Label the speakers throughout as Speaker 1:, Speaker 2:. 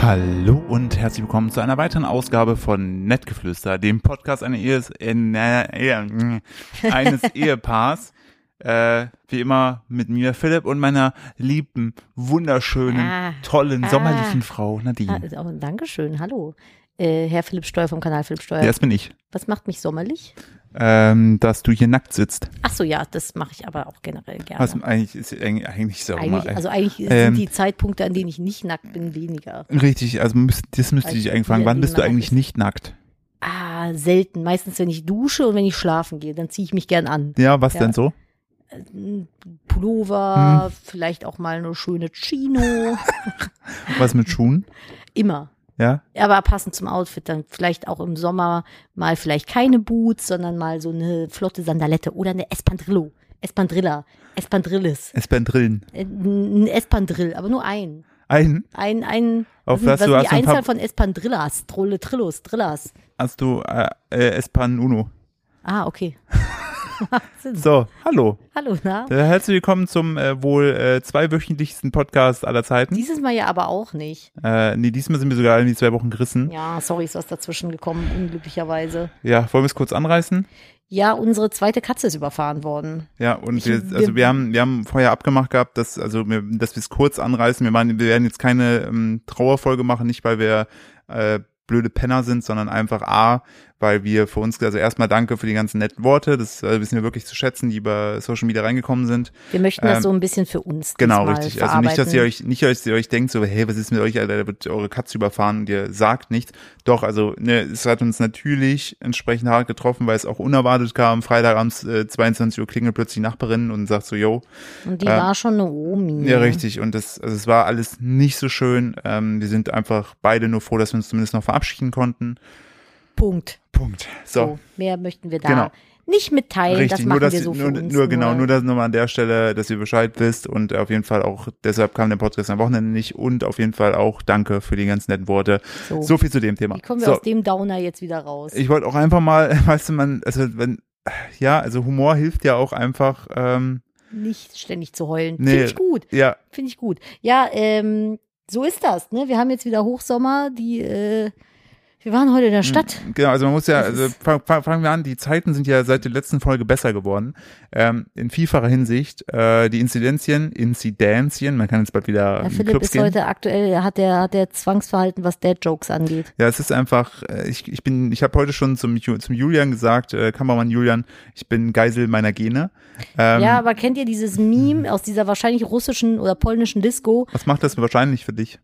Speaker 1: Hallo und herzlich willkommen zu einer weiteren Ausgabe von Nettgeflüster, dem Podcast einer Ehes, äh, äh, äh, eines Ehepaars. Äh, wie immer mit mir Philipp und meiner lieben, wunderschönen,
Speaker 2: Ah,
Speaker 1: tollen,
Speaker 2: ah.
Speaker 1: sommerlichen Frau
Speaker 2: Ah,
Speaker 1: Nadine.
Speaker 2: ist auch, Dankeschön, hallo. Äh, Herr Philipp Steuer vom Kanal Philipp Steuer.
Speaker 1: Ja, das bin ich.
Speaker 2: Was macht mich sommerlich?
Speaker 1: Ähm, dass du hier nackt sitzt.
Speaker 2: Ach so, ja, das mache ich aber auch generell gerne.
Speaker 1: Was eigentlich ist eigentlich, eigentlich so
Speaker 2: eigentlich, also eigentlich
Speaker 1: Ähm,
Speaker 2: sind die Zeitpunkte, an denen ich nicht nackt bin, weniger.
Speaker 1: Richtig, also müsst, das müsste
Speaker 2: Als
Speaker 1: ich einfangen.
Speaker 2: wir
Speaker 1: Wann
Speaker 2: die
Speaker 1: bist du
Speaker 2: Männer
Speaker 1: eigentlich
Speaker 2: wissen.
Speaker 1: nicht nackt?
Speaker 2: Ah, selten. Meistens, wenn ich dusche und wenn ich schlafen gehe, dann ziehe ich mich gern an.
Speaker 1: Ja, was
Speaker 2: Ja.
Speaker 1: denn so?
Speaker 2: Ein Pullover,
Speaker 1: Hm.
Speaker 2: vielleicht auch mal eine schöne Chino,
Speaker 1: Was mit Schuhen?
Speaker 2: immer.
Speaker 1: Ja?
Speaker 2: Aber passend zum Outfit, dann vielleicht auch im Sommer mal vielleicht keine Boots, sondern mal so eine flotte Sandalette oder eine Espandrillo, Espandrilla, Espandrillis.
Speaker 1: Es werden Drillen.
Speaker 2: Äh, ein Espandrill, aber nur ein.
Speaker 1: Ein,
Speaker 2: Ein, ein,
Speaker 1: Auf was
Speaker 2: was, ist-
Speaker 1: du
Speaker 2: was
Speaker 1: hast
Speaker 2: ist die
Speaker 1: ein paar-
Speaker 2: Einzahl von Espandrillas, Trolle, Trillos, Drillas.
Speaker 1: hast du äh, äh, Espan Uno.
Speaker 2: Ah, okay.
Speaker 1: So, hallo.
Speaker 2: Hallo, na?
Speaker 1: Äh, Herzlich willkommen zum äh, wohl äh, zweiwöchentlichsten Podcast aller Zeiten.
Speaker 2: Dieses Mal ja aber auch nicht.
Speaker 1: Äh, nee, diesmal sind wir sogar in die zwei Wochen gerissen.
Speaker 2: Ja, sorry, ist was dazwischen gekommen, unglücklicherweise.
Speaker 1: Ja, wollen wir es kurz anreißen?
Speaker 2: Ja, unsere zweite Katze ist überfahren worden.
Speaker 1: Ja, und
Speaker 2: Ich-
Speaker 1: wir, also
Speaker 2: wir-
Speaker 1: wir haben, wir haben vorher abgemacht gehabt, dass, also wir, dass wir es kurz anreißen. Wir, machen, wir werden jetzt keine ähm, Trauerfolge machen, nicht weil wir äh, blöde Penner sind, sondern einfach A, weil wir für uns, also erstmal danke für die ganzen netten Worte, das äh, wissen wir wirklich zu schätzen, die über Social Media reingekommen sind.
Speaker 2: Wir möchten das
Speaker 1: Ähm,
Speaker 2: so ein bisschen für uns
Speaker 1: Genau,
Speaker 2: diesmal
Speaker 1: richtig. Also
Speaker 2: Verarbeiten.
Speaker 1: nicht, dass ihr euch, nicht, dass ihr euch denkt, so, hey, was ist mit euch, Alter, da wird eure Katze überfahren und ihr sagt nichts. Doch, also, ne, es hat uns natürlich entsprechend hart getroffen, weil es auch unerwartet kam. Freitagabends, äh, 22 Uhr klingelt plötzlich die Nachbarin und sagt so, yo.
Speaker 2: Und die
Speaker 1: äh,
Speaker 2: war schon eine Omi.
Speaker 1: Ja, richtig. Und das, also es war alles nicht so schön. Ähm, wir sind einfach beide nur froh, dass wir uns zumindest noch verabschieden konnten.
Speaker 2: Punkt.
Speaker 1: Punkt. So.
Speaker 2: So, mehr möchten wir da
Speaker 1: Genau.
Speaker 2: nicht mitteilen. das
Speaker 1: Richtig,
Speaker 2: machen
Speaker 1: nur dass
Speaker 2: wir so
Speaker 1: nur,
Speaker 2: für uns. ne?
Speaker 1: nur genau, nur das nochmal an der Stelle, dass ihr Bescheid wisst und auf jeden Fall auch, deshalb kam der Podcast am Wochenende nicht und auf jeden Fall auch danke für die ganz netten Worte.
Speaker 2: So.
Speaker 1: So viel zu dem Thema.
Speaker 2: Wie kommen wir
Speaker 1: so,
Speaker 2: aus dem Downer jetzt wieder raus?
Speaker 1: ich wollte auch einfach mal, weißt du, man, also wenn, ja, also Humor hilft ja auch einfach, ähm,
Speaker 2: nicht ständig zu heulen.
Speaker 1: Nee.
Speaker 2: Finde ich gut,
Speaker 1: ja,
Speaker 2: finde ich gut. Ja, ähm, so ist das. Ne? Wir haben jetzt wieder Hochsommer. Die, äh, wir waren heute in der Stadt.
Speaker 1: genau, also man muss ja,
Speaker 2: Das
Speaker 1: also
Speaker 2: ist-
Speaker 1: fa- fa- fangen wir an, die Zeiten sind ja seit der letzten Folge besser geworden, ähm, in vielfacher Hinsicht, äh, die Inzidenzien, Inzidenzien, man kann jetzt bald wieder
Speaker 2: Herr
Speaker 1: in
Speaker 2: Philipp
Speaker 1: Clubs
Speaker 2: ist
Speaker 1: gehen.
Speaker 2: heute aktuell, er hat der, hat der Zwangsverhalten, was Dad-Jokes angeht.
Speaker 1: Ja, es ist einfach, äh, ich, ich bin, ich habe heute schon zum, Ju- zum Julian gesagt, äh, Kameramann Julian, ich bin Geisel meiner Gene. Ähm,
Speaker 2: ja, aber kennt ihr dieses Meme aus dieser wahrscheinlich russischen oder polnischen Disco?
Speaker 1: Was macht das wahrscheinlich für dich?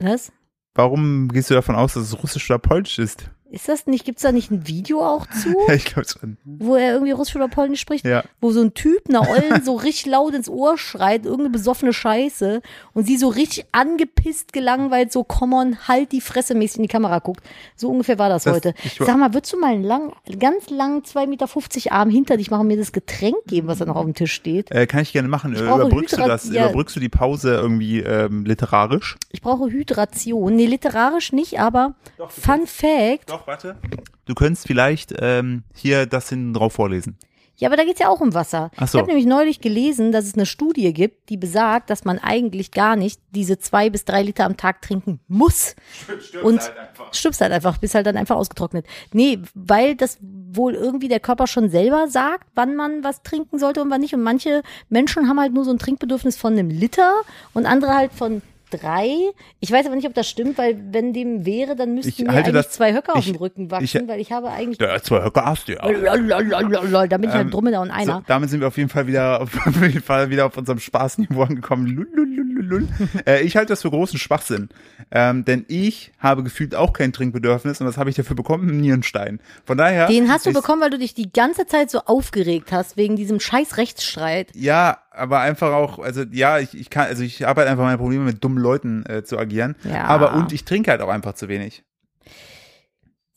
Speaker 2: Was?
Speaker 1: Warum gehst du davon aus, dass es russisch oder polnisch ist?
Speaker 2: Ist das nicht, gibt's da nicht ein Video auch zu,
Speaker 1: Ja, ich glaube schon.
Speaker 2: wo er irgendwie russisch oder polnisch spricht?
Speaker 1: Ja,
Speaker 2: wo so ein Typ einer Ollen so richtig laut ins Ohr schreit, irgendeine besoffene Scheiße und sie so richtig angepisst, gelangweilt, so come on, halt die Fresse mäßig in die Kamera guckt. So ungefähr war das,
Speaker 1: Das-
Speaker 2: heute.
Speaker 1: ich war-
Speaker 2: Sag mal, würdest du mal einen lang, ganz langen 2,50 Meter Arm hinter dich machen und mir das Getränk geben, was da noch auf dem Tisch steht?
Speaker 1: äh, kann ich gerne machen. Äh,
Speaker 2: brauche
Speaker 1: Überbrückst du
Speaker 2: Hydrat-
Speaker 1: das,
Speaker 2: ja.
Speaker 1: überbrückst du die Pause irgendwie ähm, literarisch?
Speaker 2: Ich brauche Hydration. Nee, literarisch nicht, aber Fun Fact.
Speaker 1: Doch, warte. Du könntest vielleicht ähm, hier das hinten drauf vorlesen.
Speaker 2: Ja, aber da geht's ja auch um Wasser.
Speaker 1: Ach so.
Speaker 2: Ich habe nämlich neulich gelesen, dass es eine Studie gibt, die besagt, dass man eigentlich gar nicht diese zwei bis drei Liter am Tag trinken muss. und stirbst halt einfach, bist halt dann einfach ausgetrocknet. Nee, weil das wohl irgendwie der Körper schon selber sagt, wann man was trinken sollte und wann nicht. Und manche Menschen haben halt nur so ein Trinkbedürfnis von einem Liter und andere halt von drei. Ich weiß aber nicht, ob das stimmt, weil wenn dem wäre, dann müssten
Speaker 1: Ich
Speaker 2: mir
Speaker 1: halte
Speaker 2: eigentlich
Speaker 1: das-
Speaker 2: zwei Höcker auf
Speaker 1: ich-
Speaker 2: dem Rücken
Speaker 1: ich-
Speaker 2: wachsen, weil ich habe eigentlich
Speaker 1: Ja, zwei Höcker hast du ja.
Speaker 2: Lalalala, da bin ich
Speaker 1: Ähm,
Speaker 2: halt Dromedar und einer.
Speaker 1: So, damit sind wir auf jeden Fall wieder auf, auf jeden Fall wieder auf unserem Spaßniveau angekommen. Lululululul. äh, ich halte das für großen Schwachsinn, ähm, denn ich habe gefühlt auch kein Trinkbedürfnis und was habe ich dafür bekommen? Einen Nierenstein. Von daher.
Speaker 2: Den hast du
Speaker 1: ich,
Speaker 2: bekommen, weil du dich die ganze Zeit so aufgeregt hast wegen diesem scheiß Rechtsstreit.
Speaker 1: Ja, aber einfach auch, also ja, ich, ich kann, also ich habe halt einfach meine Probleme mit dummen Leuten äh, zu agieren.
Speaker 2: Ja.
Speaker 1: Aber und ich trinke halt auch einfach zu wenig.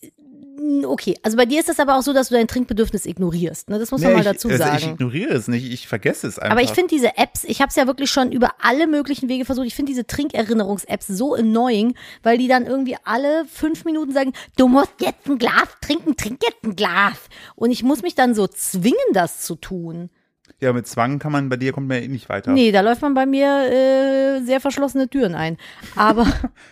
Speaker 2: Hm, Okay, also bei dir ist das aber auch so, dass du dein Trinkbedürfnis ignorierst. Ne? Das muss
Speaker 1: Nee,
Speaker 2: man mal
Speaker 1: ich,
Speaker 2: dazu
Speaker 1: also
Speaker 2: sagen.
Speaker 1: ich ignoriere es nicht, ich vergesse es einfach.
Speaker 2: aber ich finde diese Apps, ich habe es ja wirklich schon über alle möglichen Wege versucht. Ich finde diese Trinkerinnerungs-Apps so annoying, weil die dann irgendwie alle fünf Minuten sagen, du musst jetzt ein Glas trinken, trink jetzt ein Glas. Und ich muss mich dann so zwingen, das zu tun.
Speaker 1: Ja, mit Zwang kann man, bei dir kommt man ja eh nicht weiter.
Speaker 2: Nee, da läuft man bei mir äh, sehr verschlossene Türen ein. Aber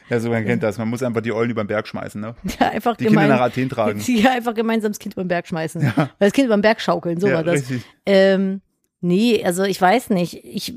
Speaker 1: Ja, so man kennt das. Man muss einfach die Eulen über den Berg schmeißen, ne?
Speaker 2: ja, einfach
Speaker 1: Die Kinder
Speaker 2: gemein-
Speaker 1: nach Athen tragen.
Speaker 2: Ja, einfach gemeinsam das Kind über den Berg schmeißen. Oder Das Kind über den Berg schaukeln, so
Speaker 1: ja,
Speaker 2: war das.
Speaker 1: richtig.
Speaker 2: Ähm, nee, also ich weiß nicht. Ich,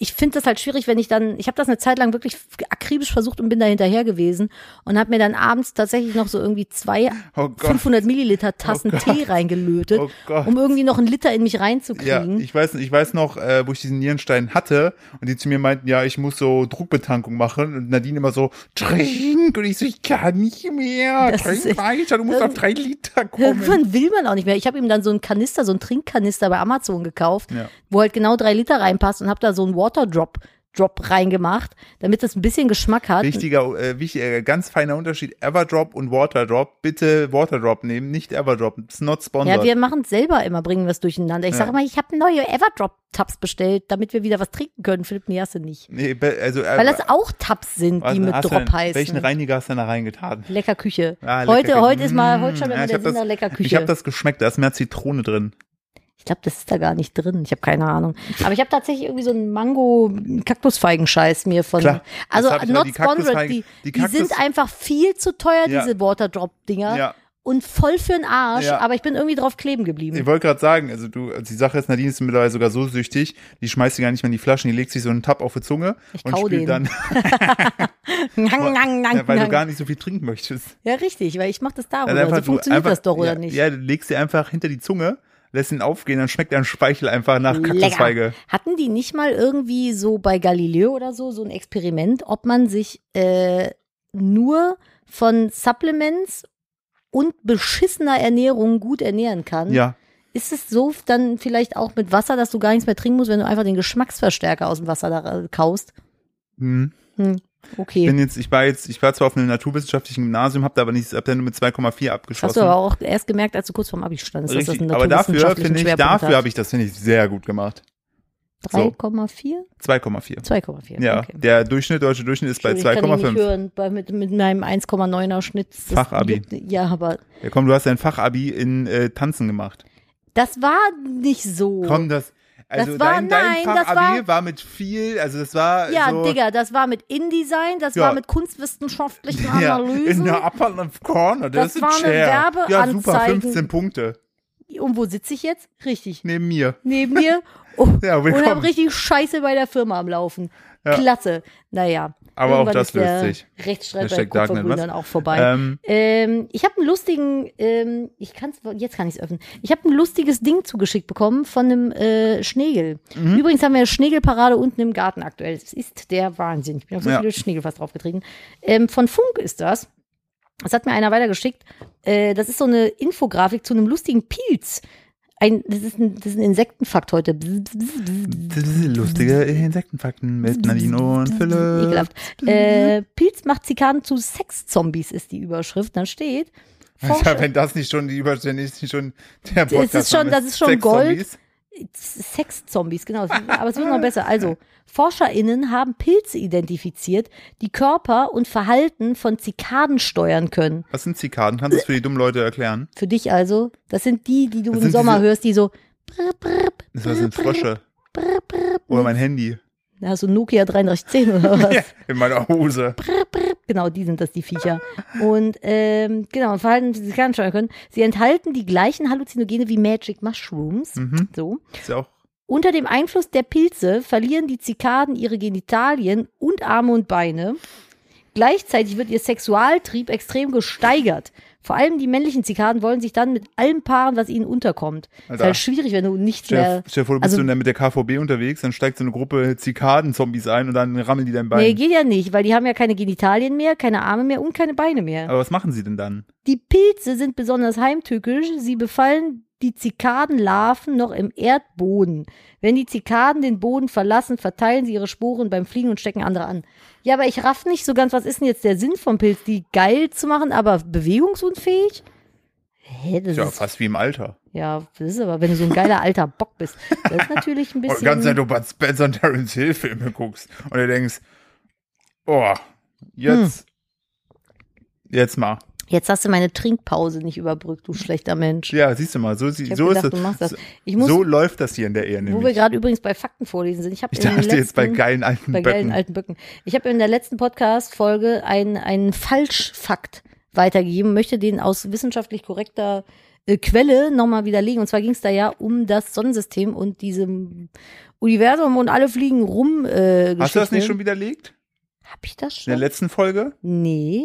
Speaker 2: ich finde das halt schwierig, wenn ich dann, ich habe das eine Zeit lang wirklich akribisch versucht und bin da hinterher gewesen und habe mir dann abends tatsächlich noch so irgendwie zwei
Speaker 1: Oh Gott.
Speaker 2: 500 Milliliter Tassen Tee reingelötet,
Speaker 1: Oh Gott.
Speaker 2: um irgendwie noch einen Liter in mich
Speaker 1: Ja,
Speaker 2: reinzukriegen.
Speaker 1: ich weiß, ich weiß noch, äh, wo ich diesen Nierenstein hatte und die zu mir meinten, ja, ich muss so Druckbetankung machen und Nadine immer so, trink und ich so, ich kann nicht mehr,
Speaker 2: Das ist
Speaker 1: trink
Speaker 2: echt-
Speaker 1: weiter, du musst auf drei Liter kommen.
Speaker 2: Irgendwann will man auch nicht mehr. Ich habe ihm dann so einen Kanister, so einen Trinkkanister bei Amazon gekauft,
Speaker 1: Ja.
Speaker 2: wo halt genau drei Liter reinpasst und habe da so einen Waterdrop Drop reingemacht, damit es ein bisschen Geschmack hat.
Speaker 1: Wichtiger, äh, wichtiger, ganz feiner Unterschied, Everdrop und Waterdrop, bitte Waterdrop nehmen, nicht Everdrop, it's not sponsored.
Speaker 2: Ja, wir machen es selber immer, bringen was durcheinander. Ich
Speaker 1: Ja.
Speaker 2: sage immer, ich habe neue Everdrop-Tabs bestellt, damit wir wieder was trinken können. Philipp Niasse nicht.
Speaker 1: nee, be- also, äh,
Speaker 2: Weil das auch Tabs sind,
Speaker 1: was-
Speaker 2: die mit
Speaker 1: hast du
Speaker 2: Drop
Speaker 1: denn, Welchen
Speaker 2: heißen.
Speaker 1: Reiniger hast du denn da reingetan?
Speaker 2: Lecker Küche.
Speaker 1: Ah, lecker
Speaker 2: heute,
Speaker 1: Küche.
Speaker 2: heute ist mal, heute schon
Speaker 1: Mm,
Speaker 2: wieder
Speaker 1: ja, ich
Speaker 2: der
Speaker 1: hab
Speaker 2: Sinn
Speaker 1: das-
Speaker 2: der lecker Küche.
Speaker 1: Ich habe das geschmeckt, da ist mehr Zitrone drin.
Speaker 2: Ich glaube, das ist da gar nicht drin. Ich habe keine Ahnung. Aber ich habe tatsächlich irgendwie so einen Mango-Kaktusfeigen-Scheiß mir von.
Speaker 1: Klar,
Speaker 2: also
Speaker 1: das hab ich auch,
Speaker 2: not
Speaker 1: die
Speaker 2: sponsored.
Speaker 1: Kaktusfeigen-
Speaker 2: Die, die,
Speaker 1: die
Speaker 2: sind
Speaker 1: Kaktus-
Speaker 2: einfach viel zu teuer,
Speaker 1: Ja.
Speaker 2: diese Waterdrop-Dinger.
Speaker 1: Ja.
Speaker 2: Und voll für den Arsch.
Speaker 1: Ja.
Speaker 2: Aber ich bin irgendwie drauf kleben geblieben.
Speaker 1: Ich wollte gerade sagen, also du, also die Sache ist, Nadine ist mittlerweile sogar so süchtig, die schmeißt sie gar nicht mehr in die Flaschen, die legt sich so einen Tab auf die Zunge
Speaker 2: Ich
Speaker 1: und
Speaker 2: kau
Speaker 1: spült
Speaker 2: den.
Speaker 1: dann,
Speaker 2: Nang, nang, nang,
Speaker 1: weil du
Speaker 2: nang.
Speaker 1: gar nicht so viel trinken möchtest.
Speaker 2: Ja, richtig, weil ich mache das darüber.
Speaker 1: Also
Speaker 2: so funktioniert
Speaker 1: einfach-
Speaker 2: das doch, oder
Speaker 1: ja,
Speaker 2: nicht?
Speaker 1: Ja, du legst sie einfach hinter die Zunge, lässt ihn aufgehen, dann schmeckt dein Speichel einfach nach Kaktusfeige.
Speaker 2: Hatten die nicht mal irgendwie so bei Galileo oder so, so ein Experiment, ob man sich äh, nur von Supplements und beschissener Ernährung gut ernähren kann?
Speaker 1: Ja,
Speaker 2: Ist es so dann vielleicht auch mit Wasser, dass du gar nichts mehr trinken musst, wenn du einfach den Geschmacksverstärker aus dem Wasser da äh, kaust?
Speaker 1: hm.
Speaker 2: Hm, okay.
Speaker 1: bin jetzt, ich war jetzt, ich war zwar auf einem naturwissenschaftlichen Gymnasium, habe da aber nichts, hab da nur mit 2,4
Speaker 2: Hast du
Speaker 1: abgeschlossen.
Speaker 2: aber auch erst gemerkt, als du kurz vorm Abi standest, dass das
Speaker 1: Richtig,
Speaker 2: einen
Speaker 1: aber dafür
Speaker 2: naturwissenschaftlichen
Speaker 1: finde ich,
Speaker 2: Schwerpunkt
Speaker 1: dafür
Speaker 2: hat.
Speaker 1: habe ich das finde ich sehr gut gemacht. so.
Speaker 2: 3,4?
Speaker 1: 2,4.
Speaker 2: 2,4.
Speaker 1: Ja,
Speaker 2: okay.
Speaker 1: der Durchschnitt, deutsche Durchschnitt ist bei
Speaker 2: Entschuldigung, Ich
Speaker 1: 2,5.
Speaker 2: kann ihn nicht hören, bei, mit, mit meinem 1,9er Schnitt. Das
Speaker 1: Fachabi.
Speaker 2: juckt- Ja, aber
Speaker 1: Ja, komm, du hast dein Fachabi in äh, Tanzen gemacht.
Speaker 2: das war nicht so.
Speaker 1: Komm, das. Also
Speaker 2: Oh. Das war-
Speaker 1: dein, dein
Speaker 2: nein, das
Speaker 1: Fachabi war, mit viel, also das war
Speaker 2: ja,
Speaker 1: so.
Speaker 2: Digga, das war mit InDesign, das
Speaker 1: Ja.
Speaker 2: war mit kunstwissenschaftlichen
Speaker 1: Ja, genau. in
Speaker 2: Analysen.
Speaker 1: der Upper Left Corner, das,
Speaker 2: Das
Speaker 1: ist
Speaker 2: war
Speaker 1: ein
Speaker 2: eine
Speaker 1: Chair. Ja, super,
Speaker 2: Werbeanzeigen.
Speaker 1: 15 Punkte
Speaker 2: Und wo sitze ich jetzt? Richtig.
Speaker 1: neben mir.
Speaker 2: Neben mir. Oh,
Speaker 1: Ja,
Speaker 2: und
Speaker 1: willkommen.
Speaker 2: habe richtig Scheiße bei der Firma am Laufen.
Speaker 1: Ja.
Speaker 2: Klasse. Naja.
Speaker 1: Aber auch
Speaker 2: irgendwann
Speaker 1: das
Speaker 2: ist der
Speaker 1: löst
Speaker 2: Rechtsstreit bei
Speaker 1: Hashtag Darknet,
Speaker 2: Kupfergrün
Speaker 1: was?
Speaker 2: dann auch vorbei.
Speaker 1: Ähm,
Speaker 2: Ähm, ich habe einen lustigen, ähm, ich kann's, jetzt kann ich es öffnen. Ich habe ein lustiges Ding zugeschickt bekommen von einem äh, Schnegel.
Speaker 1: Mhm.
Speaker 2: Übrigens haben wir Schnegelparade unten im Garten aktuell. Es ist der Wahnsinn. Ich bin auf so
Speaker 1: Ja.
Speaker 2: viele Schnegel fast draufgetreten. Ähm, von Funk ist das. Das hat mir einer weitergeschickt. Äh, das ist so eine Infografik zu einem lustigen Pilz. Ein, das, ist ein, das ist ein Insektenfakt heute.
Speaker 1: lustige Insektenfakten mit Nadine und Philipp.
Speaker 2: Ekelhaft. Äh, Pilz macht Zikaden zu Sexzombies ist die Überschrift. Dann steht.
Speaker 1: Ja, wenn das nicht schon die Überstände ist, nicht schon der Podcast.
Speaker 2: schon- das ist schon
Speaker 1: Sexzombies.
Speaker 2: Sexzombies, genau. Aber es wird noch besser. Also, ForscherInnen haben Pilze identifiziert, die Körper und Verhalten von Zikaden steuern können.
Speaker 1: Was sind Zikaden? Kannst du es für die dummen Leute erklären?
Speaker 2: Für dich also, das sind die, die du
Speaker 1: Das
Speaker 2: im
Speaker 1: sind
Speaker 2: Sommer
Speaker 1: diese-
Speaker 2: hörst, die so. brr, brr,
Speaker 1: Das sind
Speaker 2: brr,
Speaker 1: Frösche.
Speaker 2: brr, brr.
Speaker 1: Oder mein Handy.
Speaker 2: Da hast du Nokia 3310 oder was?
Speaker 1: Ja, in meiner Hose.
Speaker 2: Brr, brr. Genau, die sind das, die Viecher. Und ähm, genau, und Verhalten, die Zikaden steuern können. Sie enthalten die gleichen Halluzinogene wie Magic Mushrooms.
Speaker 1: Mhm.
Speaker 2: So.
Speaker 1: Ist ja auch
Speaker 2: Unter dem Einfluss der Pilze verlieren die Zikaden ihre Genitalien und Arme und Beine. Gleichzeitig wird ihr Sexualtrieb extrem gesteigert. Vor allem die männlichen Zikaden wollen sich dann mit allem paaren, was ihnen unterkommt. Ist
Speaker 1: Alter.
Speaker 2: halt schwierig, wenn du nicht
Speaker 1: Stell,
Speaker 2: mehr.
Speaker 1: stell dir vor, du bist
Speaker 2: also-
Speaker 1: also, mit der KVB unterwegs, dann steigt so eine Gruppe Zikaden-Zombies ein und dann rammeln die dein Bein.
Speaker 2: Nee, geht ja nicht, weil die haben ja keine Genitalien mehr, keine Arme mehr und keine Beine mehr.
Speaker 1: Aber was machen sie denn dann?
Speaker 2: Die Pilze sind besonders heimtückisch. Sie befallen die Zikadenlarven noch im Erdboden. Wenn die Zikaden den Boden verlassen, verteilen sie ihre Sporen beim Fliegen und stecken andere an. Ja, aber ich raff nicht so ganz, was ist denn jetzt der Sinn vom Pilz? Die geil zu machen, aber bewegungsunfähig? Hä, das
Speaker 1: Tja,
Speaker 2: ist,
Speaker 1: fast wie im Alter.
Speaker 2: ja, das ist aber, wenn du so ein geiler alter Bock bist, das ist natürlich ein
Speaker 1: Und die ganze Zeit
Speaker 2: bisschen.
Speaker 1: du Bud Spencer und Terence Hill Filme guckst und
Speaker 2: Hm.
Speaker 1: du denkst, oh, jetzt, jetzt mal.
Speaker 2: Jetzt hast du meine Trinkpause nicht überbrückt, du schlechter Mensch.
Speaker 1: Ja, siehst du mal, so,
Speaker 2: Ich
Speaker 1: sie-
Speaker 2: hab
Speaker 1: so,
Speaker 2: gedacht,
Speaker 1: ist,
Speaker 2: du
Speaker 1: es-
Speaker 2: machst das.
Speaker 1: so-
Speaker 2: Ich muss,
Speaker 1: so läuft das hier in der Ehe
Speaker 2: wo wir
Speaker 1: nämlich.
Speaker 2: gerade übrigens bei Fakten vorlesen sind, ich habe
Speaker 1: Ich
Speaker 2: in den
Speaker 1: dachte jetzt bei
Speaker 2: letzten-
Speaker 1: geilen alten
Speaker 2: bei
Speaker 1: Böcken.
Speaker 2: geilen alten Böcken. Ich habe in der letzten Podcast-Folge einen, einen Falschfakt weitergegeben, möchte den aus wissenschaftlich korrekter äh, Quelle nochmal widerlegen. Und zwar ging es da ja um das Sonnensystem und diesem Universum und alle fliegen rum. Äh,
Speaker 1: Hast du das
Speaker 2: Geschichte.
Speaker 1: nicht schon widerlegt?
Speaker 2: Hab ich das
Speaker 1: In der
Speaker 2: schon?
Speaker 1: letzten Folge?
Speaker 2: Nee.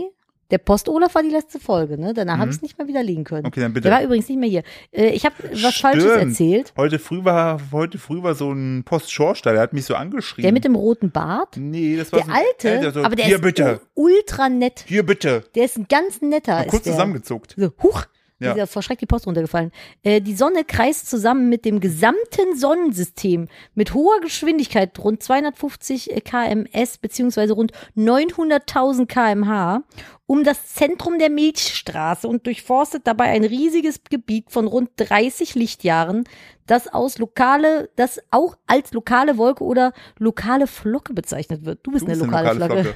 Speaker 2: Der Post-Olaf war die letzte Folge, ne? Danach
Speaker 1: Mhm.
Speaker 2: habe ich es nicht mehr widerlegen können.
Speaker 1: Okay, dann
Speaker 2: Der war
Speaker 1: bitte.
Speaker 2: übrigens nicht mehr hier. Äh, ich habe was Falsches
Speaker 1: Stimmt.
Speaker 2: erzählt.
Speaker 1: Heute früh war, heute früh war so ein Post-Schorstein, der hat mich so angeschrieben.
Speaker 2: Der mit dem roten Bart.
Speaker 1: nee, das war
Speaker 2: Der
Speaker 1: so ein
Speaker 2: alte,
Speaker 1: Älter, so,
Speaker 2: aber der
Speaker 1: Hier
Speaker 2: ist
Speaker 1: bitte,
Speaker 2: u- ultra nett.
Speaker 1: hier bitte.
Speaker 2: Der ist ein ganz netter.
Speaker 1: Mal
Speaker 2: ist
Speaker 1: kurz
Speaker 2: der.
Speaker 1: zusammengezuckt.
Speaker 2: So, huch,
Speaker 1: Ja.
Speaker 2: dieser vor Schreck die Post runtergefallen. Äh, die Sonne kreist zusammen mit dem gesamten Sonnensystem mit hoher Geschwindigkeit rund 250 kms beziehungsweise rund 900.000 kmh um das Zentrum der Milchstraße und durchforstet dabei ein riesiges Gebiet von rund 30 Lichtjahren, das aus lokale, das auch als lokale Wolke oder lokale Flocke bezeichnet wird. Du bist,
Speaker 1: Du bist
Speaker 2: eine lokale, Flocke.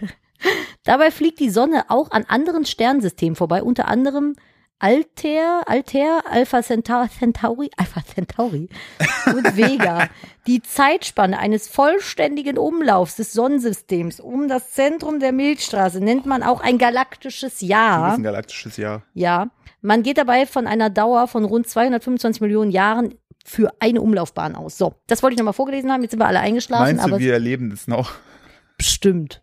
Speaker 2: Dabei fliegt die Sonne auch an anderen Sternsystemen vorbei, unter anderem Altair, Altair, Alpha Centauri, Centauri, Alpha Centauri und Vega. Die Zeitspanne eines vollständigen Umlaufs des Sonnensystems um das Zentrum der Milchstraße nennt man auch ein galaktisches
Speaker 1: Du bist
Speaker 2: Jahr.
Speaker 1: ein galaktisches Jahr.
Speaker 2: Ja, man geht dabei von einer Dauer von rund 225 Millionen Jahren für eine Umlaufbahn aus. So, das wollte ich nochmal vorgelesen haben. Jetzt sind wir alle eingeschlafen,
Speaker 1: Meinst
Speaker 2: aber
Speaker 1: du, wir erleben das noch?
Speaker 2: Bestimmt.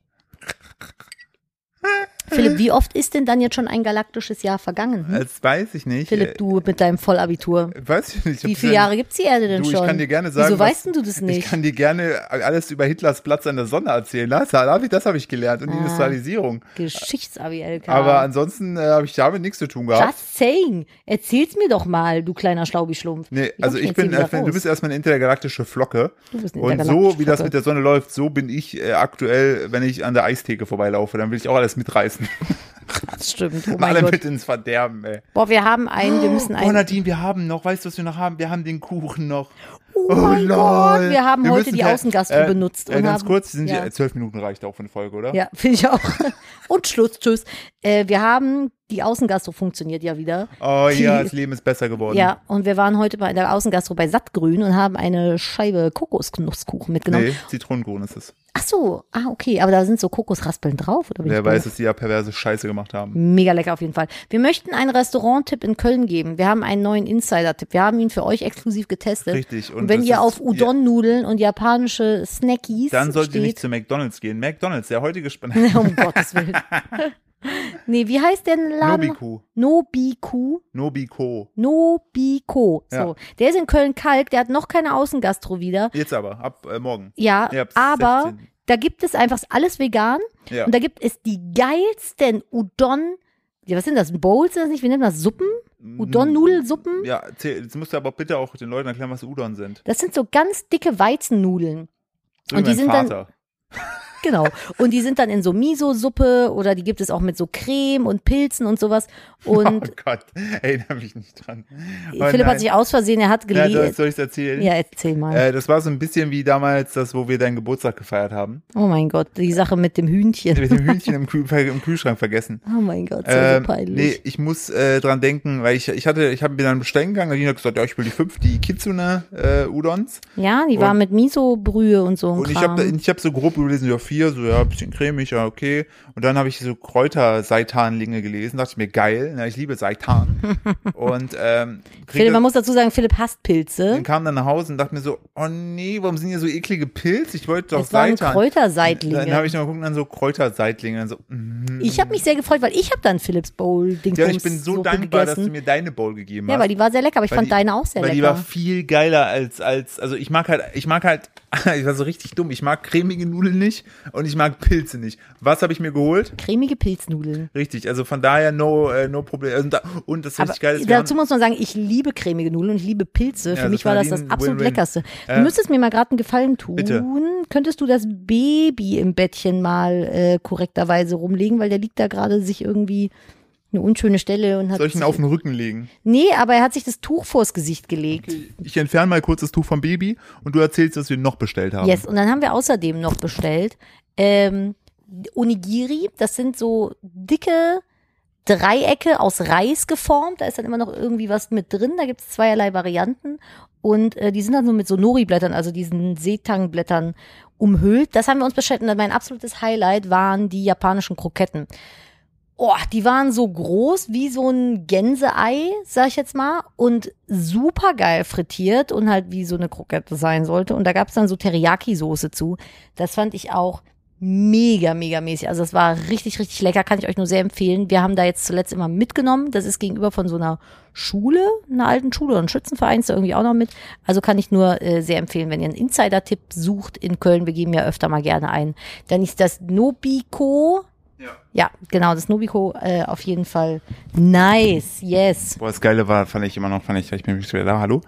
Speaker 2: Philipp, wie oft ist denn dann jetzt schon ein galaktisches Jahr vergangen? Hm?
Speaker 1: Das weiß ich nicht.
Speaker 2: Philipp, du mit deinem Vollabitur.
Speaker 1: Äh, Weiß ich nicht. Ich
Speaker 2: Wie
Speaker 1: hab
Speaker 2: viele Jahre gibt's die Erde denn
Speaker 1: Du, ich
Speaker 2: schon?
Speaker 1: kann dir gerne sagen,
Speaker 2: Wieso
Speaker 1: was-
Speaker 2: weißt denn du das
Speaker 1: Ich
Speaker 2: nicht?
Speaker 1: kann dir gerne alles über Hitlers Platz an der Sonne erzählen. Das habe ich, das hab ich gelernt und die
Speaker 2: Ah.
Speaker 1: Industrialisierung.
Speaker 2: Geschichtsabi, LK.
Speaker 1: Aber ansonsten äh, habe ich damit nichts zu tun gehabt.
Speaker 2: Just saying. Erzähl's mir doch mal, du kleiner Schlaubi-Schlumpf.
Speaker 1: Nee,
Speaker 2: Wie
Speaker 1: also
Speaker 2: komm
Speaker 1: ich bin,
Speaker 2: jetzt hier
Speaker 1: erstmal-
Speaker 2: wieder
Speaker 1: du bist erstmal eine intergalaktische Flocke.
Speaker 2: Du bist eine
Speaker 1: Und so,
Speaker 2: intergalaktische
Speaker 1: wie das
Speaker 2: Flocke.
Speaker 1: mit der Sonne läuft, so bin ich äh, aktuell, wenn ich an der Eistheke vorbeilaufe, dann will ich auch alles mitreißen.
Speaker 2: raus. Stimmt. Oh mein
Speaker 1: Alle
Speaker 2: Gott.
Speaker 1: mit ins Verderben, ey.
Speaker 2: Boah, wir haben einen, wir müssen
Speaker 1: Oh,
Speaker 2: einen.
Speaker 1: Nadine, wir haben noch, weißt du, was wir noch haben? Wir haben den Kuchen noch.
Speaker 2: Oh mein
Speaker 1: lol.
Speaker 2: Gott, wir haben heute
Speaker 1: müssen
Speaker 2: die
Speaker 1: ver-
Speaker 2: Außengastro
Speaker 1: äh,
Speaker 2: benutzt.
Speaker 1: Äh,
Speaker 2: und
Speaker 1: ganz
Speaker 2: haben,
Speaker 1: kurz, sind
Speaker 2: ja.
Speaker 1: die, zwölf Minuten reicht auch für eine Folge, oder?
Speaker 2: Ja, finde ich auch. Und Schluss, tschüss. Äh, wir haben, die Außengastro funktioniert ja wieder.
Speaker 1: Oh ja,
Speaker 2: Die-
Speaker 1: das Leben ist besser geworden.
Speaker 2: Ja, und wir waren heute bei der Außengastro bei Sattgrün und haben eine Scheibe Kokosknusskuchen mitgenommen.
Speaker 1: Nee, Zitronengrün ist es.
Speaker 2: Ach so, ah, okay, aber da sind so Kokosraspeln drauf, oder bin
Speaker 1: Wer
Speaker 2: ich blöd?
Speaker 1: weiß, dass die ja perverse Scheiße gemacht haben.
Speaker 2: Mega lecker auf jeden Fall. Wir möchten einen Restaurant-Tipp in Köln geben. Wir haben einen neuen Insider-Tipp. Wir haben ihn für euch exklusiv getestet.
Speaker 1: Richtig,
Speaker 2: Und,
Speaker 1: und
Speaker 2: wenn
Speaker 1: das
Speaker 2: ihr
Speaker 1: ist-
Speaker 2: auf Udon-Nudeln und japanische Snackies
Speaker 1: Dann solltet ihr nicht
Speaker 2: steht,
Speaker 1: zu McDonalds gehen. McDonalds, der heutige Spanner.
Speaker 2: um Gottes Willen. nee, wie heißt der Laden?
Speaker 1: Nobiku.
Speaker 2: Nobiku.
Speaker 1: Nobiko.
Speaker 2: Nobico. So,
Speaker 1: Ja.
Speaker 2: der ist in Köln-Kalk, der hat noch keine Außengastro wieder.
Speaker 1: Jetzt aber, ab äh, morgen.
Speaker 2: Ja,
Speaker 1: Ja, ab
Speaker 2: aber
Speaker 1: 16.
Speaker 2: da gibt es einfach alles vegan
Speaker 1: Ja.
Speaker 2: und da gibt es die geilsten Udon. Ja, was sind das? Bowls sind das nicht? Wir nennen das Suppen? Udon-Nudelsuppen?
Speaker 1: Ja, erzähl- jetzt musst du aber bitte auch den Leuten erklären, was Udon sind.
Speaker 2: Das sind so ganz dicke Weizennudeln.
Speaker 1: So
Speaker 2: Und
Speaker 1: wie
Speaker 2: die
Speaker 1: mein
Speaker 2: sind dann-
Speaker 1: Vater.
Speaker 2: Genau. Und die sind dann in so Miso-Suppe oder die gibt es auch mit so Creme und Pilzen und sowas. Und
Speaker 1: oh Gott, erinnere mich nicht dran. Oh
Speaker 2: Philipp
Speaker 1: nein.
Speaker 2: hat sich aus Versehen, er hat
Speaker 1: ja, das
Speaker 2: gelesen.
Speaker 1: soll ich erzählen?
Speaker 2: Ja, erzähl mal.
Speaker 1: Äh, das war so ein bisschen wie damals das, wo wir deinen Geburtstag gefeiert haben.
Speaker 2: oh mein Gott, die Sache mit dem Hühnchen.
Speaker 1: Mit dem Hühnchen im, Kühl im Kühlschrank vergessen.
Speaker 2: Oh mein Gott, so,
Speaker 1: Ähm,
Speaker 2: so peinlich.
Speaker 1: nee, ich muss äh, dran denken, weil ich, ich hatte, ich habe mir dann bestellen gegangen, Nadine hat gesagt, ja, ich will die fünf, die Kitsune äh, Udons.
Speaker 2: Ja, die
Speaker 1: Und-
Speaker 2: war mit Miso-Brühe und so.
Speaker 1: Und ich
Speaker 2: Kram.
Speaker 1: habe ich hab so grob überlesen, ja, vier, so ja, bisschen cremig, ja, okay. Und dann habe ich so Kräuter-Seitan-Linge gelesen, dachte ich mir, geil, na, ich liebe Seitan. und ähm, krieg
Speaker 2: Philipp,
Speaker 1: das-
Speaker 2: man muss dazu sagen, Philipp hasst Pilze.
Speaker 1: dann kam dann nach Hause und dachte mir so, oh nee, warum sind hier so eklige Pilze? Ich wollte doch
Speaker 2: Es waren
Speaker 1: Seitan.
Speaker 2: Kräuterseitlinge.
Speaker 1: Dann habe ich noch geguckt, und dann so Kräuterseitlinge. Dann so, mhm.
Speaker 2: Ich habe mich sehr gefreut, weil ich habe dann Philips Bowl Ding
Speaker 1: ja, ich bin so dankbar, dass du
Speaker 2: gegessen.
Speaker 1: mir deine Bowl gegeben hast.
Speaker 2: Ja, weil die war sehr lecker, aber ich
Speaker 1: Weil
Speaker 2: fand
Speaker 1: die-
Speaker 2: deine auch sehr
Speaker 1: weil die war
Speaker 2: lecker.
Speaker 1: viel geiler als, als, also ich mag halt, ich mag halt, ich war so richtig dumm, ich mag cremige Nudeln nicht und ich mag Pilze nicht. Was habe ich mir geholt?
Speaker 2: Cremige Pilznudeln.
Speaker 1: Richtig, also von daher no, äh, no problem. Und, da, und das
Speaker 2: Aber
Speaker 1: richtig geil ist, wir
Speaker 2: dazu muss man sagen, ich liebe cremige Nudeln und ich liebe Pilze. Für
Speaker 1: das
Speaker 2: mich
Speaker 1: war
Speaker 2: war das
Speaker 1: wie
Speaker 2: das
Speaker 1: ein
Speaker 2: absolut
Speaker 1: Win-Win.
Speaker 2: leckerste. Du
Speaker 1: Äh,
Speaker 2: müsstest mir mal gerade einen Gefallen tun.
Speaker 1: bitte.
Speaker 2: Könntest du das Baby im Bettchen mal äh, korrekterweise rumlegen, weil der liegt da gerade sich irgendwie eine unschöne Stelle und hat
Speaker 1: solchen
Speaker 2: sich,
Speaker 1: auf den Rücken legen.
Speaker 2: Nee, aber er hat sich das Tuch vors Gesicht gelegt.
Speaker 1: Ich entferne mal kurz das Tuch vom Baby und du erzählst, was wir noch bestellt haben.
Speaker 2: Yes, und dann haben wir außerdem noch bestellt ähm, Onigiri, das sind so dicke Dreiecke aus Reis geformt. Da ist dann immer noch irgendwie was mit drin. Da gibt es zweierlei Varianten. Und äh, die sind dann so mit so Nori-Blättern, also diesen Seetangblättern umhüllt. Das haben wir uns bestellt. Und mein absolutes Highlight waren die japanischen Kroketten. Oh, die waren so groß wie so ein Gänseei, sag ich jetzt mal, und super geil frittiert und halt wie so eine Krokette sein sollte. Und da gab's dann so Teriyaki-Soße zu. Das fand ich auch mega, mega mäßig. Also das war richtig, richtig lecker, kann ich euch nur sehr empfehlen. Wir haben da jetzt zuletzt immer mitgenommen. Das ist gegenüber von so einer Schule, einer alten Schule und Schützenvereins da irgendwie auch noch mit. Also kann ich nur äh, sehr empfehlen, wenn ihr einen Insider-Tipp sucht in Köln, wir geben ja öfter mal gerne ein. Dann ist das Nobiko. Ja. ja, genau, das Nobiko äh, auf jeden Fall nice, yes.
Speaker 1: Boah, das Geile war, fand ich immer noch, fand ich, ich bin wieder da, hallo,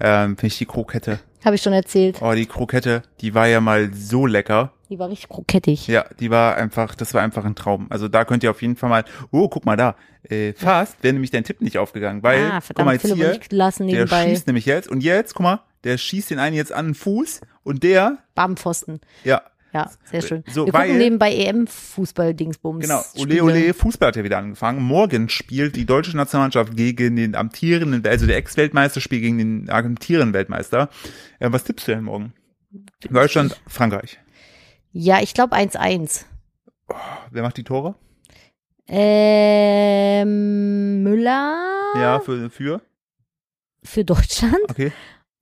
Speaker 1: ähm, finde ich die Krokette.
Speaker 2: Habe ich schon erzählt.
Speaker 1: Oh, die Krokette, die war ja mal so lecker.
Speaker 2: Die war richtig krokettig.
Speaker 1: Ja, die war einfach, das war einfach ein Traum. Also da könnt ihr auf jeden Fall mal, oh, guck mal da, äh, fast wäre nämlich dein Tipp nicht aufgegangen, weil,
Speaker 2: Ah,
Speaker 1: guck mal
Speaker 2: verdammt,
Speaker 1: jetzt
Speaker 2: Philipp und
Speaker 1: hier,
Speaker 2: ich lassen
Speaker 1: der
Speaker 2: nebenbei
Speaker 1: schießt nämlich jetzt und jetzt, guck mal, der schießt den einen jetzt an den Fuß und der,
Speaker 2: Bambpfosten.
Speaker 1: ja,
Speaker 2: Ja, sehr schön.
Speaker 1: So,
Speaker 2: wir
Speaker 1: weil-
Speaker 2: gucken nebenbei EM-Fußball-Dingsbums.
Speaker 1: genau, ole
Speaker 2: Spiele.
Speaker 1: ole, Fußball hat ja wieder angefangen. Morgen spielt die deutsche Nationalmannschaft gegen den amtierenden, also der Ex-Weltmeister spielt gegen den amtierenden Weltmeister. Äh, was tippst du denn morgen? Deutschland, Frankreich.
Speaker 2: Ja, ich glaube 1-1.
Speaker 1: Wer macht die Tore?
Speaker 2: Ähm, Müller
Speaker 1: Ja, für, für?
Speaker 2: für Deutschland
Speaker 1: Okay.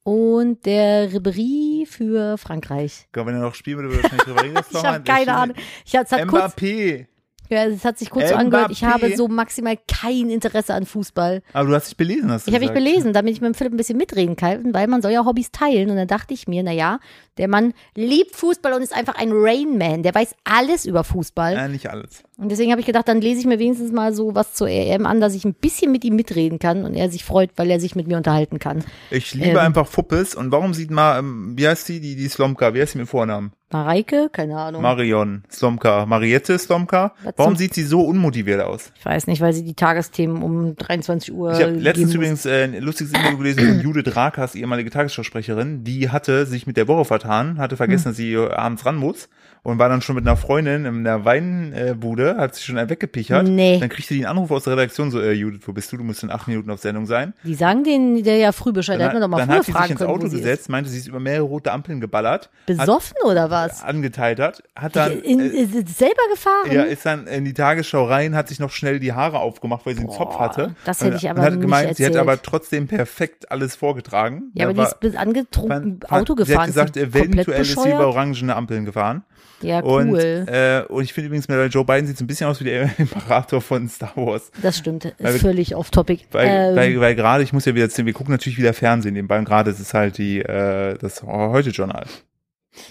Speaker 2: und der Ribéry für Frankreich.
Speaker 1: Glaub, Wenn er noch spielen würde, würde er wahrscheinlich drüber reden.
Speaker 2: Ich habe keine Ahnung. Ich, es, hat kurz,
Speaker 1: Mbappé.
Speaker 2: ja, es hat sich kurz so angehört. Ich
Speaker 1: Mbappé.
Speaker 2: habe so maximal kein Interesse an Fußball.
Speaker 1: Aber du hast dich belesen, hast du
Speaker 2: Ich habe mich
Speaker 1: gesagt.
Speaker 2: belesen, damit ich mit dem Philipp ein bisschen mitreden kann, weil man soll ja Hobbys teilen. Und dann dachte ich mir, na ja, der Mann liebt Fußball und ist einfach ein Rainman. Der weiß alles über Fußball.
Speaker 1: Ja, nicht alles.
Speaker 2: Und deswegen habe ich gedacht, dann lese ich mir wenigstens mal so was zur EM an, dass ich ein bisschen mit ihm mitreden kann und er sich freut, weil er sich mit mir unterhalten kann.
Speaker 1: Ich liebe
Speaker 2: Ähm.
Speaker 1: einfach Fuppes. Und warum sieht mal, ähm, wie heißt sie, die, die Slomka, wie heißt sie mit Vornamen?
Speaker 2: Mareike, keine Ahnung.
Speaker 1: Marion Slomka, Mariette Slomka.
Speaker 2: Was
Speaker 1: Warum
Speaker 2: zum-
Speaker 1: sieht sie so unmotiviert aus?
Speaker 2: ich weiß nicht, weil sie die Tagesthemen um 23 Uhr.
Speaker 1: Ich habe letztens
Speaker 2: geben-
Speaker 1: übrigens äh, ein lustiges Interview gelesen von Judith Rakers, ehemalige Tagesschausprecherin. Die hatte sich mit der Woche vertan, hatte vergessen,
Speaker 2: Hm.
Speaker 1: dass sie abends ran muss und war dann schon mit einer Freundin in einer Weinbude, äh, hat sie schon einen weggepichert.
Speaker 2: Nee.
Speaker 1: Dann kriegte die einen Anruf aus der Redaktion, so, äh, Judith, wo bist du? Du musst in acht Minuten auf Sendung sein.
Speaker 2: Die sagen denen der ja früh Bescheid. Da hätten wir doch mal
Speaker 1: dann
Speaker 2: früher
Speaker 1: hat sie sich
Speaker 2: fragen
Speaker 1: ins
Speaker 2: können. wo
Speaker 1: Auto
Speaker 2: sie
Speaker 1: gesetzt, meinte, sie ist über mehrere rote Ampeln geballert,
Speaker 2: ist. Besoffen oder was?
Speaker 1: angeteiltert, hat dann,
Speaker 2: in,
Speaker 1: äh,
Speaker 2: ist- ist selber gefahren?
Speaker 1: ja, ist dann in die Tagesschau rein, hat sich noch schnell die Haare aufgemacht, weil sie einen Zopf hatte.
Speaker 2: das hätte ich
Speaker 1: Und
Speaker 2: aber
Speaker 1: hat
Speaker 2: nicht
Speaker 1: gemeint, sie hat
Speaker 2: erzählt.
Speaker 1: aber trotzdem perfekt alles vorgetragen.
Speaker 2: Ja, aber
Speaker 1: Da
Speaker 2: die ist bis angetrunken
Speaker 1: fand- fand-
Speaker 2: Auto gefahren.
Speaker 1: Sie hat gesagt,
Speaker 2: ist
Speaker 1: äh,
Speaker 2: komplett
Speaker 1: eventuell ist sie über
Speaker 2: bescheuert.
Speaker 1: orangene Ampeln gefahren.
Speaker 2: Ja,
Speaker 1: Und,
Speaker 2: cool.
Speaker 1: äh, und ich finde übrigens, bei Joe Biden sieht so ein bisschen aus wie der Imperator von Star Wars.
Speaker 2: das stimmt. Ist
Speaker 1: weil-
Speaker 2: völlig off topic.
Speaker 1: Weil,
Speaker 2: ähm,
Speaker 1: weil, weil gerade, ich muss ja wieder erzählen, wir gucken natürlich wieder Fernsehen nebenbei und gerade ist es halt die, äh, das Heute-Journal.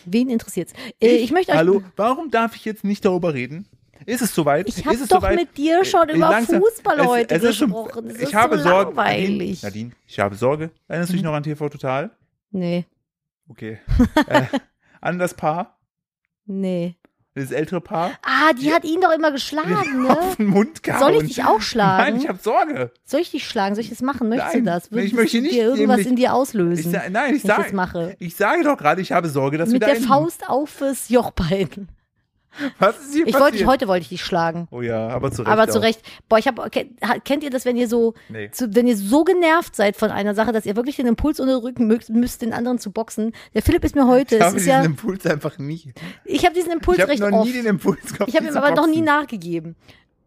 Speaker 2: wen interessiert's? Äh, ich möchte euch.
Speaker 1: Hallo, warum darf ich jetzt nicht darüber reden? Ist es soweit?
Speaker 2: Ich
Speaker 1: ist
Speaker 2: habe
Speaker 1: es
Speaker 2: doch
Speaker 1: soweit?
Speaker 2: mit dir schon
Speaker 1: Äh,
Speaker 2: über
Speaker 1: langsam.
Speaker 2: Fußball
Speaker 1: Es-
Speaker 2: heute
Speaker 1: es ist schon-
Speaker 2: gesprochen. Das
Speaker 1: ich
Speaker 2: ist
Speaker 1: habe
Speaker 2: so
Speaker 1: Sorge.
Speaker 2: langweilig. Mhm.
Speaker 1: Nadine, Nadine, ich habe Sorge. Erinnerst du dich noch an TV Total?
Speaker 2: Nee,
Speaker 1: Okay. äh, an das Paar,
Speaker 2: nee.
Speaker 1: das ältere Paar,
Speaker 2: Ah, die hat ihn doch immer geschlagen, ne?
Speaker 1: auf den Mund gehauen.
Speaker 2: Soll ich dich auch schlagen?
Speaker 1: Nein, ich habe Sorge.
Speaker 2: soll ich dich schlagen? Soll ich das machen? Möchtest
Speaker 1: Nein,
Speaker 2: du das?
Speaker 1: ich möchte
Speaker 2: es
Speaker 1: nicht,
Speaker 2: dir irgendwas
Speaker 1: nämlich-
Speaker 2: in dir
Speaker 1: Ich,
Speaker 2: auslösen,
Speaker 1: sa- nein, ich
Speaker 2: wenn ich das
Speaker 1: sage.
Speaker 2: mache?
Speaker 1: Ich sage doch gerade, ich habe Sorge, dass
Speaker 2: Mit
Speaker 1: wir da
Speaker 2: der
Speaker 1: enden.
Speaker 2: Faust auf fürs Jochbein.
Speaker 1: Was ist hier
Speaker 2: Ich
Speaker 1: passiert?
Speaker 2: wollte dich, heute wollte ich dich schlagen.
Speaker 1: oh ja, aber zu Recht.
Speaker 2: Aber zu
Speaker 1: auch.
Speaker 2: Recht. Boah, ich habe kennt ihr das, wenn ihr so
Speaker 1: Nee.
Speaker 2: zu, wenn ihr so genervt seid von einer Sache, dass ihr wirklich den Impuls unterdrücken müsst, müsst den anderen zu boxen. Der Philipp ist mir heute,
Speaker 1: Ich
Speaker 2: es
Speaker 1: habe
Speaker 2: ist
Speaker 1: diesen
Speaker 2: ja,
Speaker 1: Impuls einfach nie.
Speaker 2: ich habe diesen Impuls
Speaker 1: Ich habe
Speaker 2: recht
Speaker 1: noch
Speaker 2: oft.
Speaker 1: nie den Impuls gehabt.
Speaker 2: Ich habe
Speaker 1: die
Speaker 2: ihm
Speaker 1: zu
Speaker 2: aber noch nie
Speaker 1: boxen.
Speaker 2: nachgegeben.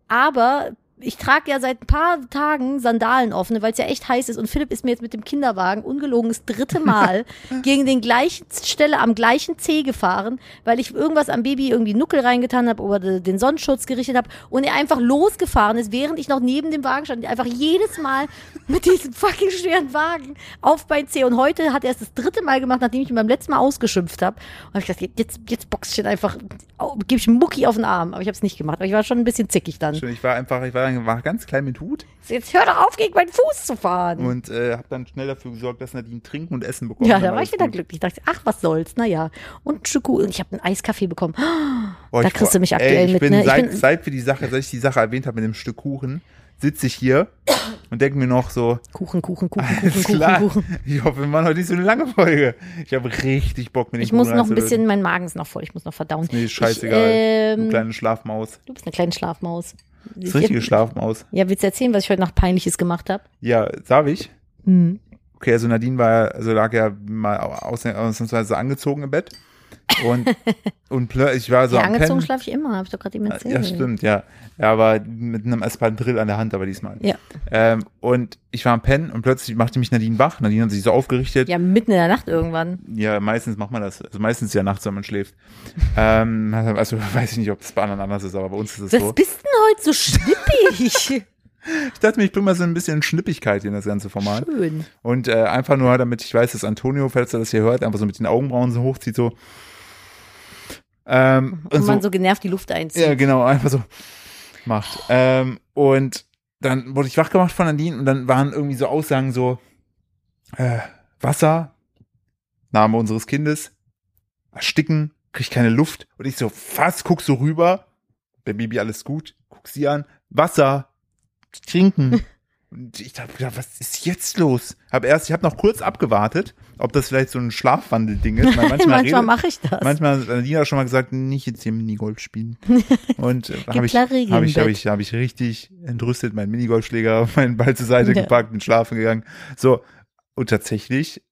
Speaker 2: Aber ich trage ja seit ein paar Tagen Sandalen offene, weil es ja echt heiß ist. Und Philipp ist mir jetzt mit dem Kinderwagen ungelogen das dritte Mal gegen den gleichen Stelle am gleichen Zeh gefahren, weil ich irgendwas am Baby irgendwie Nuckel reingetan habe oder de- den Sonnenschutz gerichtet habe und er einfach losgefahren ist, während ich noch neben dem Wagen stand. Einfach jedes Mal mit diesem fucking schweren Wagen auf mein Zeh. Und heute hat er es das dritte Mal gemacht, nachdem ich ihn beim letzten Mal ausgeschimpft habe. Und hab ich dachte, jetzt, jetzt boxe ich ihn einfach, oh, gebe ich einen Mucki auf den Arm. Aber ich habe es nicht gemacht. Aber ich war schon ein bisschen zickig dann.
Speaker 1: Schön, ich war einfach, ich war, war ganz klein mit Hut
Speaker 2: Jetzt hör doch auf, gegen meinen Fuß zu fahren.
Speaker 1: und äh, habe dann schnell dafür gesorgt, dass Nadine trinken und essen bekommt.
Speaker 2: ja,
Speaker 1: Dann
Speaker 2: da war
Speaker 1: alles
Speaker 2: ich wieder
Speaker 1: gut.
Speaker 2: glücklich. Ich dachte, ach, was soll's, naja. Und Schuku, und ich habe einen Eiskaffee bekommen.
Speaker 1: Oh,
Speaker 2: Da
Speaker 1: ich
Speaker 2: kriegst
Speaker 1: freu-
Speaker 2: du mich aktuell
Speaker 1: ey, ich
Speaker 2: mit,
Speaker 1: Bin
Speaker 2: ne? Ich
Speaker 1: seit,
Speaker 2: bin-
Speaker 1: seit wir die Sache, seit ich die Sache erwähnt habe mit dem Stück Kuchen, sitze ich hier und denke mir noch so,
Speaker 2: Kuchen, Kuchen, Kuchen, Kuchen,
Speaker 1: alles
Speaker 2: Kuchen,
Speaker 1: klar,
Speaker 2: Kuchen.
Speaker 1: ich hoffe, wir machen heute nicht so eine lange Folge. Ich habe richtig Bock, mir den
Speaker 2: Ich
Speaker 1: Kuchen
Speaker 2: muss noch ein
Speaker 1: reinzulöten.
Speaker 2: bisschen, mein Magen ist noch voll, ich muss noch verdauen.
Speaker 1: Mir ist scheißegal,
Speaker 2: Ich, ähm,
Speaker 1: du kleine Schlafmaus.
Speaker 2: du bist eine kleine Schlafmaus.
Speaker 1: Das richtige Schlafen aus.
Speaker 2: Ja, willst du erzählen, was ich heute Nacht Peinliches gemacht habe?
Speaker 1: Ja, darf ich?
Speaker 2: Hm.
Speaker 1: Okay, also Nadine war, also lag ja mal aus, ausnahmsweise angezogen im Bett. Und, und plö- ich war so
Speaker 2: ja,
Speaker 1: am
Speaker 2: angezogen
Speaker 1: Pennen.
Speaker 2: schlafe ich immer, habe ich doch gerade eben erzählt.
Speaker 1: Ja, stimmt, ja. ja. Aber mit einem Espandrill an der Hand, aber diesmal.
Speaker 2: Ja.
Speaker 1: Ähm, und ich war am Pennen und plötzlich machte mich Nadine wach. Nadine hat sich so aufgerichtet.
Speaker 2: Ja, mitten in der Nacht irgendwann.
Speaker 1: Ja, meistens macht man das. Also meistens ja nachts, wenn man schläft. ähm, also weiß ich nicht, ob das bei anderen anders ist, aber bei uns ist es
Speaker 2: Was
Speaker 1: so.
Speaker 2: bist denn heute so schnippig?
Speaker 1: Ich dachte mir, ich bringe mal so ein bisschen Schnippigkeit in das ganze Format.
Speaker 2: Schön.
Speaker 1: Und äh, einfach nur, damit ich weiß, dass Antonio, falls er das hier hört, einfach so mit den Augenbrauen so hochzieht, so. Ähm, und,
Speaker 2: Und
Speaker 1: so,
Speaker 2: man so genervt die Luft einzieht.
Speaker 1: Ja, genau, einfach so macht. Ähm, und dann wurde ich wach gemacht von Nadine und dann waren irgendwie so Aussagen so, äh, Wasser, Name unseres Kindes, ersticken, krieg keine Luft. Und ich so, was, guck so rüber, der Baby alles gut, guck sie an, Wasser, trinken. Und ich dachte, was ist jetzt los? Hab erst, ich habe noch kurz abgewartet, ob das vielleicht so ein Schlafwandel-Ding ist. weil Manchmal,
Speaker 2: Manchmal
Speaker 1: redet-
Speaker 2: mache ich das.
Speaker 1: Manchmal hat Nadina schon mal gesagt, nicht jetzt hier Minigolf spielen. Und äh, habe ich,
Speaker 2: klar
Speaker 1: hab
Speaker 2: Regeln
Speaker 1: ich,
Speaker 2: im
Speaker 1: hab ich,
Speaker 2: Bett.
Speaker 1: hab ich, hab ich richtig entrüstet meinen Minigolfschläger, meinen Ball zur Seite
Speaker 2: Ja.
Speaker 1: gepackt und schlafen gegangen. So, und tatsächlich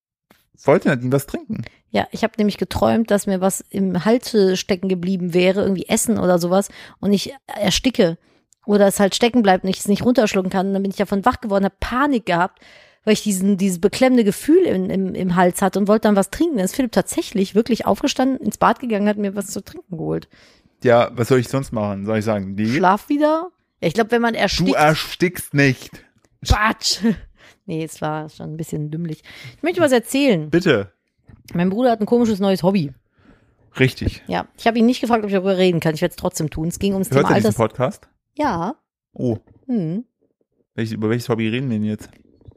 Speaker 1: wollte Nadine was trinken.
Speaker 2: Ja, ich habe nämlich geträumt, dass mir was im Hals stecken geblieben wäre, irgendwie Essen oder sowas, und ich ersticke oder es halt stecken bleibt und ich es nicht runterschlucken kann. Und dann bin ich davon wach geworden, habe Panik gehabt, weil ich diesen, dieses beklemmende Gefühl im, im, im Hals hatte und wollte dann was trinken. Dann ist Philipp tatsächlich wirklich aufgestanden, ins Bad gegangen, hat mir was zu trinken geholt.
Speaker 1: Ja, was soll ich sonst machen? Soll ich sagen, nee,
Speaker 2: Schlaf wieder. Ja, ich glaube, wenn man erstickt,
Speaker 1: Mhm. du erstickst nicht.
Speaker 2: Quatsch. Nee, es war schon ein bisschen dümmlich. Ich möchte was erzählen.
Speaker 1: Bitte.
Speaker 2: Mein Bruder hat ein komisches neues Hobby.
Speaker 1: Richtig.
Speaker 2: Ja, ich habe ihn nicht gefragt, ob ich darüber reden kann. Ich werde es trotzdem tun. Es ging ums
Speaker 1: Hört
Speaker 2: Thema
Speaker 1: ihr diesen
Speaker 2: Alters.
Speaker 1: Podcast?
Speaker 2: Ja.
Speaker 1: Oh,
Speaker 2: Hm.
Speaker 1: welch, über welches Hobby reden wir denn jetzt?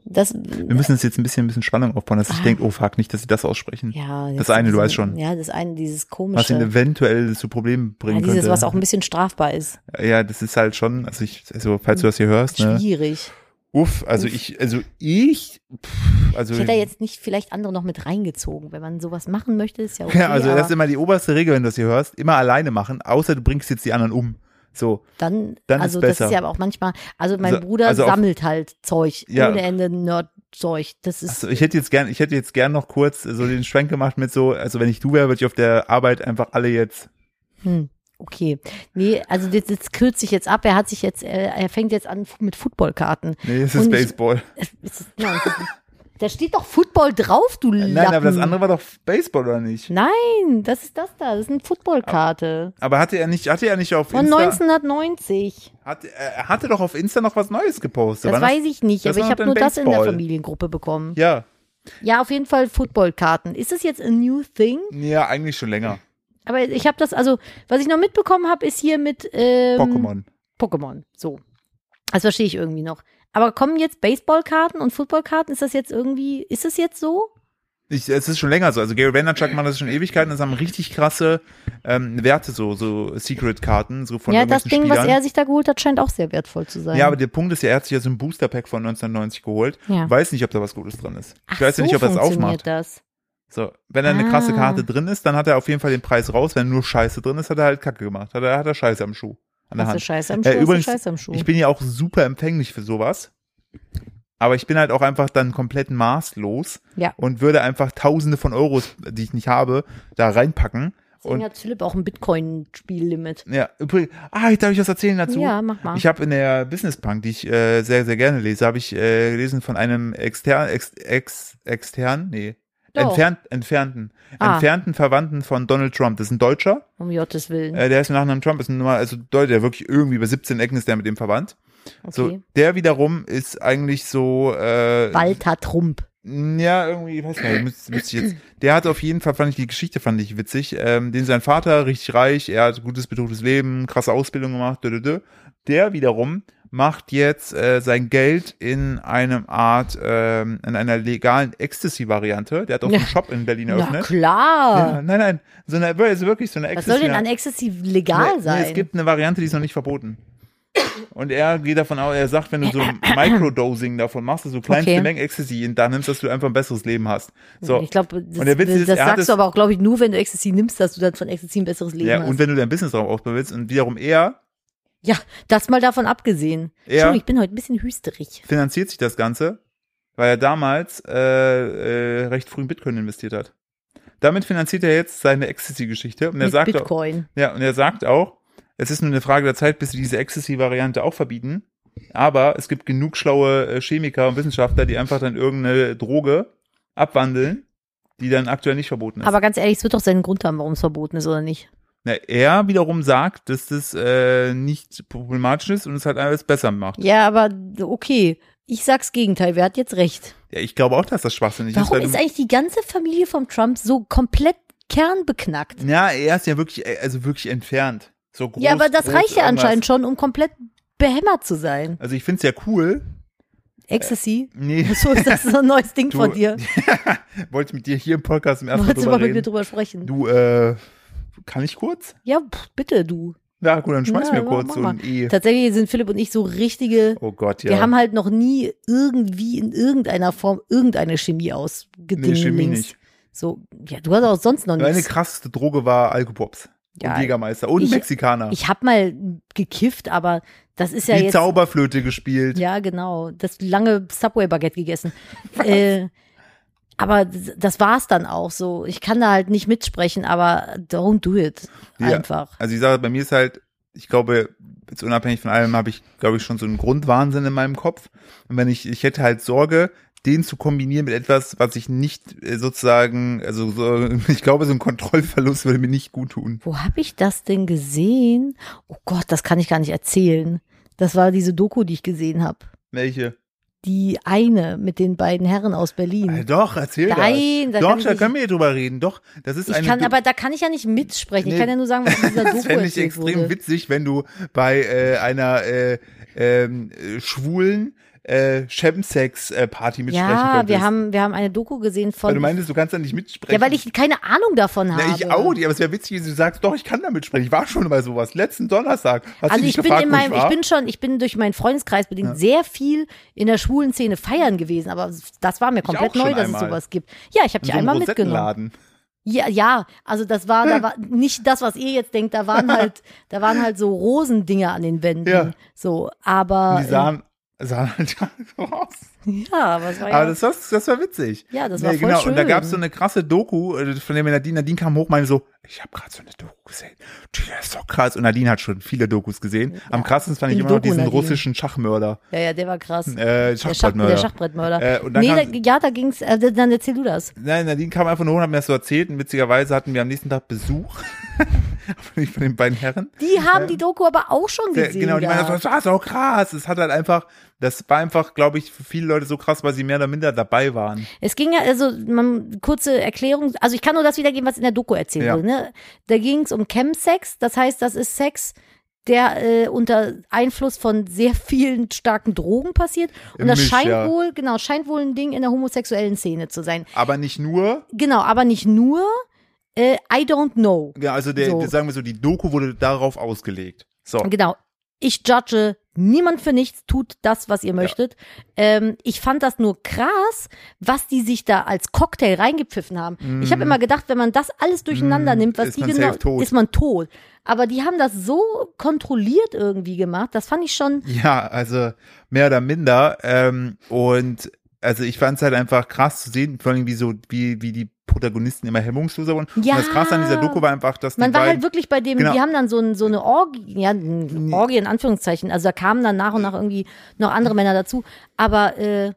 Speaker 2: Das.
Speaker 1: Wir müssen uns jetzt ein bisschen, ein bisschen Spannung aufbauen, dass ich
Speaker 2: Ah.
Speaker 1: denke, oh fuck, nicht, dass sie das aussprechen.
Speaker 2: Ja.
Speaker 1: Das eine, du weißt schon.
Speaker 2: Ja, das eine, dieses
Speaker 1: Was ihn
Speaker 2: komische.
Speaker 1: eventuell zu Problemen
Speaker 2: Ja,
Speaker 1: bringen
Speaker 2: dieses,
Speaker 1: könnte.
Speaker 2: was auch ein bisschen strafbar ist.
Speaker 1: Ja, das ist halt schon, also ich, also falls du das hier hörst, ne?
Speaker 2: Schwierig.
Speaker 1: Uff, also ich, also ich, pff, also
Speaker 2: Ich hätte da jetzt nicht vielleicht andere noch mit reingezogen. Wenn man sowas machen möchte, ist ja okay.
Speaker 1: ja, also das ist
Speaker 2: aber
Speaker 1: immer die oberste Regel, wenn du das hier hörst, immer alleine machen, außer du bringst jetzt die anderen um. So,
Speaker 2: dann,
Speaker 1: dann ist
Speaker 2: also das
Speaker 1: besser.
Speaker 2: ist ja aber auch manchmal, also mein
Speaker 1: Also-
Speaker 2: Bruder
Speaker 1: also auf-
Speaker 2: sammelt halt Zeug,
Speaker 1: Ja.
Speaker 2: ohne Ende Nerdzeug. Das ist
Speaker 1: also ich hätte jetzt gern, ich hätte jetzt gern noch kurz so den Schwenk gemacht mit so, also wenn ich du wäre, würde ich auf der Arbeit einfach alle jetzt.
Speaker 2: Hm, okay. Nee, also das, das kürze ich jetzt ab. Er hat sich jetzt, äh, er fängt jetzt an f- mit Footballkarten.
Speaker 1: Nee, es
Speaker 2: Und
Speaker 1: ist
Speaker 2: ich-
Speaker 1: Baseball.
Speaker 2: Es ist- nein, es ist- Da steht doch Football drauf, du Lappen.
Speaker 1: Äh, Nein, aber das andere war doch Baseball oder nicht?
Speaker 2: Nein, das ist das da. Das ist eine Footballkarte.
Speaker 1: Aber hatte er nicht, hatte er nicht auf
Speaker 2: Von
Speaker 1: Insta,
Speaker 2: 1990.
Speaker 1: hatte, er hatte doch auf Insta noch was Neues gepostet.
Speaker 2: Das
Speaker 1: war
Speaker 2: weiß ich nicht,
Speaker 1: das
Speaker 2: aber
Speaker 1: war
Speaker 2: ich
Speaker 1: doch
Speaker 2: habe nur
Speaker 1: dann
Speaker 2: das in der
Speaker 1: Baseball.
Speaker 2: Familiengruppe bekommen.
Speaker 1: Ja,
Speaker 2: Ja, auf jeden Fall Footballkarten. Ist das jetzt a new thing?
Speaker 1: ja, eigentlich schon länger.
Speaker 2: Aber ich habe das, also, was ich noch mitbekommen habe, ist hier mit ähm,
Speaker 1: Pokémon.
Speaker 2: Pokémon. So. Das verstehe ich irgendwie noch. Aber kommen jetzt Baseballkarten und Footballkarten? Ist das jetzt irgendwie, ist es jetzt so?
Speaker 1: Ich, es ist schon länger so. Also Gary Vaynerchuk macht das schon Ewigkeiten. Das haben richtig krasse ähm, Werte, so, so Secret-Karten, so von
Speaker 2: ja, das
Speaker 1: irgendwelchen
Speaker 2: Ding, was
Speaker 1: Spielern.
Speaker 2: er sich da geholt hat, scheint auch sehr wertvoll zu sein.
Speaker 1: ja, aber der Punkt ist ja, er hat sich ja so ein Booster-Pack von 1990 geholt.
Speaker 2: Ja.
Speaker 1: Weiß nicht, ob da was Gutes drin ist. Ich
Speaker 2: Ach,
Speaker 1: weiß ja
Speaker 2: so
Speaker 1: nicht, ob er es
Speaker 2: funktioniert
Speaker 1: aufmacht.
Speaker 2: Das.
Speaker 1: So, wenn da eine krasse
Speaker 2: Ah.
Speaker 1: Karte drin ist, dann hat er auf jeden Fall den Preis raus. Wenn nur Scheiße drin ist, hat er halt Kacke gemacht. Hat er, hat er Scheiße am Schuh. An der
Speaker 2: Hast du
Speaker 1: Hand.
Speaker 2: Scheiße am
Speaker 1: Äh,
Speaker 2: Schuh? hast du
Speaker 1: übrigens,
Speaker 2: Scheiße am Schuh?
Speaker 1: Ich bin ja auch super empfänglich für sowas. Aber ich bin halt auch einfach dann komplett maßlos
Speaker 2: Ja.
Speaker 1: und würde einfach tausende von Euros, die ich nicht habe, da reinpacken. Und
Speaker 2: Deswegen hat Philipp auch ein Bitcoin-Spiellimit.
Speaker 1: Ja, übrigens, ah, jetzt darf ich was erzählen dazu.
Speaker 2: Ja, mach mal.
Speaker 1: Ich habe in der Business Punk, die ich äh, sehr, sehr gerne lese, habe ich äh, gelesen von einem extern, ex, ex, extern, nee,
Speaker 2: Doch.
Speaker 1: entfernt, entfernten,
Speaker 2: Ah.
Speaker 1: entfernten Verwandten von Donald Trump. Das ist ein Deutscher,
Speaker 2: um Gottes Willen.
Speaker 1: äh, der ist mit Nachnamen Trump, ist ein Nummer, also Deutscher, der wirklich irgendwie über 17 Ecken ist der mit dem verwandt. So, äh,
Speaker 2: okay.
Speaker 1: der wiederum ist eigentlich so, äh,
Speaker 2: Walter Trump.
Speaker 1: Hm, ja, irgendwie, weiß nicht, müsste, müsste ich jetzt. Der hat auf jeden Fall, fand ich die Geschichte, fand ich witzig. Ähm, den sein Vater, richtig reich, er hat gutes, betuchtes Leben, krasse Ausbildung gemacht, dö, dö, dö. Der wiederum macht jetzt äh, sein Geld in einem Art, ähm, in einer legalen Ecstasy-Variante. Der hat auch
Speaker 2: Ja.
Speaker 1: einen Shop in Berlin
Speaker 2: Na
Speaker 1: eröffnet.
Speaker 2: klar.
Speaker 1: Ja, nein, nein, so eine, also wirklich so eine
Speaker 2: Was
Speaker 1: Ecstasy.
Speaker 2: soll denn an Ecstasy legal
Speaker 1: Nee,
Speaker 2: sein?
Speaker 1: Nee, es gibt eine Variante, die ist noch nicht verboten. Und er geht davon aus, er sagt, wenn du so ein Microdosing davon machst, also so kleinste
Speaker 2: Okay.
Speaker 1: Mengen Ecstasy da nimmst, dass du einfach ein besseres Leben hast. So.
Speaker 2: Ich glaube, das,
Speaker 1: Und der Witz ist,
Speaker 2: das
Speaker 1: er hat
Speaker 2: sagst
Speaker 1: es-
Speaker 2: du aber auch, glaube ich, nur, wenn du Ecstasy nimmst, dass du dann von Ecstasy ein besseres Leben
Speaker 1: ja,
Speaker 2: hast.
Speaker 1: und wenn du dein Business darauf aufbaust und wiederum er
Speaker 2: Ja, das mal davon abgesehen.
Speaker 1: Ja.
Speaker 2: Entschuldigung, ich bin heute ein bisschen hüsterig.
Speaker 1: Finanziert sich das Ganze, weil er damals äh, äh, recht früh in Bitcoin investiert hat. Damit finanziert er jetzt seine Ecstasy-Geschichte und er
Speaker 2: Mit
Speaker 1: sagt, auch,
Speaker 2: Bitcoin.
Speaker 1: ja, und er sagt auch, es ist nur eine Frage der Zeit, bis sie diese Ecstasy-Variante auch verbieten. Aber es gibt genug schlaue äh, Chemiker und Wissenschaftler, die einfach dann irgendeine Droge abwandeln, die dann aktuell nicht verboten ist.
Speaker 2: Aber ganz ehrlich, es wird doch seinen Grund haben, warum es verboten ist oder nicht.
Speaker 1: Na, er wiederum sagt, dass das äh, nicht problematisch ist und es halt alles besser macht.
Speaker 2: Ja, aber okay. Ich sag's Gegenteil, wer hat jetzt recht?
Speaker 1: Ja, ich glaube auch, dass das schwachsinnig
Speaker 2: Warum
Speaker 1: ist.
Speaker 2: ist
Speaker 1: weil
Speaker 2: eigentlich die ganze Familie von Trump so komplett kernbeknackt?
Speaker 1: du, ja, er ist ja wirklich, äh, also wirklich entfernt. So groß,
Speaker 2: ja, aber das
Speaker 1: groß,
Speaker 2: reicht ja
Speaker 1: irgendwas.
Speaker 2: anscheinend schon, um komplett behämmert zu sein.
Speaker 1: Also ich find's ja cool.
Speaker 2: Ecstasy?
Speaker 1: Nee,
Speaker 2: So ist das so ein neues Ding
Speaker 1: Äh. Du-
Speaker 2: von dir.
Speaker 1: wollte mit dir hier im Podcast im ersten Mal
Speaker 2: Wolltest du
Speaker 1: drüber
Speaker 2: mal mit mir
Speaker 1: reden.
Speaker 2: drüber sprechen?
Speaker 1: Du, äh, kann ich kurz?
Speaker 2: Ja, pff, bitte, du.
Speaker 1: Ja, gut, dann schmeiß
Speaker 2: Ja,
Speaker 1: mir
Speaker 2: mach-
Speaker 1: kurz
Speaker 2: mach
Speaker 1: so
Speaker 2: mal.
Speaker 1: ein E.
Speaker 2: Tatsächlich sind Philipp und ich so richtige,
Speaker 1: Oh Gott, ja.
Speaker 2: wir haben halt noch nie irgendwie in irgendeiner Form irgendeine Chemie ausgedingt.
Speaker 1: Nee, Chemie nicht.
Speaker 2: So, ja, du hast auch sonst noch
Speaker 1: Meine
Speaker 2: nichts.
Speaker 1: krasseste Droge war Alkopops.
Speaker 2: Ja,
Speaker 1: und Jägermeister und
Speaker 2: ich-
Speaker 1: Mexikaner.
Speaker 2: Ich habe mal gekifft, aber das ist ja
Speaker 1: die
Speaker 2: jetzt.
Speaker 1: Zauberflöte gespielt.
Speaker 2: Ja, genau. Das lange Subway-Baguette gegessen. Äh, aber d- das war's dann auch so. Ich kann da halt nicht mitsprechen, aber don't do it.
Speaker 1: Ja.
Speaker 2: Einfach.
Speaker 1: Also ich sage, bei mir ist halt, ich glaube, jetzt unabhängig von allem habe ich, glaube ich, schon so einen Grundwahnsinn in meinem Kopf. Und wenn ich, ich hätte halt Sorge, den zu kombinieren mit etwas, was ich nicht äh, sozusagen, also so, ich glaube, so ein Kontrollverlust würde mir nicht gut tun.
Speaker 2: Wo habe ich das denn gesehen? Oh Gott, das kann ich gar nicht erzählen. Das war diese Doku, die ich gesehen habe.
Speaker 1: Welche?
Speaker 2: Die eine mit den beiden Herren aus
Speaker 1: Äh,
Speaker 2: Berlin.
Speaker 1: doch, erzähl
Speaker 2: Hm. Nein,
Speaker 1: das.
Speaker 2: da
Speaker 1: Doch,
Speaker 2: kann ich
Speaker 1: da
Speaker 2: nicht-
Speaker 1: können wir hier drüber reden. Doch, das ist
Speaker 2: Ich
Speaker 1: eine.
Speaker 2: kann,
Speaker 1: Du-
Speaker 2: aber da kann ich ja nicht mitsprechen.
Speaker 1: Nee.
Speaker 2: Ich kann ja nur sagen, was in dieser Doku
Speaker 1: das fände ich
Speaker 2: erzählt
Speaker 1: extrem
Speaker 2: wurde.
Speaker 1: witzig, wenn du bei äh, einer äh, ähm, äh, schwulen äh, Chemsex-Party mitsprechen
Speaker 2: Ja,
Speaker 1: könntest.
Speaker 2: wir haben, wir haben eine Doku gesehen
Speaker 1: Weil du
Speaker 2: von.
Speaker 1: meintest, du kannst da nicht mitsprechen.
Speaker 2: Ja, weil ich keine Ahnung davon habe.
Speaker 1: Na, ich auch, nicht, aber es wäre witzig, wenn du sagst, doch, ich kann da mitsprechen. Ich war schon mal sowas. Letzten Donnerstag. Hast du
Speaker 2: also
Speaker 1: mich
Speaker 2: ich bin
Speaker 1: gefragt,
Speaker 2: in
Speaker 1: wo
Speaker 2: meinem,
Speaker 1: ich,
Speaker 2: ich
Speaker 1: war?
Speaker 2: bin schon, ich bin durch meinen Freundeskreis bedingt sehr viel in der schwulen Szene feiern gewesen, aber das war mir
Speaker 1: auch
Speaker 2: komplett
Speaker 1: schon
Speaker 2: neu, dass es
Speaker 1: einmal.
Speaker 2: sowas gibt. Ja, ich habe
Speaker 1: in
Speaker 2: die
Speaker 1: so einem
Speaker 2: einmal mitgenommen.
Speaker 1: Rosettenladen.
Speaker 2: Ja, ja, also das war, da war nicht das, was ihr jetzt denkt, da waren halt, da waren halt so Rosendinger an den Wänden.
Speaker 1: Ja.
Speaker 2: So, aber ähm,
Speaker 1: Und die sahen, sahen halt so aus.
Speaker 2: ja, aber es war Ah, ja,
Speaker 1: Aber das, war- das war witzig.
Speaker 2: Ja, das war voll
Speaker 1: genau. Und da
Speaker 2: schön.
Speaker 1: gab es so eine krasse Doku, äh, von der mir Nadine, Nadine kam hoch, meinte so, ich habe gerade so eine Doku gesehen. Die ist so krass. Und Nadine hat schon viele Dokus gesehen. Am krassesten fand ich
Speaker 2: viele
Speaker 1: immer noch diesen
Speaker 2: Doku-Nadine.
Speaker 1: russischen Schachmörder.
Speaker 2: ja, ja, der war krass.
Speaker 1: Äh,
Speaker 2: der, Schach,
Speaker 1: Schachbrettmörder.
Speaker 2: der
Speaker 1: Äh,
Speaker 2: Schachbrettmörder.
Speaker 1: und dann
Speaker 2: nee, da,
Speaker 1: kam-
Speaker 2: ja, da ging's, äh, dann erzähl du das.
Speaker 1: Nein, Nadine kam einfach nur hoch und hat mir das so erzählt. Und witzigerweise hatten wir am nächsten Tag Besuch von von den beiden Herren.
Speaker 2: Die haben die Doku aber auch schon
Speaker 1: Der-
Speaker 2: gesehen.
Speaker 1: genau, die meinen, das
Speaker 2: gehabt.
Speaker 1: war, das war so krass. Es hat halt einfach, das war einfach, glaube ich, für viele Leute so krass, weil sie mehr oder minder dabei waren.
Speaker 2: Es ging ja, also man, kurze Erklärung, also ich kann nur das wiedergeben, was in der Doku erzählt
Speaker 1: Ja.
Speaker 2: wurde. Ne? Da ging es um Chemsex, das heißt, das ist Sex, der äh, unter Einfluss von sehr vielen starken Drogen passiert. Und das
Speaker 1: Misch,
Speaker 2: scheint
Speaker 1: ja.
Speaker 2: wohl, genau, scheint wohl ein Ding in der homosexuellen Szene zu sein.
Speaker 1: Aber nicht nur,
Speaker 2: Genau, aber nicht nur, äh, I don't know.
Speaker 1: ja, also der,
Speaker 2: So.
Speaker 1: der- sagen wir so, die Doku wurde darauf ausgelegt. So.
Speaker 2: Genau. Ich judge niemand für nichts, tut das, was ihr möchtet. Ähm, ich fand das nur krass, was die sich da als Cocktail reingepfiffen haben. Ich habe immer gedacht, wenn man das alles durcheinander
Speaker 1: Mm,
Speaker 2: nimmt, was
Speaker 1: Mhm. ist
Speaker 2: die
Speaker 1: man
Speaker 2: genau,
Speaker 1: safe tot.
Speaker 2: ist man tot. Aber die haben das so kontrolliert irgendwie gemacht, das fand ich schon.
Speaker 1: Ja, also mehr oder minder. Ähm, und also ich fand es halt einfach krass zu sehen, vor allem wie so, wie, wie die Protagonisten immer hemmungsloser wurden.
Speaker 2: Ja.
Speaker 1: Und das krasse an dieser Doku war einfach, dass die
Speaker 2: Man war
Speaker 1: beiden,
Speaker 2: halt wirklich bei dem,
Speaker 1: Genau.
Speaker 2: die haben dann so, ein, so eine Orgie, ja, n- Orgie in Anführungszeichen, also da kamen dann nach und nach irgendwie noch andere Männer dazu, aber äh,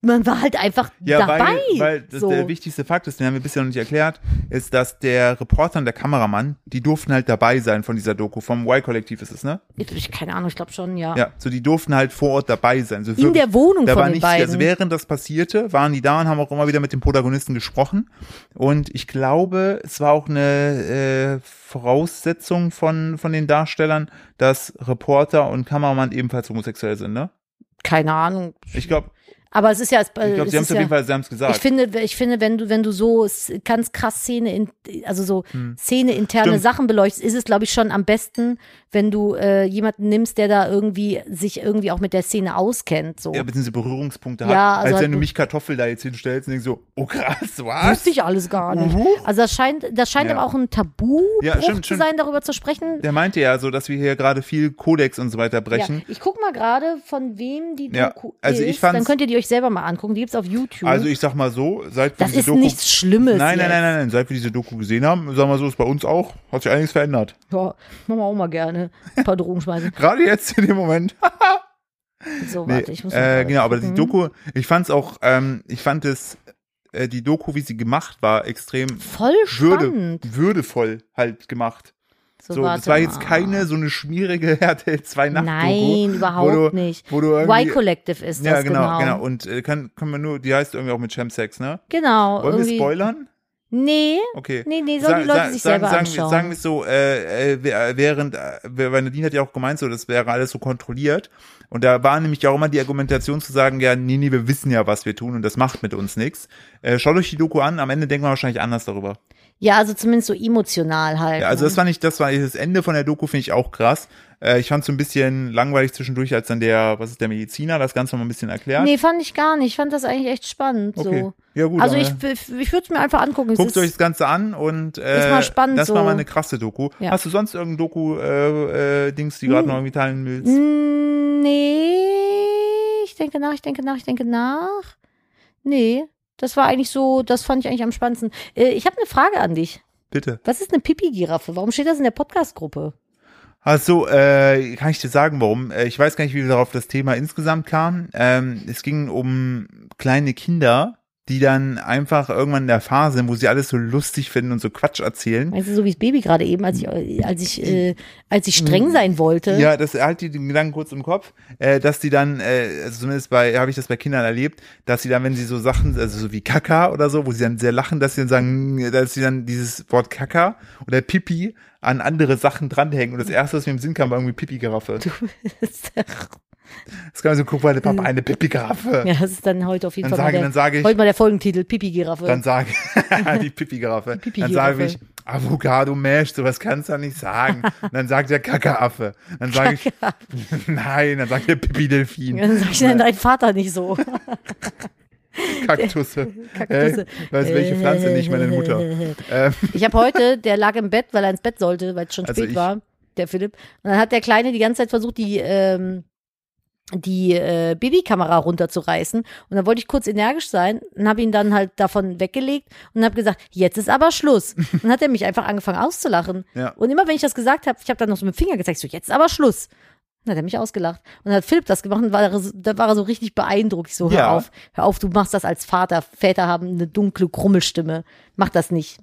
Speaker 2: man war halt einfach
Speaker 1: Ja,
Speaker 2: dabei.
Speaker 1: weil, weil das
Speaker 2: so.
Speaker 1: der wichtigste Fakt ist, den haben wir bisher noch nicht erklärt, ist, dass der Reporter und der Kameramann, die durften halt dabei sein von dieser Doku, vom Y-Kollektiv ist es, ne?
Speaker 2: Ich- ich, keine Ahnung, ich glaube schon,
Speaker 1: Ja, so die durften halt vor Ort dabei sein. So
Speaker 2: In der Wohnung
Speaker 1: da
Speaker 2: von
Speaker 1: war
Speaker 2: den
Speaker 1: nichts, Also
Speaker 2: beiden.
Speaker 1: während das passierte, waren die da und haben auch immer wieder mit dem Protagonisten gesprochen. Und ich glaube, es war auch eine äh, Voraussetzung von, von den Darstellern, dass Reporter und Kameramann ebenfalls homosexuell sind, ne?
Speaker 2: Keine Ahnung.
Speaker 1: Ich glaube,
Speaker 2: Aber es ist ja. Äh, Es, ich
Speaker 1: Ich glaube, sie haben es auf jeden Fall, sie haben es gesagt.
Speaker 2: Ich finde, ich finde, wenn du, wenn du so s- ganz krass Szene in, also so Szene interne
Speaker 1: Hm. Stimmt.
Speaker 2: Sachen beleuchtest, ist es, glaube ich, schon am besten, wenn du äh, jemanden nimmst, der da irgendwie sich irgendwie auch mit der Szene auskennt. So.
Speaker 1: ja, beziehungsweise Berührungspunkte
Speaker 2: Ja,
Speaker 1: hat.
Speaker 2: also
Speaker 1: als
Speaker 2: halt
Speaker 1: wenn du
Speaker 2: gut.
Speaker 1: mich Kartoffel da jetzt hinstellst und denkst so, oh krass, was?
Speaker 2: Wusste ich alles gar nicht.
Speaker 1: Mhm.
Speaker 2: Also das scheint, das scheint
Speaker 1: Ja.
Speaker 2: aber auch ein Tabu
Speaker 1: Ja, stimmt,
Speaker 2: zu
Speaker 1: stimmt.
Speaker 2: sein, darüber zu sprechen.
Speaker 1: Der meinte ja so, dass wir hier gerade viel Kodex und so weiter brechen.
Speaker 2: Ja. Ich guck mal gerade, von wem die
Speaker 1: Ja,
Speaker 2: Doku
Speaker 1: also ich
Speaker 2: ist.
Speaker 1: fand's-
Speaker 2: Dann könnt ihr die euch selber mal angucken. Die gibt's auf YouTube.
Speaker 1: Also ich sag mal so, seit wir
Speaker 2: das
Speaker 1: diese
Speaker 2: ist
Speaker 1: Doku
Speaker 2: nichts Schlimmes.
Speaker 1: Nein, nein,
Speaker 2: jetzt.
Speaker 1: nein, nein, nein. Seit wir diese Doku gesehen haben, sagen wir mal so, ist bei uns auch, hat sich einiges verändert.
Speaker 2: Ja, machen wir auch mal gerne. Ein paar Drogen schmeißen.
Speaker 1: Gerade jetzt in dem Moment.
Speaker 2: So,
Speaker 1: Nee,
Speaker 2: warte, ich muss mal
Speaker 1: äh, genau, aber die
Speaker 2: gucken.
Speaker 1: Doku, ich fand es auch, ähm, ich fand es, äh, die Doku, wie sie gemacht war, extrem
Speaker 2: Voll
Speaker 1: würde,
Speaker 2: spannend.
Speaker 1: würdevoll halt gemacht. So, das
Speaker 2: warte
Speaker 1: war jetzt
Speaker 2: mal.
Speaker 1: keine so eine schmierige RTL 2 Nacht
Speaker 2: Nein, überhaupt
Speaker 1: wo du,
Speaker 2: nicht.
Speaker 1: Wo du irgendwie,
Speaker 2: Y Collective ist
Speaker 1: ja,
Speaker 2: das
Speaker 1: genau,
Speaker 2: genau.
Speaker 1: genau. Und äh, kann, können wir nur, die heißt irgendwie auch mit Chemsex, ne?
Speaker 2: Genau,
Speaker 1: Wollen wir
Speaker 2: irgendwie.
Speaker 1: spoilern?
Speaker 2: Nee,
Speaker 1: Okay.
Speaker 2: nee, nee, sollen die Leute sich
Speaker 1: sagen,
Speaker 2: selber
Speaker 1: sagen,
Speaker 2: anschauen.
Speaker 1: Sagen wir es so, äh, äh, wer- während, äh, weil Nadine hat ja auch gemeint, so, das wäre alles so kontrolliert. Und da war nämlich auch immer die Argumentation zu sagen, ja, nee, nee, wir wissen ja, was wir tun und das macht mit uns nichts. Äh, schaut euch die Doku an, am Ende denkt man wahrscheinlich anders darüber.
Speaker 2: ja, also zumindest so emotional halt.
Speaker 1: Ja, also
Speaker 2: ne?
Speaker 1: das fand ich, das war das Ende von der Doku, finde ich auch krass. Äh, ich fand es so ein bisschen langweilig zwischendurch, als dann der, was ist der Mediziner, das Ganze mal ein bisschen erklärt.
Speaker 2: Nee, fand ich gar nicht. Ich fand das eigentlich echt spannend.
Speaker 1: Okay.
Speaker 2: So.
Speaker 1: Ja, gut,
Speaker 2: also
Speaker 1: aber-
Speaker 2: ich, ich würde es mir einfach angucken. Es
Speaker 1: Guckt
Speaker 2: ist-
Speaker 1: euch das Ganze an und äh,
Speaker 2: Ist mal spannend
Speaker 1: das war
Speaker 2: so.
Speaker 1: mal eine krasse Doku.
Speaker 2: Ja. Hm.
Speaker 1: Hast du sonst irgendein Doku-Dings, äh, äh, Dings, die gerade noch irgendwie teilen willst?
Speaker 2: Mm, Nee, ich denke nach, ich denke nach, ich denke nach. Nee, das war eigentlich so, das fand ich eigentlich am spannendsten. Äh, ich habe eine Frage an dich.
Speaker 1: Bitte.
Speaker 2: Was ist eine Pipi-Giraffe? Warum steht das in der Podcast-Gruppe?
Speaker 1: Achso, äh, kann ich dir sagen, warum? Äh, Ich weiß gar nicht, wie wir darauf das Thema insgesamt kamen. Ähm, es ging um kleine Kinder, die dann einfach irgendwann in der Phase sind, wo sie alles so lustig finden und so Quatsch erzählen.
Speaker 2: Meinst du, so wie das Baby gerade eben, als ich, als ich, äh, als ich streng sein wollte?
Speaker 1: Hm. Ja, das halt die den Gedanken kurz im Kopf, äh, dass die dann, äh, also zumindest bei, habe ich das bei Kindern erlebt, dass sie dann, wenn sie so Sachen, also so wie Kaka oder so, wo sie dann sehr lachen, dass sie dann sagen, dass sie dann dieses Wort Kaka oder Pipi an andere Sachen dranhängen. Und das erste, was mir im Sinn kam, war irgendwie Pipi-Giraffe. Das kann man so gucken, weil der Papa eine Pipi-Giraffe.
Speaker 2: ja, das ist dann heute auf jeden
Speaker 1: Dann sage-
Speaker 2: Fall mal, der,
Speaker 1: dann sage ich-
Speaker 2: heute mal der Folgentitel, Pipi-Giraffe.
Speaker 1: Dann sage die Pipi-Giraffe. Dann
Speaker 2: Pipi-Giraffe.
Speaker 1: sage ich Avocado Mash, sowas kannst du doch nicht sagen. Und dann sagt der Kakaaffe. Dann sage ich Nein, dann sagt der Pipi-Delfin.
Speaker 2: Dann sag ich, nenn deinen Vater nicht so.
Speaker 1: Kaktusse.
Speaker 2: Kaktusse.
Speaker 1: Hey, weiß welche Pflanze nicht meine Mutter. Ähm,
Speaker 2: Ich habe heute, der lag im Bett, weil er ins Bett sollte, weil es schon
Speaker 1: Also
Speaker 2: spät
Speaker 1: ich-
Speaker 2: war, der Philipp. Und dann hat der Kleine die ganze Zeit versucht, die, ähm, die äh, Babykamera runterzureißen. Und dann wollte ich kurz energisch sein und habe ihn dann halt davon weggelegt und habe gesagt, jetzt ist aber Schluss. Und dann hat er mich einfach angefangen auszulachen.
Speaker 1: Ja.
Speaker 2: Und immer wenn ich das gesagt habe, ich habe dann noch so mit dem Finger gezeigt, so jetzt ist aber Schluss. Dann hat er mich ausgelacht. Und dann hat Philipp das gemacht und war, er so- da war er so richtig beeindruckt. Ich so, hör
Speaker 1: Ja.
Speaker 2: auf, hör auf, du machst das als Vater. Väter haben eine dunkle Krummelstimme. Mach das nicht.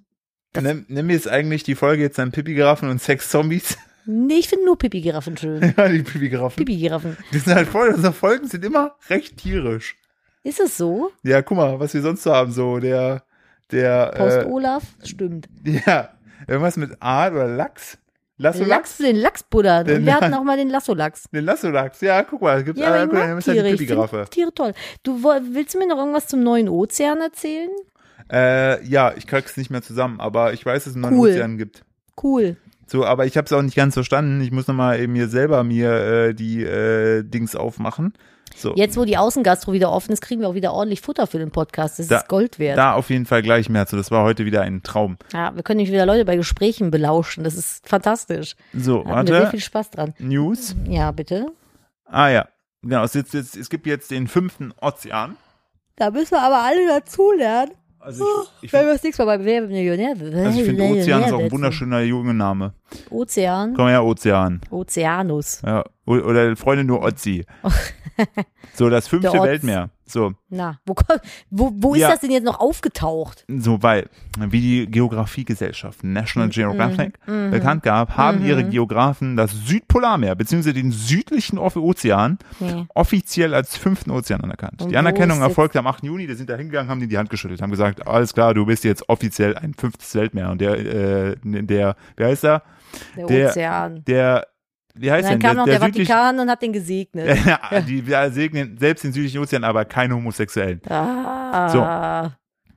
Speaker 1: nimm, nimm jetzt eigentlich die Folge jetzt an Pipi-Giraffen und Sex-Zombies.
Speaker 2: Nee, ich finde nur Pipi-Giraffen schön.
Speaker 1: Ja, die Pipi-Giraffen.
Speaker 2: Pipi-Giraffen.
Speaker 1: Die sind halt voll, unsere Folgen sind immer recht tierisch.
Speaker 2: Ist es so?
Speaker 1: Ja, guck mal, was wir sonst so haben, so der, der,
Speaker 2: Post-Olaf? Stimmt.
Speaker 1: äh, ja, irgendwas mit Aal oder Lachs? Lasso-Lachs?
Speaker 2: Lachs, den Lachsbuddha.
Speaker 1: Den-
Speaker 2: Und wir hatten auch mal den Lasso-Lachs.
Speaker 1: Den Lasso-Lachs, ja, guck mal, gibt's,
Speaker 2: Ja, aber
Speaker 1: ah,
Speaker 2: ich
Speaker 1: guck mal, dann
Speaker 2: mag
Speaker 1: ist halt
Speaker 2: Tiere.
Speaker 1: die
Speaker 2: Ich
Speaker 1: Pipi-Giraffe.
Speaker 2: find Tiere toll. Du woll- willst du mir noch irgendwas zum neuen Ozean erzählen?
Speaker 1: Äh, ja, ich krieg's nicht mehr zusammen, aber ich weiß, dass es einen neuen
Speaker 2: Cool.
Speaker 1: Ozean gibt.
Speaker 2: Cool.
Speaker 1: So, aber ich habe es auch nicht ganz verstanden. Ich muss nochmal eben hier selber mir äh, die äh, Dings aufmachen. So,
Speaker 2: Jetzt, wo die Außengastro wieder offen ist, kriegen wir auch wieder ordentlich Futter für den Podcast. Das
Speaker 1: Da-
Speaker 2: ist Gold wert.
Speaker 1: da auf jeden Fall gleich mehr zu. Das war heute wieder ein Traum.
Speaker 2: Ja, wir können nämlich wieder Leute bei Gesprächen belauschen. Das ist fantastisch.
Speaker 1: So,
Speaker 2: Da hatten wir sehr
Speaker 1: warte.
Speaker 2: viel Spaß dran.
Speaker 1: News.
Speaker 2: Ja, bitte.
Speaker 1: Ah ja, genau. Es, jetzt, jetzt, es gibt jetzt den fünften Ozean.
Speaker 2: Da müssen wir aber alle dazulernen.
Speaker 1: Also ich, ich
Speaker 2: Wenn
Speaker 1: finde
Speaker 2: wir das nächste Mal bei Oh, Wer wird Millionär
Speaker 1: also ich find
Speaker 2: Wer
Speaker 1: Ozean
Speaker 2: wird
Speaker 1: ist auch
Speaker 2: Millionär
Speaker 1: ein wunderschöner junger Name.
Speaker 2: setzen. Ozean.
Speaker 1: Komm her, Ozean.
Speaker 2: Ozeanus.
Speaker 1: Ja. O- Oder Freundin nur Ozi. So, das fünfte
Speaker 2: Oh. Der Otz.
Speaker 1: Weltmeer. So,
Speaker 2: Na, wo, komm- wo, wo ist
Speaker 1: Ja.
Speaker 2: das denn jetzt noch aufgetaucht?
Speaker 1: so weil, wie die Geografiegesellschaft
Speaker 2: Mhm.
Speaker 1: National Geographic bekannt gab, haben ihre Geografen das Südpolarmeer bzw. den südlichen O- Ozean
Speaker 2: Nee.
Speaker 1: offiziell als fünften Ozean anerkannt.
Speaker 2: Und
Speaker 1: die
Speaker 2: wo
Speaker 1: Anerkennung
Speaker 2: ist jetzt-
Speaker 1: erfolgte am 8. Juni, die sind da hingegangen, haben denen die Hand geschüttelt, haben gesagt, alles klar, du bist jetzt offiziell ein fünftes Weltmeer. Und der, äh, der, wer heißt er?
Speaker 2: Der,
Speaker 1: Der-
Speaker 2: Ozean.
Speaker 1: Der wie heißt
Speaker 2: Und dann
Speaker 1: denn
Speaker 2: kam noch der, Vatikan und hat den gesegnet.
Speaker 1: südlich, ja, die wir segnen selbst den südlichen Ozean, aber keine Homosexuellen.
Speaker 2: Ah,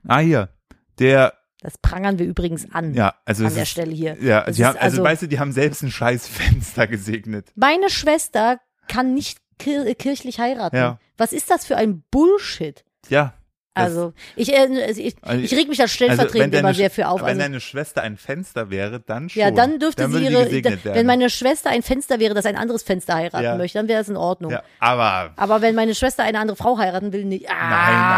Speaker 1: Ah hier, der
Speaker 2: Das prangern wir übrigens an,
Speaker 1: ja, also
Speaker 2: an
Speaker 1: es
Speaker 2: der
Speaker 1: ist,
Speaker 2: Stelle hier.
Speaker 1: ja,
Speaker 2: Das
Speaker 1: sie
Speaker 2: ist
Speaker 1: haben also,
Speaker 2: also-
Speaker 1: weißt du, die haben selbst ein scheiß Fenster gesegnet.
Speaker 2: Meine Schwester kann nicht kir äh, kirchlich heiraten.
Speaker 1: Ja.
Speaker 2: Was ist das für ein Bullshit?
Speaker 1: Ja. das-
Speaker 2: Also, ich, äh, ich,
Speaker 1: Also,
Speaker 2: ich reg mich da stellvertretend immer sehr für auf.
Speaker 1: Wenn
Speaker 2: Also,
Speaker 1: deine Schwester ein Fenster wäre, dann schon.
Speaker 2: ja, dann dürfte sie
Speaker 1: würde die
Speaker 2: ihre,
Speaker 1: gesegnet
Speaker 2: da-
Speaker 1: werden.
Speaker 2: wenn meine Schwester ein Fenster wäre, das ein anderes Fenster heiraten
Speaker 1: Ja.
Speaker 2: möchte, dann wäre das in Ordnung.
Speaker 1: ja, aber
Speaker 2: Aber wenn meine Schwester eine andere Frau heiraten will, nicht. Ah,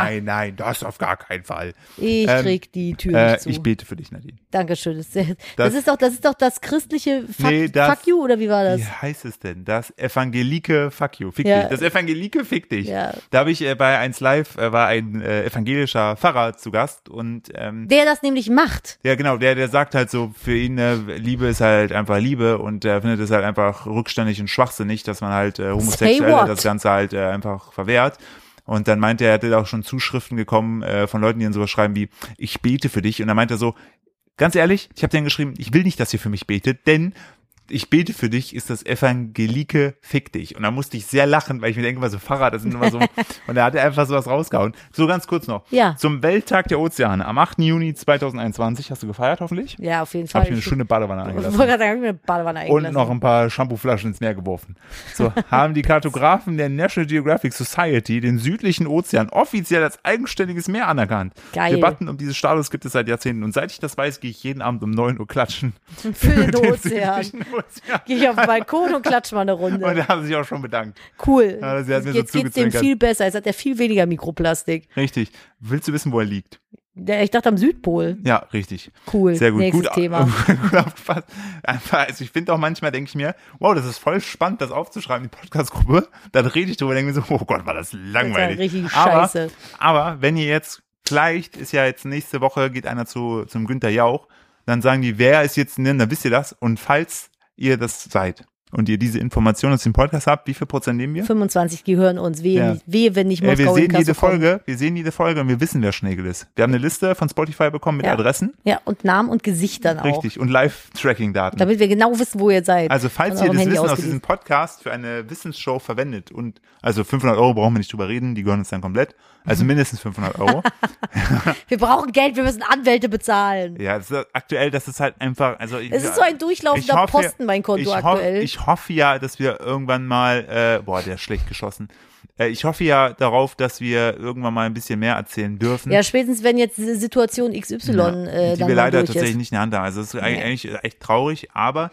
Speaker 1: nein, nein, nein, das auf gar keinen Fall.
Speaker 2: Ich
Speaker 1: Ähm,
Speaker 2: krieg die Tür
Speaker 1: Äh,
Speaker 2: nicht zu.
Speaker 1: ich bete für dich, Nadine.
Speaker 2: Dankeschön. Das, das,
Speaker 1: Das-
Speaker 2: ist doch, das ist doch das christliche Fuck,
Speaker 1: Nee, das-
Speaker 2: Fuck you, oder wie war das?
Speaker 1: Wie heißt es denn? Das Evangelike Fuck you, fick
Speaker 2: Ja.
Speaker 1: dich. Das Evangelike fick dich.
Speaker 2: Ja.
Speaker 1: Da habe ich äh, bei 1 Live äh, war ein äh, evangelischer Pfarrer zu Gast und ähm,
Speaker 2: Wer das nämlich macht,
Speaker 1: ja genau, der der sagt halt so für ihn äh, Liebe ist halt einfach Liebe und er findet es halt einfach rückständig und schwachsinnig, dass man halt äh, Homosexuelle
Speaker 2: what?
Speaker 1: das Ganze halt äh, einfach verwehrt. Und dann meinte er, er hätte auch schon Zuschriften gekommen äh, von Leuten, die dann sowas schreiben wie, ich bete für dich. Und dann meinte er so, ganz ehrlich, ich habe denen geschrieben, ich will nicht, dass ihr für mich betet, denn ich bete für dich ist das Evangelike Fick dich. Und da musste ich sehr lachen, weil ich mir denke, was so Fahrrad, das sind immer so. und da hat er einfach sowas rausgehauen. So ganz kurz noch.
Speaker 2: Ja.
Speaker 1: Zum Welttag der Ozeane am 8. Juni 2021 hast du gefeiert, hoffentlich?
Speaker 2: ja, auf jeden Fall.
Speaker 1: Hab ich mir eine schöne Badewanne
Speaker 2: Ich wollte
Speaker 1: eingelassen.
Speaker 2: gerade sagen, hab ich mir eine Badewanne
Speaker 1: Und
Speaker 2: eingelassen.
Speaker 1: noch ein paar Shampooflaschen ins Meer geworfen. So haben die Kartografen der National Geographic Society den südlichen Ozean offiziell als eigenständiges Meer anerkannt.
Speaker 2: Geil.
Speaker 1: Debatten um dieses Status gibt es seit Jahrzehnten. Und seit ich das weiß, gehe ich jeden Abend um 9 Uhr klatschen.
Speaker 2: für den
Speaker 1: Den
Speaker 2: Ozean.
Speaker 1: südlichen Ozean.
Speaker 2: Gehe ich auf den Balkon und klatsche mal eine
Speaker 1: Und
Speaker 2: Runde.
Speaker 1: da haben sie sich auch schon bedankt.
Speaker 2: Cool.
Speaker 1: Ja, sie hat mir so
Speaker 2: Jetzt geht's dem
Speaker 1: zugezwinkert.
Speaker 2: viel besser. Jetzt hat er viel weniger Mikroplastik.
Speaker 1: Richtig. Willst du wissen, wo er liegt?
Speaker 2: Der- Ich dachte am Südpol.
Speaker 1: Ja, richtig.
Speaker 2: Cool.
Speaker 1: Sehr gut.
Speaker 2: Nächstes
Speaker 1: gut,
Speaker 2: Thema.
Speaker 1: gut aufgepasst. Einfach, also ich finde auch manchmal, denke ich mir, wow, das ist voll spannend, das aufzuschreiben, die Podcast-Gruppe. Dann rede ich drüber, denke mir so, oh Gott, war das langweilig.
Speaker 2: Das ist ja richtig
Speaker 1: aber,
Speaker 2: scheiße.
Speaker 1: aber wenn ihr jetzt, vielleicht ist ja jetzt nächste Woche, geht einer zu, zum Günther Jauch, dann sagen die, wer ist jetzt, denn, dann wisst ihr das. Und falls ihr das seid und ihr diese Information aus dem Podcast habt, wie viel Prozent nehmen wir?
Speaker 2: 25 gehören uns. Wehe,
Speaker 1: Ja.
Speaker 2: nicht- wehe wenn nicht
Speaker 1: Ey, wir
Speaker 2: Moskau in
Speaker 1: sehen jede
Speaker 2: Kassel kommt.
Speaker 1: Folge, wir sehen jede Folge und wir wissen, wer Schnegel ist. Wir haben eine Liste von Spotify bekommen mit
Speaker 2: Ja.
Speaker 1: Adressen.
Speaker 2: Ja, und Namen und Gesichtern auch.
Speaker 1: Richtig. Und Live-Tracking-Daten.
Speaker 2: Damit wir genau wissen, wo ihr seid.
Speaker 1: Also falls
Speaker 2: Von
Speaker 1: ihr
Speaker 2: eurem
Speaker 1: das
Speaker 2: Handy
Speaker 1: Wissen aus
Speaker 2: ausgelesen.
Speaker 1: diesem Podcast für eine Wissensshow verwendet und also 500 Euro brauchen wir nicht drüber reden, die gehören uns dann komplett.
Speaker 2: Mhm.
Speaker 1: Also mindestens 500 Euro.
Speaker 2: Wir brauchen Geld, wir müssen Anwälte bezahlen.
Speaker 1: ja, das ist, aktuell, das ist halt einfach. Also
Speaker 2: Es ist so ein durchlaufender Posten, mein Konto
Speaker 1: ich hoff-
Speaker 2: aktuell.
Speaker 1: Ich hoffe ja, dass wir irgendwann mal, äh, boah, der ist schlecht geschossen. Äh, ich hoffe ja darauf, dass wir irgendwann mal ein bisschen mehr erzählen dürfen.
Speaker 2: ja, spätestens wenn jetzt diese Situation XY äh,
Speaker 1: die
Speaker 2: dann
Speaker 1: wir
Speaker 2: mal
Speaker 1: leider
Speaker 2: durch
Speaker 1: tatsächlich
Speaker 2: ist.
Speaker 1: nicht in der Hand haben. Also es ist eigentlich eigentlich echt traurig, aber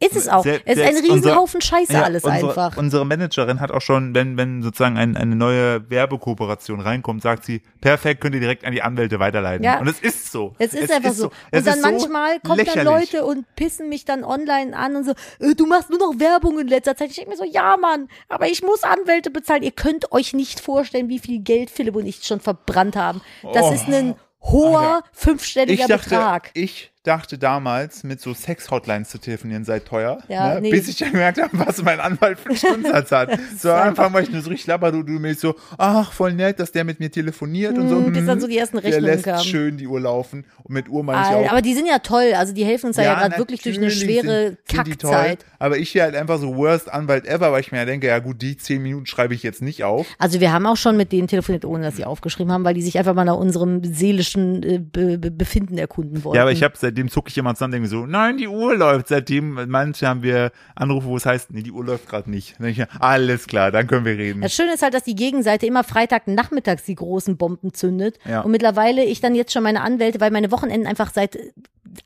Speaker 2: Ist es auch.
Speaker 1: Sel-
Speaker 2: es ist ein
Speaker 1: selbst
Speaker 2: Riesenhaufen
Speaker 1: unser-
Speaker 2: Scheiße
Speaker 1: ja,
Speaker 2: alles
Speaker 1: unsere,
Speaker 2: einfach.
Speaker 1: Unsere Managerin hat auch schon, wenn, wenn sozusagen ein, eine neue Werbekooperation reinkommt, sagt sie, perfekt, könnt ihr direkt an die Anwälte weiterleiten.
Speaker 2: Ja.
Speaker 1: Und es ist so.
Speaker 2: es ist einfach so.
Speaker 1: Es
Speaker 2: Und dann
Speaker 1: ist so
Speaker 2: manchmal kommen dann
Speaker 1: lächerlich.
Speaker 2: Leute und pissen mich dann online an und so, äh, du machst nur noch Werbung in letzter Zeit. Ich denke mir so, ja Mann, aber ich muss Anwälte bezahlen. Ihr könnt euch nicht vorstellen, wie viel Geld Philipp und ich schon verbrannt haben. Das
Speaker 1: Oh.
Speaker 2: ist ein hoher
Speaker 1: Alter.
Speaker 2: fünfstelliger
Speaker 1: Ich dachte,
Speaker 2: Betrag.
Speaker 1: ich dachte damals, mit so Sex-Hotlines zu telefonieren sei teuer,
Speaker 2: Ja,
Speaker 1: ne?
Speaker 2: nee.
Speaker 1: bis ich dann gemerkt habe, was mein Anwalt für einen Stundensatz hat. so am Anfang war ich nur so richtig labber, du, du mich so, ach, voll nett, dass der mit mir telefoniert und so.
Speaker 2: Mm, bis dann
Speaker 1: mm,
Speaker 2: so die ersten
Speaker 1: Der
Speaker 2: Rechnungen
Speaker 1: lässt
Speaker 2: kamen. Ah,
Speaker 1: schön die Uhr laufen und mit Uhr meine ich
Speaker 2: Al-
Speaker 1: auch.
Speaker 2: aber die sind ja toll, also die helfen uns ja, ja gerade wirklich durch eine
Speaker 1: natürlich
Speaker 2: schwere
Speaker 1: sind- sind die toll,
Speaker 2: Kackzeit.
Speaker 1: Aber ich hier halt einfach so worst Anwalt ever, weil ich mir ja denke, ja gut, die zehn Minuten schreibe ich jetzt nicht auf.
Speaker 2: Also wir haben auch schon mit denen telefoniert, ohne dass sie
Speaker 1: Mhm.
Speaker 2: aufgeschrieben haben, weil die sich einfach mal nach unserem seelischen äh, Be Be Befinden erkunden wollten.
Speaker 1: Ja, aber ich habe seitdem zucke ich immer zusammen, denke mir so, nein, die Uhr läuft. Seitdem, manche haben wir Anrufe, wo es heißt, nee, die Uhr läuft gerade nicht. Dann denk ich mir, alles klar, dann können wir reden.
Speaker 2: das Schöne ist halt, dass die Gegenseite immer Freitagnachmittags die großen Bomben zündet.
Speaker 1: Ja.
Speaker 2: Und mittlerweile ich dann jetzt schon meine Anwälte, weil meine Wochenenden einfach seit äh,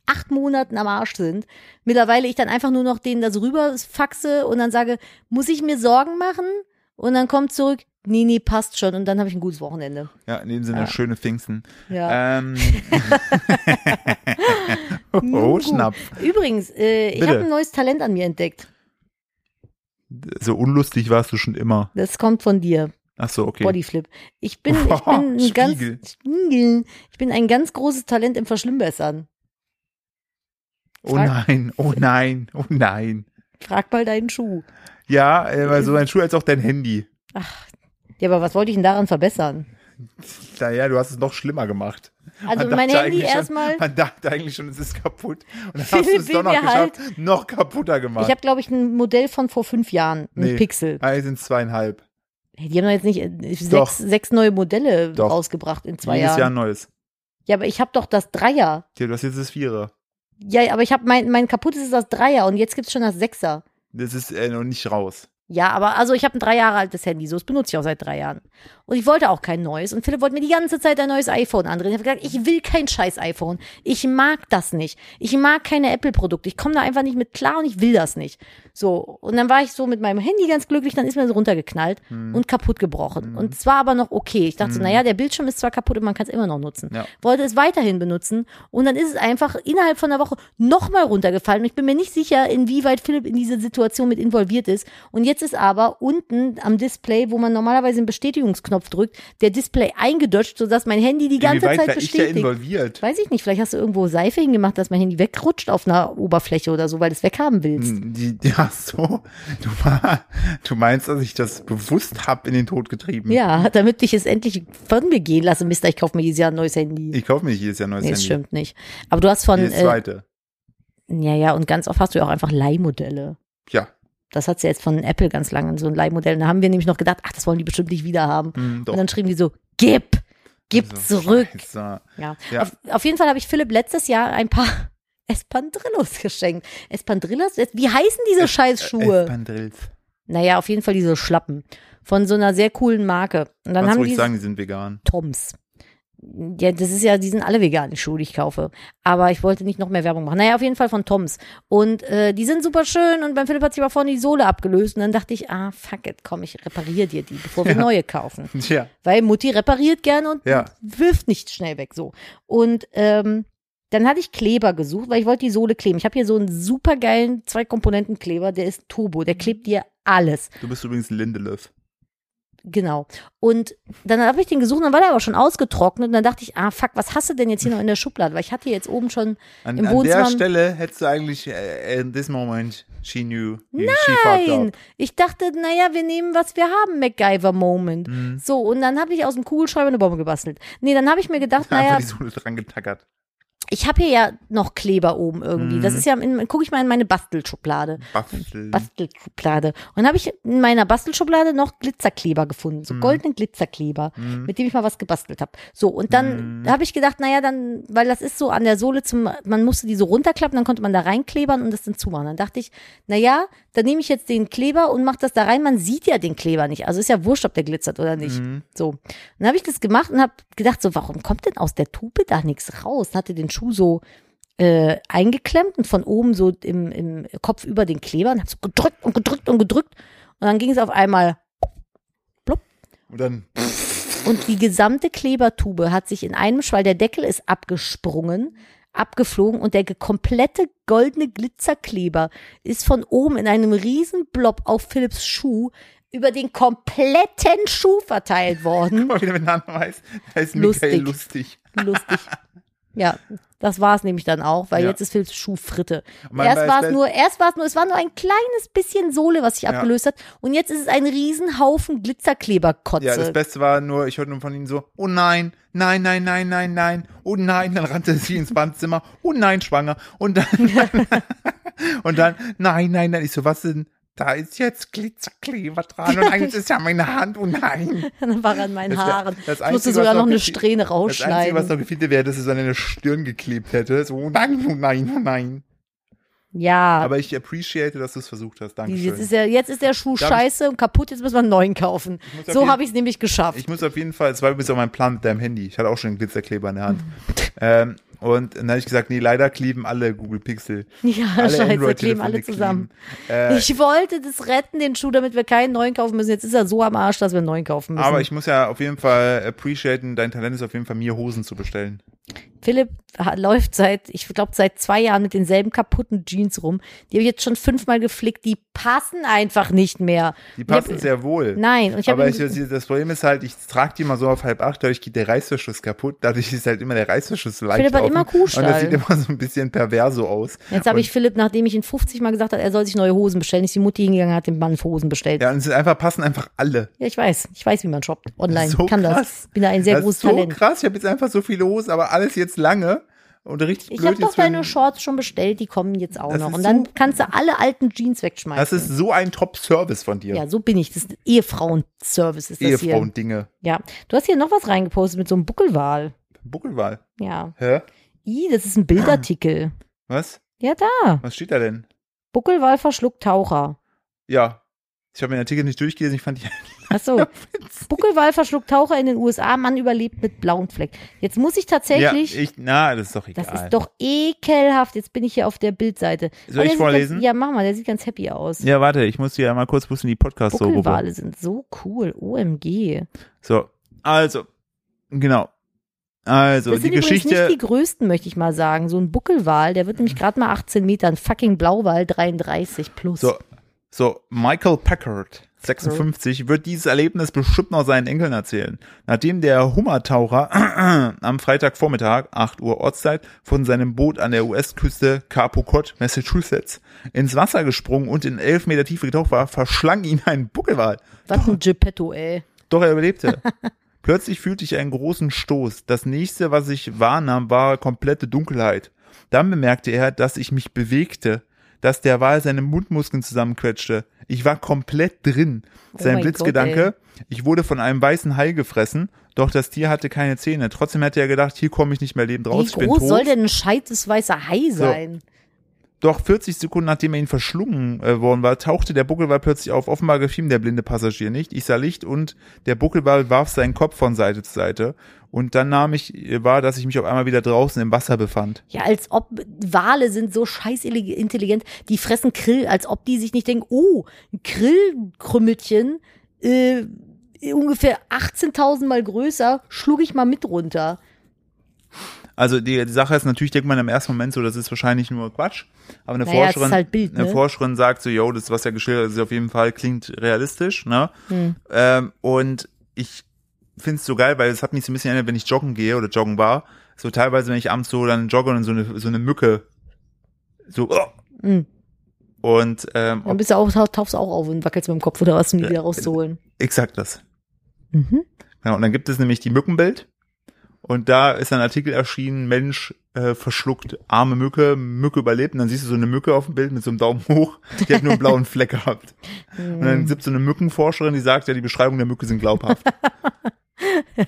Speaker 2: acht Monaten am Arsch sind, mittlerweile ich dann einfach nur noch denen da so rüber faxe und dann sage, muss ich mir Sorgen machen? Und dann kommt zurück, nee, nee, passt schon. Und dann habe ich ein gutes Wochenende.
Speaker 1: Ja, in dem Sinne, schöne Pfingsten.
Speaker 2: Ja.
Speaker 1: Ähm, oh,
Speaker 2: Nun gut.
Speaker 1: Schnapp.
Speaker 2: Übrigens, äh, ich
Speaker 1: Bitte.
Speaker 2: habe ein neues Talent an mir entdeckt.
Speaker 1: So unlustig warst du schon immer.
Speaker 2: Das kommt von dir.
Speaker 1: Ach so, okay.
Speaker 2: Bodyflip. Ich bin, ich bin ein ganz,
Speaker 1: Spiegel.
Speaker 2: Spiegel. ich bin ein ganz großes Talent im Verschlimmbessern.
Speaker 1: oh nein, oh nein, oh nein.
Speaker 2: Frag mal deinen Schuh.
Speaker 1: Ja, äh, weil so dein Schuh als auch dein Handy.
Speaker 2: Ja, aber was wollte ich denn daran verbessern?
Speaker 1: Naja, du hast es noch schlimmer gemacht.
Speaker 2: Also
Speaker 1: Man
Speaker 2: mein
Speaker 1: dachte
Speaker 2: Handy
Speaker 1: Ah, eigentlich schon-
Speaker 2: erstmal.
Speaker 1: Man dachte eigentlich schon, es ist kaputt. Und dann hast du es
Speaker 2: Wie
Speaker 1: doch noch
Speaker 2: wir
Speaker 1: geschafft, noch kaputter gemacht.
Speaker 2: halt. Ich habe, glaube ich, ein Modell von vor fünf Jahren, ein
Speaker 1: Nee.
Speaker 2: Pixel.
Speaker 1: Eigentlich sind es zweieinhalb.
Speaker 2: Hey, die haben doch jetzt nicht äh,
Speaker 1: Doch.
Speaker 2: sechs, sechs neue Modelle
Speaker 1: Doch.
Speaker 2: rausgebracht in zwei
Speaker 1: Jedes Jahr ein
Speaker 2: Jahren.
Speaker 1: neues.
Speaker 2: Ja, aber ich habe doch das Dreier.
Speaker 1: Ja, du hast jetzt das Vierer.
Speaker 2: Ja, aber ich habe mein, mein kaputtes ist das Dreier und jetzt gibt's schon das Sechser.
Speaker 1: Das ist äh, noch nicht raus.
Speaker 2: Ja, aber also ich habe ein drei Jahre altes Handy, so das benutze ich auch seit drei Jahren. Und ich wollte auch kein neues. Und Philipp wollte mir die ganze Zeit ein neues iPhone andrehen. Ich habe gesagt, ich will kein scheiß iPhone. Ich mag das nicht. Ich mag keine Apple-Produkte. Ich komme da einfach nicht mit klar und ich will das nicht. So, und dann war ich so mit meinem Handy ganz glücklich, dann ist mir so runtergeknallt
Speaker 1: Hm. Mhm.
Speaker 2: und kaputt gebrochen. Und es war aber noch okay. Ich dachte so, naja, der Bildschirm ist zwar kaputt, aber man kann es immer noch nutzen.
Speaker 1: Ja.
Speaker 2: Wollte es weiterhin benutzen und dann ist es einfach innerhalb von einer Woche nochmal runtergefallen. Und ich bin mir nicht sicher, inwieweit Philipp in diese Situation mit involviert ist. Und jetzt ist aber unten am Display, wo man normalerweise einen Bestätigungsknopf drückt, der Display eingedutscht, sodass mein Handy die ganze
Speaker 1: Inwieweit
Speaker 2: Zeit
Speaker 1: war ich da
Speaker 2: bestätigt.
Speaker 1: involviert?
Speaker 2: Weiß ich nicht, vielleicht hast du irgendwo Seife hingemacht, dass mein Handy wegrutscht auf einer Oberfläche oder so, weil du es weghaben willst.
Speaker 1: Die, ja, so. Du, ma- du meinst, dass ich das bewusst hab in den Tod getrieben?
Speaker 2: Ja, damit ich es endlich von mir gehen lasse, Mister, ich kaufe mir dieses Jahr ein neues Handy.
Speaker 1: Ich kaufe mir nicht jedes Jahr ein neues
Speaker 2: nee, das
Speaker 1: Handy.
Speaker 2: stimmt nicht. Aber du hast von,
Speaker 1: Jedes
Speaker 2: äh,
Speaker 1: zweite.
Speaker 2: ja, ja, und ganz oft hast du ja auch einfach Leihmodelle.
Speaker 1: Ja.
Speaker 2: Das hat sie jetzt von Apple ganz lange, so ein Leihmodell. Und Da haben wir nämlich noch gedacht, ach, das wollen die bestimmt nicht wieder haben.
Speaker 1: Hm, doch.
Speaker 2: Und dann schrieben die so, gib, gib
Speaker 1: So,
Speaker 2: zurück.
Speaker 1: Scheiße.
Speaker 2: Ja.
Speaker 1: Ja.
Speaker 2: Auf, auf jeden Fall habe ich Philipp letztes Jahr ein paar Espandrillos geschenkt. Espandrillos? Es- Wie heißen diese Scheißschuhe?
Speaker 1: Elfbandrills.
Speaker 2: naja, auf jeden Fall diese Schlappen. Von so einer sehr coolen Marke. Und dann
Speaker 1: Kannst
Speaker 2: haben
Speaker 1: ruhig
Speaker 2: die
Speaker 1: sagen, die sind vegan.
Speaker 2: Toms. Ja, das ist ja, die sind alle vegan, die Schuhe, die ich kaufe. Aber ich wollte nicht noch mehr Werbung machen. Naja, auf jeden Fall von Toms. Und äh, die sind super schön und beim Philipp hat sich aber vorne die Sohle abgelöst. Und dann dachte ich, ah, fuck it, komm, ich repariere dir die, bevor wir neue kaufen.
Speaker 1: Tja.
Speaker 2: Weil Mutti repariert gerne und
Speaker 1: Ja.
Speaker 2: wirft nicht schnell weg so. Und ähm, dann hatte ich Kleber gesucht, weil ich wollte die Sohle kleben. Ich habe hier so einen supergeilen Zwei-Komponenten-Kleber, der ist Turbo, der klebt dir alles.
Speaker 1: Du bist übrigens Lindelöf.
Speaker 2: Genau. Und dann habe ich den gesucht, dann war der aber schon ausgetrocknet. Und dann dachte ich, ah fuck, was hast du denn jetzt hier noch in der Schublade? Weil ich hatte jetzt oben schon
Speaker 1: An,
Speaker 2: Im
Speaker 1: an der
Speaker 2: Wohnzimmer-
Speaker 1: Stelle hättest du eigentlich, äh, in this moment, she knew. Nein! She fucked
Speaker 2: Nein.
Speaker 1: up.
Speaker 2: Ich dachte, naja, wir nehmen, was wir haben, MacGyver-Moment.
Speaker 1: Mhm.
Speaker 2: So, und dann habe ich aus dem Kugelschreiber eine Bombe gebastelt. Nee, dann habe ich mir gedacht,
Speaker 1: Einfach
Speaker 2: naja,
Speaker 1: die Sohle dran getackert.
Speaker 2: ich habe hier ja noch Kleber oben irgendwie.
Speaker 1: Mhm.
Speaker 2: Das ist ja, gucke ich mal in meine Bastelschublade.
Speaker 1: Basteln.
Speaker 2: Bastelschublade. Und dann habe ich in meiner Bastelschublade noch Glitzerkleber gefunden, so goldene Glitzerkleber, mit dem ich mal was gebastelt habe. So, und dann habe ich gedacht, naja, dann, weil das ist so an der Sohle zum, man musste die so runterklappen, dann konnte man da reinklebern und das dann zumachen. Dann dachte ich, naja, dann nehme ich jetzt den Kleber und mache das da rein. Man sieht ja den Kleber nicht. Also ist ja wurscht, ob der glitzert oder nicht. So. Und dann habe ich das gemacht und habe gedacht, so, warum kommt denn aus der Tube da nichts raus? Und hatte den Schuh so äh, eingeklemmt und von oben so im, im Kopf über den Kleber und hab so gedrückt und gedrückt und gedrückt. Und dann ging es auf einmal
Speaker 1: Und dann,
Speaker 2: und die gesamte Klebertube hat sich in einem Schwall, der Deckel ist abgesprungen, abgeflogen und der ge- komplette goldene Glitzerkleber ist von oben in einem riesen Blob auf Philips Schuh über den kompletten Schuh verteilt worden.
Speaker 1: guck mal wieder, wenn der andere weiß, da ist Michael lustig.
Speaker 2: Lustig. Ja, das war es nämlich dann auch, weil
Speaker 1: Ja.
Speaker 2: jetzt ist Philips Schuh Fritte.
Speaker 1: Man
Speaker 2: erst
Speaker 1: weiß
Speaker 2: war es
Speaker 1: best-
Speaker 2: nur, erst war es nur, es war nur ein kleines bisschen Sohle, was sich
Speaker 1: Ja.
Speaker 2: abgelöst hat. Und jetzt ist es ein Riesenhaufen Glitzerkleberkotze.
Speaker 1: Ja, das Beste war nur, ich hörte nur von ihnen so, oh nein, nein, nein, nein, nein, nein, oh nein, dann rannte sie ins Badezimmer, oh nein, schwanger, und dann, und dann, nein, nein, nein, ich so, was denn, da ist jetzt Glitzerkleber dran und eigentlich ist ja meine Hand, oh nein.
Speaker 2: dann war er an meinen
Speaker 1: Das wär-
Speaker 2: Haaren.
Speaker 1: das
Speaker 2: ich musste
Speaker 1: Einzige,
Speaker 2: sogar
Speaker 1: was
Speaker 2: noch eine
Speaker 1: gefiel-
Speaker 2: Strähne
Speaker 1: Das Einzige, was
Speaker 2: rausschneiden.
Speaker 1: noch gefehlt wäre, dass es an deine Stirn geklebt hätte, so, oh nein, oh nein, oh nein.
Speaker 2: Ja,
Speaker 1: Aber ich appreciate, dass du es versucht hast,
Speaker 2: die- jetzt
Speaker 1: Dankeschön.
Speaker 2: Ah. ist, der, jetzt ist der Schuh
Speaker 1: Darf ich-
Speaker 2: scheiße und kaputt, jetzt müssen wir einen neuen kaufen.
Speaker 1: muss auf
Speaker 2: So
Speaker 1: jeden-
Speaker 2: habe ich es nämlich geschafft.
Speaker 1: Ich muss auf jeden Fall, es war übrigens auch mein Plan mit deinem Handy. Ich hatte auch schon einen Glitzerkleber in der Hand.
Speaker 2: Mhm.
Speaker 1: ähm, und dann habe ich gesagt, nee, leider kleben alle Google Pixel.
Speaker 2: ja, scheiße, kleben
Speaker 1: Android-Telefone
Speaker 2: alle zusammen.
Speaker 1: Äh,
Speaker 2: ich wollte das retten, den Schuh, damit wir keinen neuen kaufen müssen. Jetzt ist er so am Arsch, dass wir einen neuen kaufen müssen.
Speaker 1: aber ich muss ja auf jeden Fall appreciaten, dein Talent ist auf jeden Fall, mir Hosen zu bestellen.
Speaker 2: Philipp ha- läuft seit, ich glaube, seit zwei Jahren mit denselben kaputten Jeans rum. Die habe ich jetzt schon fünfmal geflickt. Die passen einfach nicht mehr.
Speaker 1: Die
Speaker 2: Ich hab-
Speaker 1: passen sehr wohl.
Speaker 2: Nein, und ich
Speaker 1: aber
Speaker 2: habe
Speaker 1: ich, das Problem ist halt, ich trage die mal so auf halb acht, dadurch geht der Reißverschluss kaputt, dadurch ist halt immer der Reißverschluss leicht
Speaker 2: Philipp hat
Speaker 1: offen.
Speaker 2: immer
Speaker 1: und
Speaker 2: Kuhstall.
Speaker 1: das sieht immer so ein bisschen perverso aus.
Speaker 2: Jetzt habe
Speaker 1: Und-
Speaker 2: ich Philipp, nachdem ich ihn 50 Mal gesagt habe, er soll sich neue Hosen bestellen, ist die Mutti hingegangen, hat dem Mann Hosen bestellt. Ja.
Speaker 1: Ja, und es sind einfach, passen einfach alle.
Speaker 2: ich weiß. Ich weiß, wie man shoppt. Online.
Speaker 1: So
Speaker 2: Kann
Speaker 1: krass.
Speaker 2: das. Bin da ein sehr
Speaker 1: das
Speaker 2: großes
Speaker 1: ist so
Speaker 2: Talent.
Speaker 1: krass, ich habe jetzt einfach so viele Hosen, aber alles jetzt lange und richtig
Speaker 2: Ich
Speaker 1: blöd
Speaker 2: habe doch
Speaker 1: jetzt, wenn-
Speaker 2: deine Shorts schon bestellt, die kommen jetzt auch
Speaker 1: Das
Speaker 2: noch.
Speaker 1: ist
Speaker 2: Und dann
Speaker 1: so-
Speaker 2: kannst du alle alten Jeans wegschmeißen.
Speaker 1: Das ist so ein Top-Service von dir.
Speaker 2: ja, so bin ich. Das ist Ehefrauen-Service ist das hier.
Speaker 1: Ehefrauen-Dinge.
Speaker 2: Ja. Du hast hier noch was reingepostet mit so einem Buckelwal.
Speaker 1: Buckelwahl.
Speaker 2: Ja.
Speaker 1: Hä?
Speaker 2: I, das ist ein Bildartikel.
Speaker 1: Ah. Was?
Speaker 2: Ja, da.
Speaker 1: Was steht da denn?
Speaker 2: Buckelwal verschluckt Taucher.
Speaker 1: Ja. Ich habe den Artikel nicht durchgelesen, ich fand die
Speaker 2: Ach so. Buckelwal verschluckt Taucher in den USA. Mann überlebt mit blauen Fleck. Jetzt muss ich tatsächlich.
Speaker 1: Ja, ich, na, das ist doch egal.
Speaker 2: das ist doch ekelhaft. Jetzt bin ich hier auf der Bildseite.
Speaker 1: Soll
Speaker 2: Ah, der
Speaker 1: ich
Speaker 2: sieht
Speaker 1: vorlesen?
Speaker 2: Ganz, ja, mach mal. Der sieht ganz happy aus.
Speaker 1: ja, warte, ich muss dir ja mal kurz wissen, die Podcast-Sorufe.
Speaker 2: Buckelwale sind so cool. OMG.
Speaker 1: So, also, genau. Also,
Speaker 2: das
Speaker 1: die
Speaker 2: sind übrigens nicht
Speaker 1: Geschichte. Mhm.
Speaker 2: die größten, möchte ich mal sagen. So ein Buckelwal, der wird nämlich gerade mal 18 Meter. Ein fucking Blauwal 33 plus.
Speaker 1: So, so, Michael Packard, 56, wird dieses Erlebnis bestimmt noch seinen Enkeln erzählen. Nachdem der Hummertaucher am Freitagvormittag, 8 Uhr Ortszeit, von seinem Boot an der US-Küste Capocod, Massachusetts, ins Wasser gesprungen und in 11 Meter Tiefe getaucht war, verschlang ihn ein Buckelwal.
Speaker 2: Was ein Geppetto, ey.
Speaker 1: Doch er überlebte. Plötzlich fühlte ich einen großen Stoß. Das nächste, was ich wahrnahm, war komplette Dunkelheit. Dann bemerkte er, dass ich mich bewegte, dass der Wal seine Mundmuskeln zusammenquetschte. Ich war komplett drin. Sein
Speaker 2: Oh mein
Speaker 1: Blitzgedanke, ich wurde von einem weißen Hai gefressen, doch das Tier hatte keine Zähne. Trotzdem hätte er gedacht, hier komme ich nicht mehr lebend raus,
Speaker 2: Wie
Speaker 1: ich bin
Speaker 2: groß
Speaker 1: tot.
Speaker 2: soll denn ein scheites weißer Hai sein?
Speaker 1: Doch 40 Sekunden nachdem er ihn verschlungen äh, worden war, tauchte der Buckelwal plötzlich auf. Offenbar gefiel ihm der blinde Passagier nicht. Ich sah Licht und der Buckelwal warf seinen Kopf von Seite zu Seite. Und dann nahm ich äh, wahr, dass ich mich auf einmal wieder draußen im Wasser befand.
Speaker 2: Ja, als ob Wale sind so scheiß intelligent, die fressen Krill, als ob die sich nicht denken, oh, ein Krillkrümmelchen, äh, ungefähr 18.000 mal größer, schlug ich mal mit runter.
Speaker 1: Also die, die Sache ist natürlich, denkt man im ersten Moment so, das ist wahrscheinlich nur Quatsch. Aber eine
Speaker 2: Naja, es ist
Speaker 1: Forscherin,
Speaker 2: halt Bild,
Speaker 1: eine
Speaker 2: ne?
Speaker 1: Forscherin sagt so, yo, das, was er geschildert hat, ist auf jeden Fall klingt realistisch, ne?
Speaker 2: Hm,
Speaker 1: Ähm, und ich find's so geil, weil es hat mich so ein bisschen erinnert, wenn ich joggen gehe oder joggen war. So teilweise, wenn ich abends so dann jogge und so eine, so eine Mücke. So. Oh.
Speaker 2: Mhm.
Speaker 1: Und ähm,
Speaker 2: Dann
Speaker 1: ob,
Speaker 2: bist du auch, tauchst auch auf und wackelst mit dem Kopf oder was, um die wieder rauszuholen.
Speaker 1: exakt das.
Speaker 2: Mhm.
Speaker 1: Genau, und dann gibt es nämlich die Mückenbild. Und da ist ein Artikel erschienen, Mensch äh, verschluckt arme Mücke, Mücke überlebt. Und dann siehst du so eine Mücke auf dem Bild mit so einem Daumen hoch, die hat nur einen blauen Fleck gehabt. Und
Speaker 2: Mhm.
Speaker 1: dann gibt es so eine Mückenforscherin, die sagt, ja, die Beschreibungen der Mücke sind glaubhaft.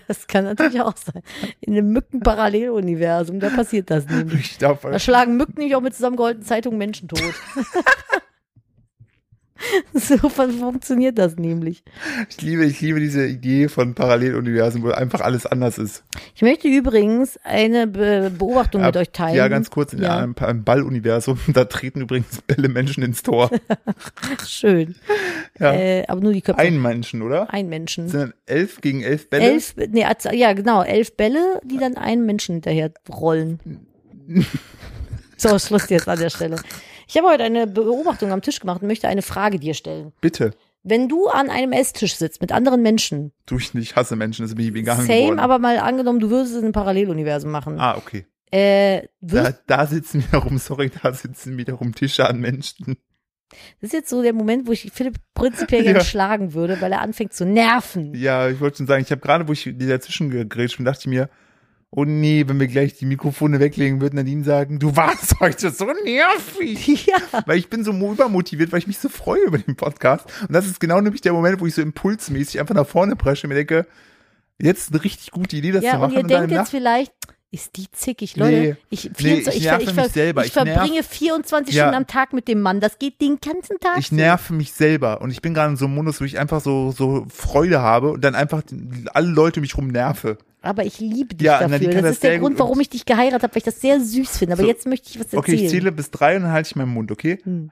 Speaker 2: Das kann natürlich auch sein. In einem Mückenparalleluniversum, da passiert das nämlich.
Speaker 1: Ich darf,
Speaker 2: Da schlagen Mücken nämlich auch mit zusammengeholten Zeitungen Menschen tot. so funktioniert das nämlich.
Speaker 1: ich, liebe, ich liebe diese Idee von Paralleluniversen, wo einfach alles anders ist.
Speaker 2: Ich möchte übrigens eine Be Beobachtung mit euch teilen.
Speaker 1: Ja, ganz kurz, in
Speaker 2: Ja,
Speaker 1: einem, Pa- im Balluniversum, da treten übrigens Bälle Menschen ins Tor.
Speaker 2: Schön.
Speaker 1: Ja.
Speaker 2: Äh, aber nur die Köpfe.
Speaker 1: Ein Menschen, oder?
Speaker 2: Ein Menschen.
Speaker 1: Das sind dann elf gegen elf Bälle.
Speaker 2: Elf, nee, als- ja, genau, elf Bälle, die dann einen Menschen hinterher rollen. So, Schluss jetzt an der Stelle. Ich habe heute eine Beobachtung am Tisch gemacht und möchte eine Frage dir stellen.
Speaker 1: Bitte.
Speaker 2: Wenn du an einem Esstisch sitzt mit anderen Menschen,
Speaker 1: Du, ich, ich hasse Menschen, das bin ich vegan
Speaker 2: Same,
Speaker 1: geworden.
Speaker 2: aber mal angenommen, du würdest es in einem Paralleluniversum machen.
Speaker 1: ah, okay.
Speaker 2: Äh,
Speaker 1: Da,
Speaker 2: würdest,
Speaker 1: da sitzen wiederum, sorry, da sitzen wiederum Tische an Menschen.
Speaker 2: das ist jetzt so der Moment, wo ich Philipp prinzipiell gerne
Speaker 1: Ja.
Speaker 2: schlagen würde, weil er anfängt zu nerven.
Speaker 1: Ja, ich wollte schon sagen, ich habe gerade, wo ich dir dazwischen gegrätscht bin, dachte ich mir, oh nee, wenn wir gleich die Mikrofone weglegen, wird Nadine sagen, du warst heute so nervig.
Speaker 2: Ja.
Speaker 1: Weil ich bin so mo- übermotiviert, weil ich mich so freue über den Podcast. Und das ist genau nämlich der Moment, wo ich so impulsmäßig einfach nach vorne presche und mir denke, jetzt eine richtig gute Idee, das
Speaker 2: Ja,
Speaker 1: zu
Speaker 2: und
Speaker 1: machen.
Speaker 2: ihr denkt
Speaker 1: dann
Speaker 2: jetzt vielleicht, ist die zickig, Leute.
Speaker 1: Nee.
Speaker 2: ich,
Speaker 1: Nee, ich
Speaker 2: 24
Speaker 1: nerve
Speaker 2: ich, ver-
Speaker 1: mich
Speaker 2: ver-
Speaker 1: selber.
Speaker 2: ich
Speaker 1: Ich nerv-
Speaker 2: verbringe 24
Speaker 1: Ja.
Speaker 2: Stunden am Tag mit dem Mann. Das geht den ganzen Tag.
Speaker 1: ich
Speaker 2: so.
Speaker 1: nerve mich selber und ich bin gerade in so einem Modus, wo ich einfach so, so Freude habe und dann einfach die- alle Leute um mich rum nerve.
Speaker 2: Aber ich liebe dich
Speaker 1: Ja,
Speaker 2: dafür.
Speaker 1: Nadine
Speaker 2: Das,
Speaker 1: kann das
Speaker 2: ist der
Speaker 1: sehr
Speaker 2: Grund,
Speaker 1: gut.
Speaker 2: warum ich dich geheiratet habe, weil ich das sehr süß finde. Aber
Speaker 1: So.
Speaker 2: jetzt möchte ich was erzählen.
Speaker 1: Okay, ich zähle bis drei und dann halte ich meinen Mund, okay?
Speaker 2: Hm.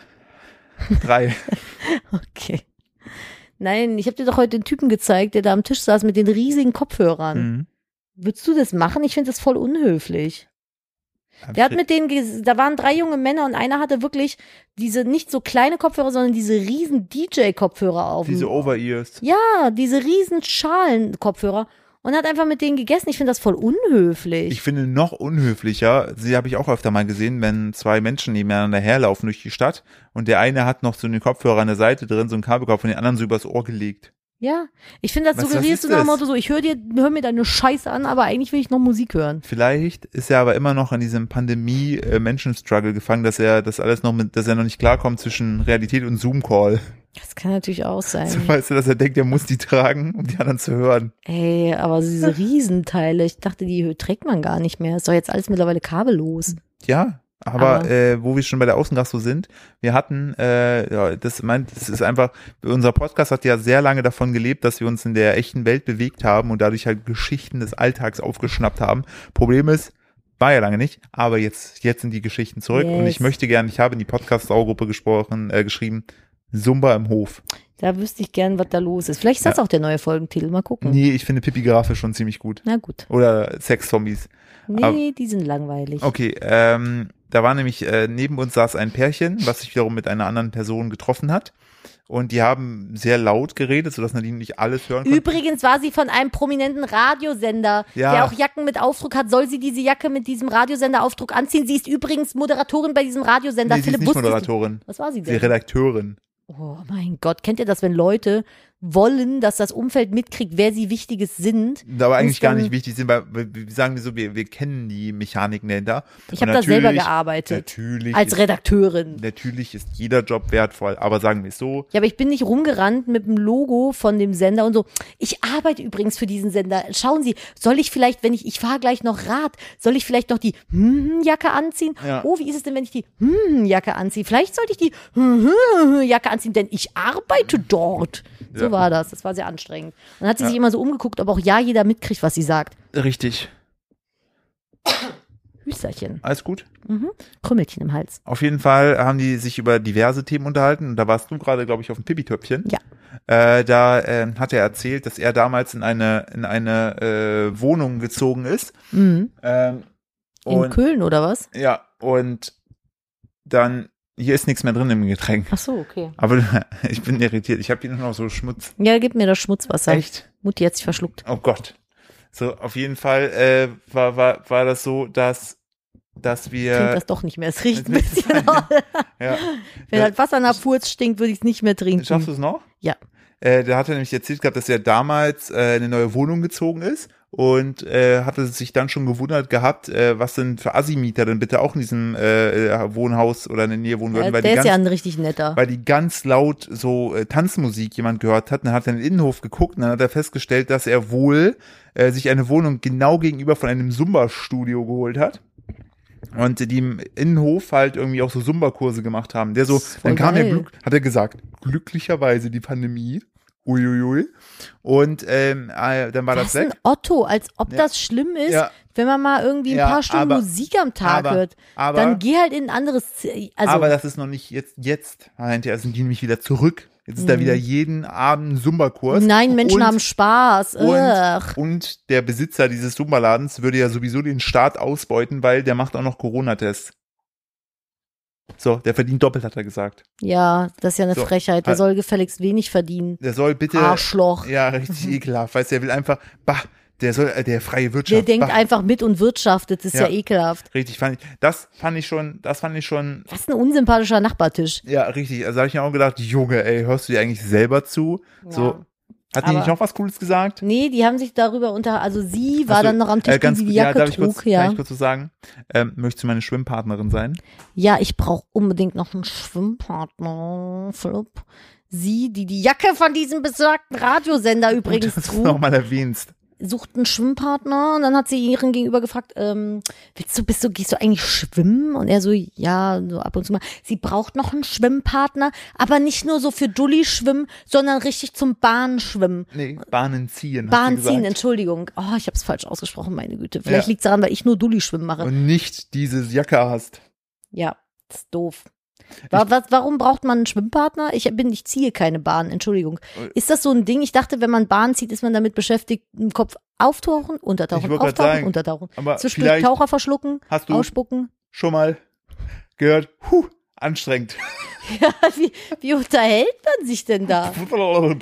Speaker 1: Drei.
Speaker 2: Okay.
Speaker 1: Mhm.
Speaker 2: Nein, ich habe dir doch heute den Typen gezeigt, der da am Tisch saß mit den riesigen Kopfhörern. Würdest du das machen? Ich finde das voll unhöflich. Der hat mit denen, ges- da waren drei junge Männer und einer hatte wirklich diese nicht so kleine Kopfhörer, sondern diese riesen DJ-Kopfhörer auf. dem-
Speaker 1: Diese Over-Ears.
Speaker 2: ja, diese riesen Schalen-Kopfhörer und hat einfach mit denen gegessen. Ich finde das voll unhöflich.
Speaker 1: Ich finde noch unhöflicher, sie habe ich auch öfter mal gesehen, wenn zwei Menschen nebeneinander herlaufen durch die Stadt und der eine hat noch so einen Kopfhörer an der Seite drin, so einen Kabelkopf und den anderen so übers Ohr gelegt.
Speaker 2: ja, ich finde, das
Speaker 1: Was- was
Speaker 2: suggerierst du
Speaker 1: ist
Speaker 2: nach dem
Speaker 1: das?
Speaker 2: Motto so, ich höre dir, hör mir deine Scheiße an, aber eigentlich will ich noch Musik hören.
Speaker 1: Vielleicht ist er aber immer noch in diesem Pandemie-Menschen-Struggle gefangen, dass er das alles noch mit, dass er noch nicht klarkommt zwischen Realität und Zoom-Call.
Speaker 2: Das kann natürlich auch
Speaker 1: So,
Speaker 2: sein.
Speaker 1: weißt du, dass er denkt, er muss die tragen, um die anderen zu hören.
Speaker 2: Ey, aber diese Riesenteile, ich dachte, die trägt man gar nicht mehr. Ist doch jetzt alles mittlerweile kabellos.
Speaker 1: Ja, aber,
Speaker 2: Aber-
Speaker 1: äh, wo wir schon bei der Außengastro sind, wir hatten, äh, ja, das meint, das ist einfach, unser Podcast hat ja sehr lange davon gelebt, dass wir uns in der echten Welt bewegt haben und dadurch halt Geschichten des Alltags aufgeschnappt haben. Problem ist, war ja lange nicht, aber jetzt, jetzt sind die Geschichten zurück und
Speaker 2: Yes.
Speaker 1: ich möchte gerne, ich habe in die Podcast-Saugruppe gesprochen, äh, geschrieben, Sumba im Hof.
Speaker 2: Da wüsste ich gern, was da los ist. Vielleicht ist das auch der neue Folgentitel. Mal gucken.
Speaker 1: Nee, ich finde Pippi Giraffe schon ziemlich gut.
Speaker 2: Na gut.
Speaker 1: Oder Sex-Zombies.
Speaker 2: Nee,
Speaker 1: Aber-
Speaker 2: die sind langweilig.
Speaker 1: Okay, ähm, da war nämlich, äh, neben uns saß ein Pärchen, was sich wiederum mit einer anderen Person getroffen hat. Und die haben sehr laut geredet, sodass Nadine nicht alles hören konnte.
Speaker 2: Übrigens war sie von einem prominenten Radiosender,
Speaker 1: Ja.
Speaker 2: der auch Jacken mit Aufdruck hat. Soll sie diese Jacke mit diesem Radiosenderaufdruck anziehen? Sie ist übrigens Moderatorin bei diesem Radiosender.
Speaker 1: nee, sie ist
Speaker 2: Philipp
Speaker 1: nicht
Speaker 2: wusste es
Speaker 1: Moderatorin,
Speaker 2: nicht. Was war
Speaker 1: sie
Speaker 2: sie
Speaker 1: ist
Speaker 2: denn?
Speaker 1: Redakteurin.
Speaker 2: Oh mein Gott, kennt ihr das, wenn Leute wollen, dass das Umfeld mitkriegt, wer sie Wichtiges sind?
Speaker 1: Aber eigentlich gar
Speaker 2: dann-
Speaker 1: nicht wichtig sind, weil wir wir sagen wir so, wir, wir kennen die Mechaniken dahinter.
Speaker 2: Ich
Speaker 1: Und
Speaker 2: habe da selber
Speaker 1: natürlich-
Speaker 2: gearbeitet.
Speaker 1: Natürlich
Speaker 2: Als
Speaker 1: ist,
Speaker 2: Redakteurin.
Speaker 1: natürlich ist jeder Job wertvoll, aber sagen wir es so,
Speaker 2: Ja, aber ich bin nicht rumgerannt mit dem Logo von dem Sender und so. Ich arbeite übrigens für diesen Sender. Schauen Sie, soll ich vielleicht, wenn ich, ich fahre gleich noch Rad, soll ich vielleicht noch die hm Jacke anziehen?
Speaker 1: Ja.
Speaker 2: Oh, wie ist es denn, wenn ich die hm Jacke anziehe? Vielleicht sollte ich die hm Jacke anziehen, denn ich arbeite dort. So
Speaker 1: Ja.
Speaker 2: war das. Das war sehr anstrengend. Und dann hat sie
Speaker 1: Ja.
Speaker 2: sich immer so umgeguckt, ob auch ja jeder mitkriegt, was sie sagt.
Speaker 1: richtig,
Speaker 2: Hüsterchen, Mhm.
Speaker 1: alles gut.
Speaker 2: Krümmelchen im Hals.
Speaker 1: Auf jeden Fall haben die sich über diverse Themen unterhalten und da warst du gerade, glaube ich, auf dem Pipi-Töpfchen.
Speaker 2: Ja.
Speaker 1: Äh, da ähm, hat er erzählt, dass er damals in eine, in eine äh, Wohnung gezogen ist.
Speaker 2: Mhm.
Speaker 1: Ähm,
Speaker 2: In
Speaker 1: und,
Speaker 2: Köln oder was?
Speaker 1: ja, und dann, hier ist nichts mehr drin im Getränk.
Speaker 2: Ach so, okay.
Speaker 1: Aber ich bin irritiert. Ich habe hier nur noch so Schmutz.
Speaker 2: Ja, gib mir das Schmutzwasser.
Speaker 1: Echt?
Speaker 2: Mutti hat sich verschluckt.
Speaker 1: Oh Gott. So, auf jeden Fall äh, war, war, war das so, dass, dass
Speaker 2: trinkt
Speaker 1: wir.
Speaker 2: das doch nicht mehr. Es riecht ein
Speaker 1: das ist
Speaker 2: bisschen.
Speaker 1: Ja.
Speaker 2: Wenn das Wasser nach Furz stinkt, würde ich es nicht mehr trinken.
Speaker 1: Schaffst du es noch?
Speaker 2: Ja.
Speaker 1: Äh, der hatte nämlich erzählt gehabt, dass er damals äh, in eine neue Wohnung gezogen ist und äh, hatte sich dann schon gewundert gehabt, äh, was denn für Assi-Mieter denn bitte auch in diesem äh, Wohnhaus oder in der Nähe wohnen würden,
Speaker 2: Ja,
Speaker 1: weil,
Speaker 2: Äh, der
Speaker 1: die
Speaker 2: ist
Speaker 1: ganz,
Speaker 2: ja ein richtig netter.
Speaker 1: weil die ganz laut so äh, Tanzmusik jemand gehört hat. Und Dann hat er in den Innenhof geguckt und dann hat er festgestellt, dass er wohl äh, sich eine Wohnung genau gegenüber von einem Zumba-Studio geholt hat. Und die im Innenhof halt irgendwie auch so Zumba-Kurse gemacht haben. Der so,
Speaker 2: Das ist voll
Speaker 1: dann kam der
Speaker 2: geil.
Speaker 1: Glück, hat er gesagt, glücklicherweise die Pandemie. Uiuiui. Und ähm, äh, dann war
Speaker 2: Was
Speaker 1: das
Speaker 2: ein
Speaker 1: weg.
Speaker 2: Otto, als ob
Speaker 1: Ja.
Speaker 2: das schlimm ist,
Speaker 1: Ja.
Speaker 2: wenn man mal irgendwie ein
Speaker 1: Ja,
Speaker 2: paar Stunden
Speaker 1: aber-
Speaker 2: Musik am Tag
Speaker 1: aber-
Speaker 2: hört.
Speaker 1: aber-
Speaker 2: dann geh halt in ein anderes. Z- Also,
Speaker 1: Aber das ist noch nicht jetzt, jetzt, Ah, hinterher sind die nämlich wieder zurück. Jetzt ist da wieder jeden Abend ein Zumba-Kurs.
Speaker 2: Mhm. nein, Menschen
Speaker 1: Und-
Speaker 2: haben Spaß.
Speaker 1: Und,
Speaker 2: Ugh.
Speaker 1: und der Besitzer dieses Zumba-Ladens würde ja sowieso den Staat ausbeuten, weil der macht auch noch Corona-Tests. So, der verdient doppelt, hat er gesagt.
Speaker 2: Ja, das ist ja eine
Speaker 1: So,
Speaker 2: Frechheit. Der
Speaker 1: halt-
Speaker 2: soll gefälligst wenig verdienen.
Speaker 1: Der soll bitte.
Speaker 2: Arschloch.
Speaker 1: Ja, richtig ekelhaft. Weißt du, der will einfach, bah, der soll, äh, der freie Wirtschaft.
Speaker 2: Der denkt
Speaker 1: bah,
Speaker 2: einfach mit und wirtschaftet. Das ist
Speaker 1: Ja.
Speaker 2: ja. ekelhaft.
Speaker 1: Richtig, fand ich, das fand ich schon, das fand ich schon,
Speaker 2: Was ein unsympathischer Nachbartisch.
Speaker 1: ja, richtig. Also habe ich mir auch gedacht, Junge, ey, hörst du dir eigentlich selber zu? So, hat die
Speaker 2: aber-
Speaker 1: nicht noch was Cooles gesagt?
Speaker 2: Nee, die haben sich darüber unter. Also sie war
Speaker 1: Hast du-
Speaker 2: dann noch am Tisch,
Speaker 1: äh, ganz,
Speaker 2: die die Jacke
Speaker 1: ja, darf ich
Speaker 2: trug.
Speaker 1: kurz,
Speaker 2: ja.
Speaker 1: Kann ich kurz so sagen? Ähm, möchtest du meine Schwimmpartnerin sein?
Speaker 2: Ja, ich brauche unbedingt noch einen Schwimmpartner. Flop. Sie, die die Jacke von diesem besagten Radiosender übrigens
Speaker 1: Dass du
Speaker 2: trug,
Speaker 1: nochmal erwähnst.
Speaker 2: sucht einen Schwimmpartner. Und dann hat sie ihren Gegenüber gefragt, ähm, willst du, bist du, gehst du eigentlich schwimmen? Und er so, ja, so ab und zu mal. Sie braucht noch einen Schwimmpartner, aber nicht nur so für Dulli schwimmen, sondern richtig zum Bahnschwimmen.
Speaker 1: Nee, Bahnen ziehen. hat sie
Speaker 2: Bahn
Speaker 1: gesagt.
Speaker 2: ziehen, Entschuldigung. Oh, ich habe es falsch ausgesprochen, meine Güte. Vielleicht
Speaker 1: Ja.
Speaker 2: liegt's daran, weil ich nur Dulli schwimmen mache.
Speaker 1: Und nicht diese Jacke hast.
Speaker 2: Ja, ist doof. Wa- was, warum braucht man einen Schwimmpartner? Ich bin, ich ziehe keine Bahn, Entschuldigung.
Speaker 1: Äh.
Speaker 2: Ist das so ein Ding? Ich dachte, wenn man Bahn zieht, ist man damit beschäftigt, im Kopf auftauchen,
Speaker 1: Ich
Speaker 2: untertauchen,
Speaker 1: wollt grad
Speaker 2: auftauchen,
Speaker 1: sagen,
Speaker 2: untertauchen.
Speaker 1: aber
Speaker 2: Zwischendurch
Speaker 1: vielleicht
Speaker 2: Taucher verschlucken,
Speaker 1: hast du-
Speaker 2: ausspucken.
Speaker 1: Schon mal gehört, huh, anstrengend.
Speaker 2: Ja, wie, wie unterhält man sich denn da?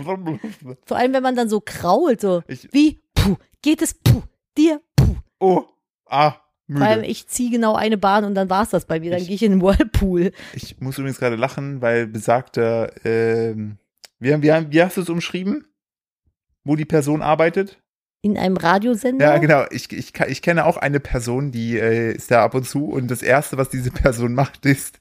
Speaker 2: Vor allem, wenn man dann so krault, so
Speaker 1: Ich-
Speaker 2: wie, puh, geht es, puh, dir, puh.
Speaker 1: Oh, ah,
Speaker 2: Vor allem,
Speaker 1: müde.
Speaker 2: ich ziehe genau eine Bahn und dann war's das bei mir. Dann
Speaker 1: Ich-
Speaker 2: gehe ich in den Whirlpool.
Speaker 1: Ich muss übrigens gerade lachen, weil besagter, ähm, wie, haben- wie, haben- wie hast du es umschrieben? Wo die Person arbeitet?
Speaker 2: In einem Radiosender?
Speaker 1: Ja, genau. Ich, ich, ka- ich kenne auch eine Person, die äh, ist da ab und zu und das Erste, was diese Person macht, ist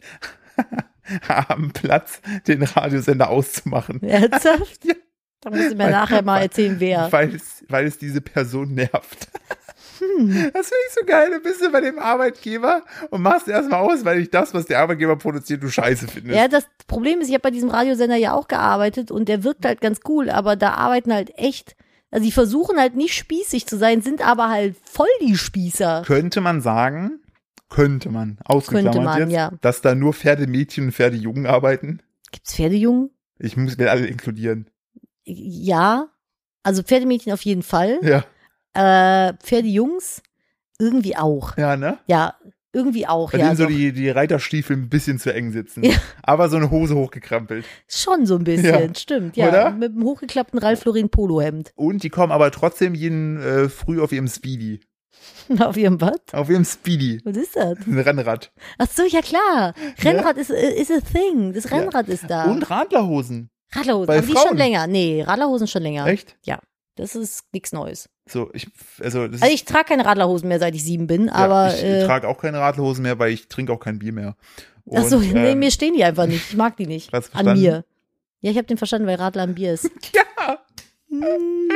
Speaker 1: am Platz den Radiosender auszumachen.
Speaker 2: Ernsthaft?
Speaker 1: Ja.
Speaker 2: Da muss ich mir nachher mal erzählen, wer.
Speaker 1: Weil, es, weil es diese Person nervt.
Speaker 2: Hm.
Speaker 1: Das finde ich so geil. Du bist du bei dem Arbeitgeber und machst erstmal aus, weil ich das, was der Arbeitgeber produziert, du scheiße findest.
Speaker 2: Ja, das Problem ist, ich habe bei diesem Radiosender ja auch gearbeitet und der wirkt halt ganz cool, aber da arbeiten halt echt, also die versuchen halt nicht spießig zu sein, sind aber halt voll die Spießer.
Speaker 1: Könnte man sagen, könnte man, ausgeklammert
Speaker 2: Könnte man,
Speaker 1: jetzt,
Speaker 2: ja.
Speaker 1: dass da nur Pferdemädchen und Pferdejungen arbeiten.
Speaker 2: Gibt's Pferdejungen?
Speaker 1: Ich muss mir alle inkludieren.
Speaker 2: Ja. Also Pferdemädchen auf jeden Fall.
Speaker 1: Ja,
Speaker 2: Äh, Pferdejungs irgendwie auch.
Speaker 1: ja, ne?
Speaker 2: Ja, irgendwie auch,
Speaker 1: Bei
Speaker 2: ja. Also
Speaker 1: denen so
Speaker 2: doch.
Speaker 1: die, die Reiterstiefel ein bisschen zu eng sitzen.
Speaker 2: Ja.
Speaker 1: Aber so eine Hose hochgekrampelt.
Speaker 2: Schon so ein bisschen,
Speaker 1: Ja.
Speaker 2: stimmt, ja.
Speaker 1: Oder?
Speaker 2: Mit dem hochgeklappten Ralf Lauren Polohemd.
Speaker 1: Und die kommen aber trotzdem jeden äh, früh auf ihrem Speedy.
Speaker 2: Auf ihrem Bad.
Speaker 1: Auf ihrem Speedy.
Speaker 2: Was ist das?
Speaker 1: Ein Rennrad.
Speaker 2: Ach so, ja klar. Rennrad ist ist a thing. Das
Speaker 1: Ja.
Speaker 2: Rennrad ist da.
Speaker 1: Und Radlerhosen.
Speaker 2: Radlerhosen,
Speaker 1: Bei
Speaker 2: aber die
Speaker 1: Frauen.
Speaker 2: schon länger. Nee, Radlerhosen schon länger.
Speaker 1: Echt?
Speaker 2: Das ist nichts Neues.
Speaker 1: So, ich, also, das
Speaker 2: Also
Speaker 1: ist,
Speaker 2: ich trage keine Radlerhosen mehr, seit ich sieben bin, aber
Speaker 1: ja, ich
Speaker 2: äh,
Speaker 1: trage auch keine Radlerhosen mehr, weil ich trinke auch kein Bier mehr. Und,
Speaker 2: ach so, nee,
Speaker 1: ähm,
Speaker 2: mir stehen die einfach nicht. Ich mag die nicht.
Speaker 1: Hast du
Speaker 2: An
Speaker 1: verstanden?
Speaker 2: mir. Ja, ich habe den verstanden, weil Radler am Bier ist.
Speaker 1: Ja,
Speaker 2: Hm,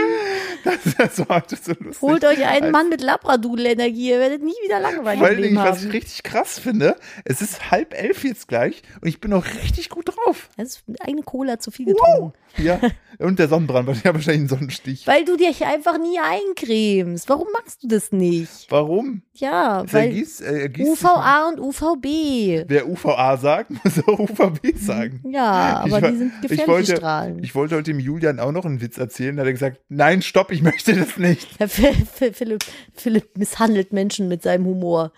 Speaker 1: das, das war heute so lustig.
Speaker 2: holt euch einen
Speaker 1: Als-
Speaker 2: Mann mit Labradudel-Energie, ihr werdet nie wieder langweilig
Speaker 1: Vor
Speaker 2: im
Speaker 1: allen Dingen,
Speaker 2: Leben
Speaker 1: was ich
Speaker 2: haben.
Speaker 1: richtig krass finde, es ist halb elf jetzt gleich und ich bin noch richtig gut drauf.
Speaker 2: Das ist eine Cola zu viel
Speaker 1: Wow.
Speaker 2: getrunken.
Speaker 1: Ja, und der Sonnenbrand, weil ich habe wahrscheinlich einen Sonnenstich.
Speaker 2: Weil du dich einfach nie eincremst. Warum machst du das nicht?
Speaker 1: Warum?
Speaker 2: Ja,
Speaker 1: Es
Speaker 2: weil
Speaker 1: ergießt, äh, ergießt sich-
Speaker 2: UVA und UVB.
Speaker 1: Wer UVA sagt, muss auch UVB sagen.
Speaker 2: Ja,
Speaker 1: Ich
Speaker 2: aber
Speaker 1: wa-
Speaker 2: die sind
Speaker 1: ich
Speaker 2: gefährliche
Speaker 1: wollte-
Speaker 2: Strahlen.
Speaker 1: Ich wollte heute dem Julian auch noch einen Witz erzählen, da hat er gesagt, nein, stopp, ich möchte das nicht.
Speaker 2: Herr Phil- Phil- Philipp, Philipp misshandelt Menschen mit seinem Humor.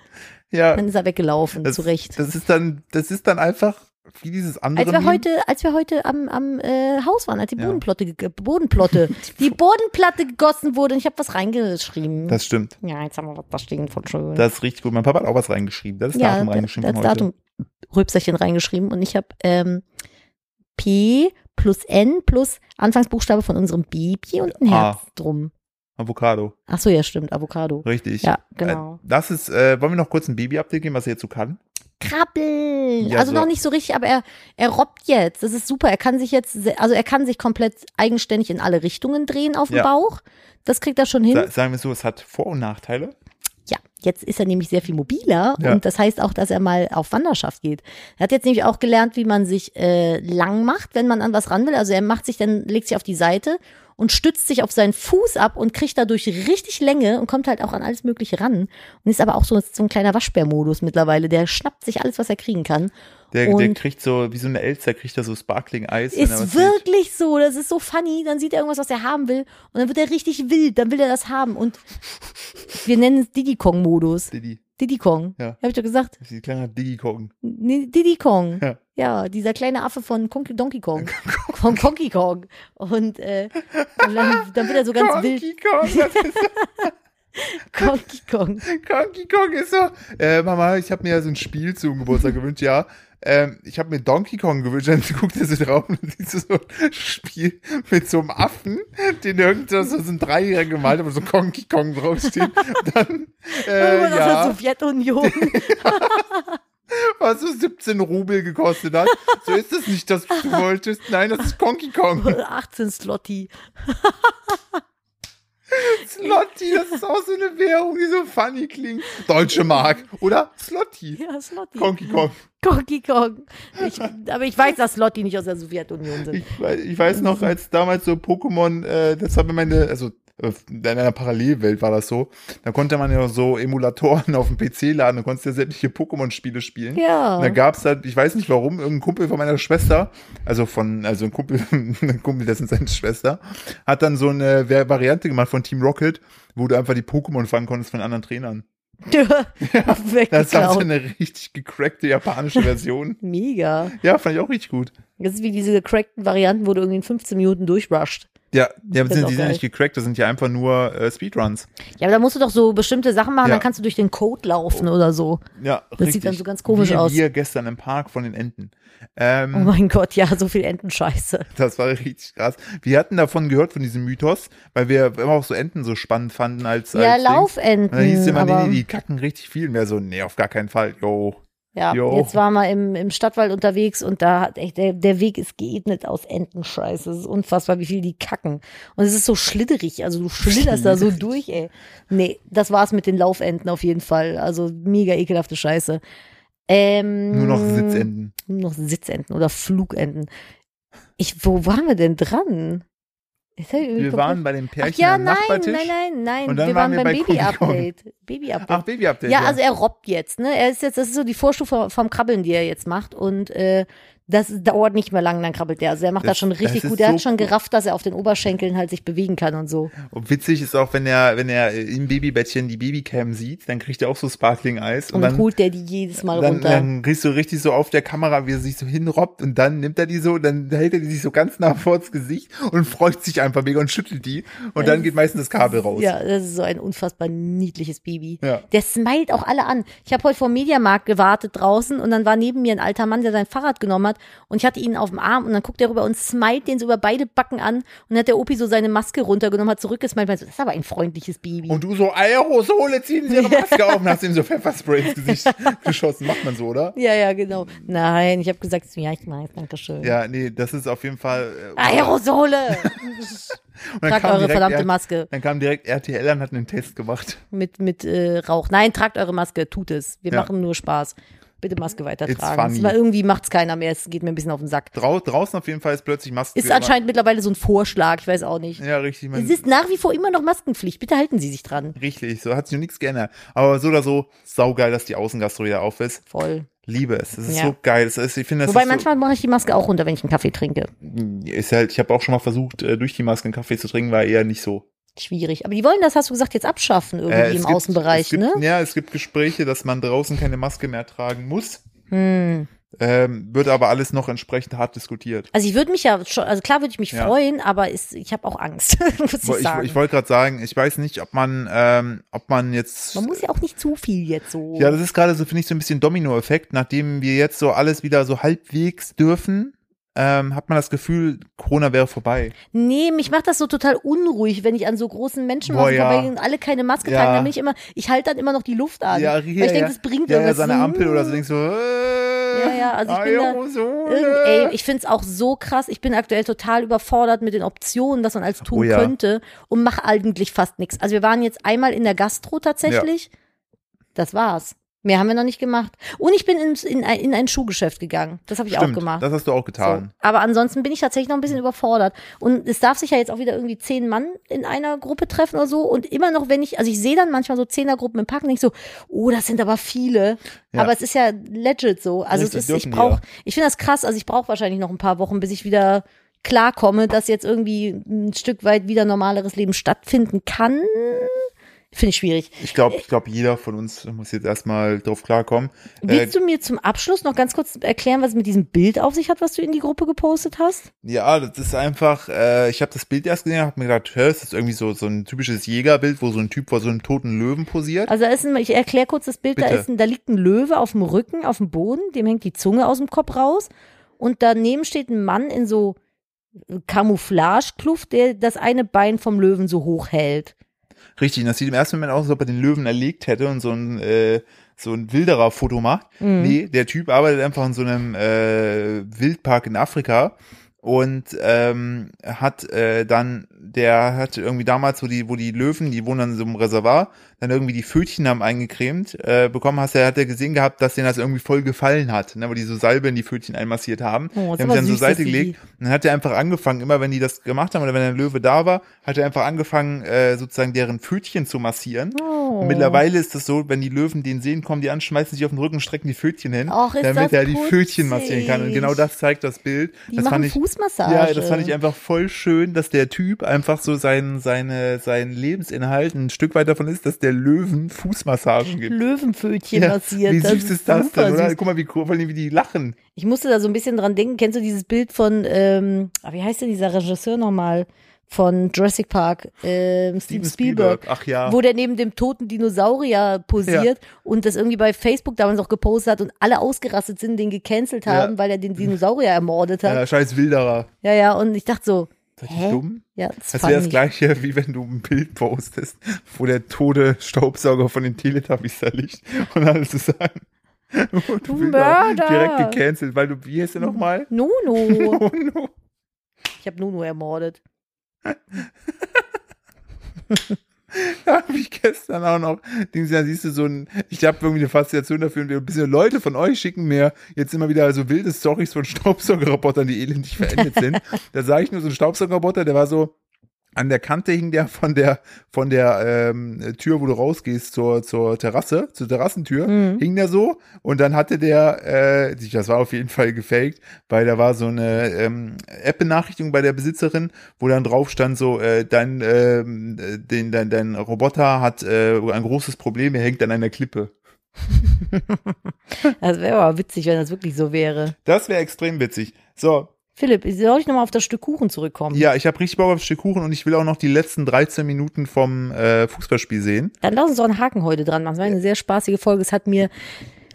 Speaker 1: Ja,
Speaker 2: Dann ist er weggelaufen,
Speaker 1: das,
Speaker 2: zu Recht.
Speaker 1: das ist dann, das ist dann einfach wie dieses andere.
Speaker 2: Als wir
Speaker 1: Meme.
Speaker 2: heute, als wir heute am, am äh, Haus waren, als die
Speaker 1: Ja.
Speaker 2: Bodenplatte, ge- Bodenplatte, die Bodenplatte gegossen wurde und ich habe was reingeschrieben.
Speaker 1: Das stimmt.
Speaker 2: ja, jetzt haben wir was da stehen von schön.
Speaker 1: Das ist richtig gut. Mein Papa hat auch was reingeschrieben. Das ist
Speaker 2: ja,
Speaker 1: Datum
Speaker 2: da-
Speaker 1: reingeschrieben
Speaker 2: das
Speaker 1: von heute.
Speaker 2: Datum Rübserchen reingeschrieben und ich habe ähm, P plus N plus Anfangsbuchstabe von unserem Baby und ein
Speaker 1: Ah.
Speaker 2: Herz drum.
Speaker 1: Avocado.
Speaker 2: Ach so, ja, stimmt, Avocado.
Speaker 1: Richtig.
Speaker 2: Ja, genau.
Speaker 1: Äh, Das ist, äh, wollen wir noch kurz ein Baby-Update geben, was er jetzt so kann?
Speaker 2: krabbeln.
Speaker 1: Ja,
Speaker 2: also
Speaker 1: so-
Speaker 2: noch nicht so richtig, aber er, er robbt jetzt. Das ist super. Er kann sich jetzt, se- also er kann sich komplett eigenständig in alle Richtungen drehen auf dem
Speaker 1: Ja.
Speaker 2: Bauch. Das kriegt er schon hin.
Speaker 1: Sa sagen wir so, es hat Vor- und Nachteile.
Speaker 2: ja, jetzt ist er nämlich sehr viel mobiler
Speaker 1: Ja.
Speaker 2: und das heißt auch, dass er mal auf Wanderschaft geht. Er hat jetzt nämlich auch gelernt, wie man sich äh, lang macht, wenn man an was ran will. Also er macht sich dann, legt sich auf die Seite und stützt sich auf seinen Fuß ab und kriegt dadurch richtig Länge und kommt halt auch an alles Mögliche ran. Und ist aber auch so, so ein kleiner Waschbärmodus mittlerweile. Der schnappt sich alles, was er kriegen kann.
Speaker 1: Der, der
Speaker 2: Und-
Speaker 1: kriegt so, wie so eine Elster, kriegt er so Sparkling Eis. wenn er was
Speaker 2: Ist wirklich so, das ist so funny. Dann sieht er irgendwas, was er haben will und dann wird er richtig wild, dann will er das haben und wir nennen es Diddy Kong Modus.
Speaker 1: sieht. Diddy.
Speaker 2: Diddy Kong.
Speaker 1: Ja.
Speaker 2: Hab ich doch gesagt.
Speaker 1: Das ist ein kleiner Diggi Kong.
Speaker 2: Nee, Diddy Kong.
Speaker 1: Ja.
Speaker 2: Ja. dieser kleine Affe von Konk- Donkey Kong. von Donkey Kong. Und äh, und dann, dann wird er so ganz wild.
Speaker 1: Donkey Kong, das ist
Speaker 2: Donkey Kong.
Speaker 1: Donkey Kong ist so. Äh, Mama, ich habe mir ja so ein Spiel zum Geburtstag gewünscht, ja. Ähm, ich habe mir Donkey Kong gewünscht, dann guckt er so drauf und dann siehst du so ein Spiel mit so einem Affen, den irgendwas so ein Dreijähriger gemalt hat, wo so Donkey Kong draufsteht. Dann,
Speaker 2: Irgendwann
Speaker 1: äh,
Speaker 2: aus der
Speaker 1: ja,
Speaker 2: Sowjetunion.
Speaker 1: was so 17 Rubel gekostet hat. So ist das nicht, das was du wolltest. Nein, das ist Donkey Kong.
Speaker 2: 18 Slotty.
Speaker 1: Slotty, das ist auch so eine Währung, die so funny klingt. Deutsche Mark, oder? Slotty.
Speaker 2: Ja, Slotty.
Speaker 1: Donkey Kong.
Speaker 2: Donkey Kong. Ich, aber ich weiß, dass Slotty nicht aus der Sowjetunion sind.
Speaker 1: Ich, wei- ich weiß noch, als damals so Pokémon, äh, das haben wir meine, also in einer Parallelwelt war das so. Da konnte man ja so Emulatoren auf dem PC laden, da konntest du ja sämtliche Pokémon-Spiele spielen.
Speaker 2: Ja.
Speaker 1: Und da gab's halt, ich weiß nicht warum, irgendein Kumpel von meiner Schwester, also von, also ein Kumpel, ein Kumpel, dessen seine Schwester, hat dann so eine Variante gemacht von Team Rocket, wo du einfach die Pokémon fangen konntest von anderen Trainern. Das war so
Speaker 2: Weggeklaut.
Speaker 1: eine richtig gecrackte japanische Version.
Speaker 2: Mega.
Speaker 1: ja, fand ich auch richtig gut.
Speaker 2: Das ist wie diese gecrackten Varianten, wo du irgendwie in 15 Minuten durchrusht.
Speaker 1: Ja, ja aber
Speaker 2: Find's
Speaker 1: sind,
Speaker 2: auch
Speaker 1: die sind
Speaker 2: geil.
Speaker 1: nicht gecrackt, das sind ja einfach nur äh, Speedruns.
Speaker 2: Ja, aber da musst du doch so bestimmte Sachen machen,
Speaker 1: Ja.
Speaker 2: dann kannst du durch den Code laufen oder so.
Speaker 1: Ja,
Speaker 2: Das sieht dann so ganz komisch
Speaker 1: Wie
Speaker 2: aus.
Speaker 1: Wir gestern im Park von den Enten.
Speaker 2: Oh
Speaker 1: Ähm,
Speaker 2: mein Gott, ja, so viel Entenscheiße.
Speaker 1: Das war richtig krass. Wir hatten davon gehört, von diesem Mythos, weil wir immer auch so Enten so spannend fanden als.
Speaker 2: Ja,
Speaker 1: als Ding.
Speaker 2: Laufenten.
Speaker 1: Und dann hieß es immer,
Speaker 2: aber,
Speaker 1: nee, nee, die kacken richtig viel mehr so, nee, auf gar keinen Fall. Jo.
Speaker 2: ja,
Speaker 1: Jo.
Speaker 2: jetzt waren wir im, im Stadtwald unterwegs und da hat echt, der, der Weg ist geebnet aus Entenscheiße. Es ist unfassbar, wie viel die kacken. Und es ist so schlitterig, also du schlitterst da so
Speaker 1: Schlitterig.
Speaker 2: durch, ey. Nee, das war's mit den Laufenten auf jeden Fall. Also mega ekelhafte Scheiße. Ähm,
Speaker 1: Nur noch Sitzenden.
Speaker 2: nur noch Sitzenten oder Flugenten. Ich, wo waren wir denn dran? Jetzt hab ich irgendwie
Speaker 1: Wir
Speaker 2: komplett-
Speaker 1: waren bei den
Speaker 2: Ach
Speaker 1: Pärchen
Speaker 2: ja,
Speaker 1: am
Speaker 2: nein,
Speaker 1: Nachbartisch.
Speaker 2: nein, nein, nein.
Speaker 1: Und dann
Speaker 2: wir
Speaker 1: waren
Speaker 2: waren,
Speaker 1: wir bei
Speaker 2: beim Baby-Update.
Speaker 1: Ach,
Speaker 2: Baby-Update.
Speaker 1: Baby-Update.
Speaker 2: ja, also er robbt jetzt, ne? Er ist jetzt, das ist so die Vorstufe vom Krabbeln, die er jetzt macht. Und äh, das dauert nicht mehr lang, dann krabbelt er. Also er macht das,
Speaker 1: Das-
Speaker 2: schon richtig
Speaker 1: das ist
Speaker 2: gut. Er
Speaker 1: so
Speaker 2: hat schon
Speaker 1: cool.
Speaker 2: gerafft, dass er auf den Oberschenkeln halt sich bewegen kann und so.
Speaker 1: Und Oh, witzig ist auch, wenn er, wenn er im Babybettchen die Babycam sieht, dann kriegt er auch so Sparkling Eis. Und,
Speaker 2: Und
Speaker 1: dann,
Speaker 2: holt der die jedes Mal
Speaker 1: dann,
Speaker 2: runter.
Speaker 1: dann kriegst du richtig so auf der Kamera, wie er sich so hinrobbt und dann nimmt er die so, dann hält er die sich so ganz nah vor das Gesicht und freut sich einfach mega und schüttelt die. Und dann geht meistens das Kabel raus.
Speaker 2: Ja, das ist so ein unfassbar niedliches Baby.
Speaker 1: Ja.
Speaker 2: Der smilet auch alle an. Ich habe heute vor dem Mediamarkt gewartet draußen und dann war neben mir ein alter Mann, der sein Fahrrad genommen hat und ich hatte ihn auf dem Arm und dann guckt er rüber und smilet den so über beide Backen an und dann hat der Opi so seine Maske runtergenommen, hat zurückgesmilet. meinte so, Das ist aber ein freundliches Baby.
Speaker 1: Und du so Aerosole ziehen sie ihre Maske auf und hast ihm so Pfefferspray ins Gesicht geschossen. Macht man so, oder?
Speaker 2: ja, ja, genau. Nein, ich habe gesagt, ja, ich weiß, danke schön. Ah,
Speaker 1: Ja, nee, das ist auf jeden Fall. äh,
Speaker 2: Aerosole!
Speaker 1: und dann
Speaker 2: Tragt
Speaker 1: kam
Speaker 2: eure
Speaker 1: direkt
Speaker 2: verdammte
Speaker 1: R-
Speaker 2: Maske
Speaker 1: Dann kam direkt RTL an, hat einen Test gemacht.
Speaker 2: mit, mit äh, Rauch. Nein, tragt eure Maske, tut es. Wir
Speaker 1: Ja.
Speaker 2: machen nur Spaß. Bitte Maske weitertragen.
Speaker 1: funny.
Speaker 2: Es war- Irgendwie macht's keiner mehr, es geht mir ein bisschen auf den Sack.
Speaker 1: Drau draußen auf jeden Fall ist plötzlich Maske.
Speaker 2: Ist anscheinend mittlerweile so ein Vorschlag, ich weiß auch nicht.
Speaker 1: Ja, ähm, richtig. Man,
Speaker 2: Es ist nach wie vor immer noch Maskenpflicht, bitte halten Sie sich dran.
Speaker 1: richtig, so hat sich noch nichts geändert. Aber so oder so, saugeil, dass die Außengastro wieder auf ist.
Speaker 2: Voll.
Speaker 1: Liebe es. Es ist
Speaker 2: Ja.
Speaker 1: so geil. Es ist, ich finde, das
Speaker 2: Wobei
Speaker 1: ist
Speaker 2: manchmal mache ich die Maske auch runter, wenn ich einen Kaffee trinke.
Speaker 1: so, ist halt, ich habe auch schon mal versucht, äh, durch die Maske einen Kaffee zu trinken, war eher nicht so.
Speaker 2: Schwierig. Aber die wollen das, hast du gesagt, jetzt abschaffen irgendwie
Speaker 1: Äh, es
Speaker 2: im
Speaker 1: gibt- es
Speaker 2: Außenbereich,
Speaker 1: gibt,
Speaker 2: ne?
Speaker 1: Ja, es gibt Gespräche, dass man draußen keine Maske mehr tragen muss.
Speaker 2: Hm.
Speaker 1: Ähm, wird aber alles noch entsprechend hart diskutiert.
Speaker 2: Also ich würde mich ja schon, also klar würde ich mich
Speaker 1: Ja.
Speaker 2: freuen, aber ist, ich habe auch Angst, muss ich,
Speaker 1: Ich, ich,
Speaker 2: sagen.
Speaker 1: wollte gerade sagen, ich weiß nicht, ob man, ähm, ob man jetzt.
Speaker 2: Man muss ja auch nicht zu viel jetzt so.
Speaker 1: ja, das ist gerade so, finde ich, so ein bisschen Domino-Effekt. Nachdem wir jetzt so alles wieder so halbwegs dürfen, ähm, hat man das Gefühl, Corona wäre vorbei.
Speaker 2: Nee, mich macht das so total unruhig, wenn ich an so großen Menschen
Speaker 1: Boah, ja.
Speaker 2: vorbeigehe und alle keine Maske
Speaker 1: Ja.
Speaker 2: tragen, dann bin ich immer, ich halte dann immer noch die Luft an. weil ich denke, das bringt
Speaker 1: ja, ja,
Speaker 2: irgendwas.
Speaker 1: seine Ampel oder so,
Speaker 2: Hm.
Speaker 1: denkst du, äh,
Speaker 2: Ja, ja, also ich bin da-
Speaker 1: Aerosole.
Speaker 2: Irgend, ey, ich find's auch so krass. Ich bin aktuell total überfordert mit den Optionen, was man alles tun
Speaker 1: Oh ja.
Speaker 2: könnte und mache eigentlich fast nichts. Also wir waren jetzt einmal in der Gastro tatsächlich. Das war's. Mehr haben wir noch nicht gemacht. Und ich bin ins, in, ein- in ein Schuhgeschäft gegangen. Das habe ich
Speaker 1: Stimmt,
Speaker 2: auch gemacht.
Speaker 1: Das hast du auch
Speaker 2: So.
Speaker 1: getan. Mhm.
Speaker 2: Aber ansonsten bin ich tatsächlich noch ein bisschen überfordert. Und es darf sich ja jetzt auch wieder irgendwie zehn Mann in einer Gruppe treffen oder so. Und immer noch, wenn ich, also ich sehe dann manchmal so Zehnergruppen im Park und denke so, oh, das sind aber viele.
Speaker 1: Ja.
Speaker 2: Aber es ist ja legit so. Also es
Speaker 1: Richtig,
Speaker 2: ist, ich
Speaker 1: dürfen
Speaker 2: brauche,
Speaker 1: wir.
Speaker 2: ich finde das krass, also ich brauche wahrscheinlich noch ein paar Wochen, bis ich wieder klarkomme, dass jetzt irgendwie ein Stück weit wieder normaleres Leben stattfinden kann. Finde ich schwierig.
Speaker 1: Ich glaube, ich glaube, jeder von uns muss jetzt erstmal drauf klarkommen. Äh,
Speaker 2: Willst du mir zum Abschluss noch ganz kurz erklären, was es mit diesem Bild auf sich hat, was du in die Gruppe gepostet hast?
Speaker 1: Ja, das ist einfach, äh, ich habe das Bild erst gesehen, habe mir gedacht, hä, ist das irgendwie so, so ein typisches Jägerbild, wo so ein Typ vor so einem toten Löwen posiert.
Speaker 2: Also da ist ein, ich erkläre kurz das Bild, da,
Speaker 1: Bitte.
Speaker 2: ist ein, da liegt ein Löwe auf dem Rücken, auf dem Boden, dem hängt die Zunge aus dem Kopf raus und daneben steht ein Mann in so Camouflage-Kluft, der das eine Bein vom Löwen so hoch hält.
Speaker 1: Richtig, und das sieht im ersten Moment aus, als ob er den Löwen erlegt hätte und so ein, äh, so ein wilderer Foto macht. Nee, der Typ arbeitet einfach in so einem äh, Wildpark in Afrika und ähm, hat äh, dann, der hat irgendwie damals, wo die, wo die Löwen, die wohnen dann in so einem Reservat, dann irgendwie die Pfötchen haben eingecremt äh, bekommen hast, der hat er gesehen gehabt, dass denen das irgendwie voll gefallen hat, ne, weil die so Salbe in die Pfötchen einmassiert haben.
Speaker 2: Oh, ist
Speaker 1: die haben
Speaker 2: aber
Speaker 1: sie dann
Speaker 2: süß,
Speaker 1: so
Speaker 2: dass
Speaker 1: Seite
Speaker 2: die-
Speaker 1: gelegt und dann hat er einfach angefangen, immer wenn die das gemacht haben oder wenn der Löwe da war, hat er einfach angefangen, äh, sozusagen deren Pfötchen zu massieren.
Speaker 2: Oh.
Speaker 1: Und mittlerweile ist es so, wenn die Löwen den sehen, kommen die an, schmeißen sich auf den Rücken, strecken die Pfötchen hin,
Speaker 2: Och, ist
Speaker 1: damit
Speaker 2: das
Speaker 1: er die Pfötchen
Speaker 2: putzig.
Speaker 1: massieren kann. Und genau das zeigt das Bild.
Speaker 2: Die
Speaker 1: das
Speaker 2: machen
Speaker 1: fand ich,
Speaker 2: Fußmassage.
Speaker 1: ja, das fand ich einfach voll schön, dass der Typ einfach so sein, seine, sein Lebensinhalt ein Stück weit davon ist, dass der Löwen Fußmassagen gibt.
Speaker 2: Löwenpfötchen
Speaker 1: Ja,
Speaker 2: massiert.
Speaker 1: wie süß ist das
Speaker 2: super
Speaker 1: denn, oder?
Speaker 2: süß.
Speaker 1: Guck mal, wie, cool, vor allem, wie die lachen.
Speaker 2: Ich musste da so ein bisschen dran denken. Kennst du dieses Bild von, ähm, ah, wie heißt denn dieser Regisseur nochmal? Von Jurassic Park, ähm, Steven Spielberg.
Speaker 1: Ach ja.
Speaker 2: Wo der neben dem toten Dinosaurier posiert und das irgendwie bei Facebook damals auch gepostet hat und alle ausgerastet sind, den gecancelt
Speaker 1: Ja.
Speaker 2: haben, weil er den Dinosaurier ermordet hat.
Speaker 1: ja, scheiß Wilderer.
Speaker 2: Ja, ja, und ich dachte so,
Speaker 1: Seid
Speaker 2: Hä?
Speaker 1: ihr dumm?
Speaker 2: ja, das,
Speaker 1: Das
Speaker 2: fand
Speaker 1: wäre das
Speaker 2: ich.
Speaker 1: gleiche, wie wenn du ein Bild postest, wo der tote Staubsauger von den Teletubbies da liegt und alles zu sagen. Du,
Speaker 2: Mörder!
Speaker 1: Direkt gecancelt, weil du, wie heißt der nochmal?
Speaker 2: Nono.
Speaker 1: Oh no.
Speaker 2: Ich habe Nono ermordet.
Speaker 1: Da habe ich gestern auch noch, Dings, da siehst du so ein, ich habe irgendwie eine Faszination dafür und wir ein bisschen Leute von euch schicken mir jetzt immer wieder so wilde Stories von Staubsaugerrobotern, die elendig verendet sind. da sah ich nur so einen Staubsaugerroboter, der war so, an der Kante hing der von der von der ähm, Tür, wo du rausgehst zur zur Terrasse, zur Terrassentür, hing der so und dann hatte der, äh, das war auf jeden Fall gefaked, weil da war so eine ähm, App-Benachrichtigung bei der Besitzerin, wo dann drauf stand so, äh, dein, ähm, äh, den, dein dein Roboter hat äh, ein großes Problem, er hängt an einer Klippe.
Speaker 2: Das wäre aber witzig, wenn das wirklich so wäre.
Speaker 1: Das wäre extrem witzig. So,
Speaker 2: Philipp, soll ich nochmal auf das Stück Kuchen zurückkommen?
Speaker 1: ja, ich habe richtig Bock auf ein Stück Kuchen und ich will auch noch die letzten 13 Minuten vom äh, Fußballspiel sehen.
Speaker 2: Dann lass uns auch einen Haken heute dran machen. Es war eine sehr spaßige Folge. Es hat mir,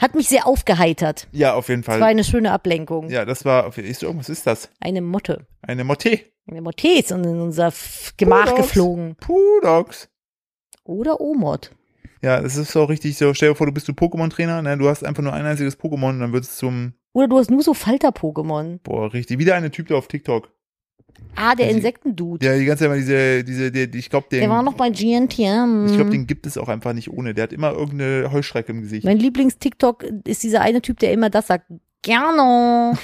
Speaker 2: hat mich sehr aufgeheitert.
Speaker 1: Ja, auf jeden
Speaker 2: Es war
Speaker 1: Fall.
Speaker 2: eine schöne Ablenkung.
Speaker 1: Ja, das war, ist irgendwas ist das?
Speaker 2: Eine Motte.
Speaker 1: Eine Motte.
Speaker 2: Eine Motte ist in unser F- Gemach
Speaker 1: Bulldogs.
Speaker 2: geflogen.
Speaker 1: Pudox.
Speaker 2: Oder Omot.
Speaker 1: Ja, das ist so richtig so. Stell dir vor, du bist du Pokémon-Trainer, ne? Du hast einfach nur ein einziges Pokémon und dann wird es zum,
Speaker 2: Oder du hast nur so Falter-Pokémon.
Speaker 1: boah, richtig, wieder eine Typ da auf TikTok.
Speaker 2: Ah, der
Speaker 1: Also-
Speaker 2: Insektendude.
Speaker 1: Ja, die ganze Zeit mal diese, diese, die, die, ich glaube, den,
Speaker 2: Der war noch hm. bei GNTM.
Speaker 1: ich glaube, den gibt es auch einfach nicht ohne. Der hat immer irgendeine Heuschrecke im Gesicht.
Speaker 2: mein Lieblings-TikTok ist dieser eine Typ, der immer das sagt. Gerne,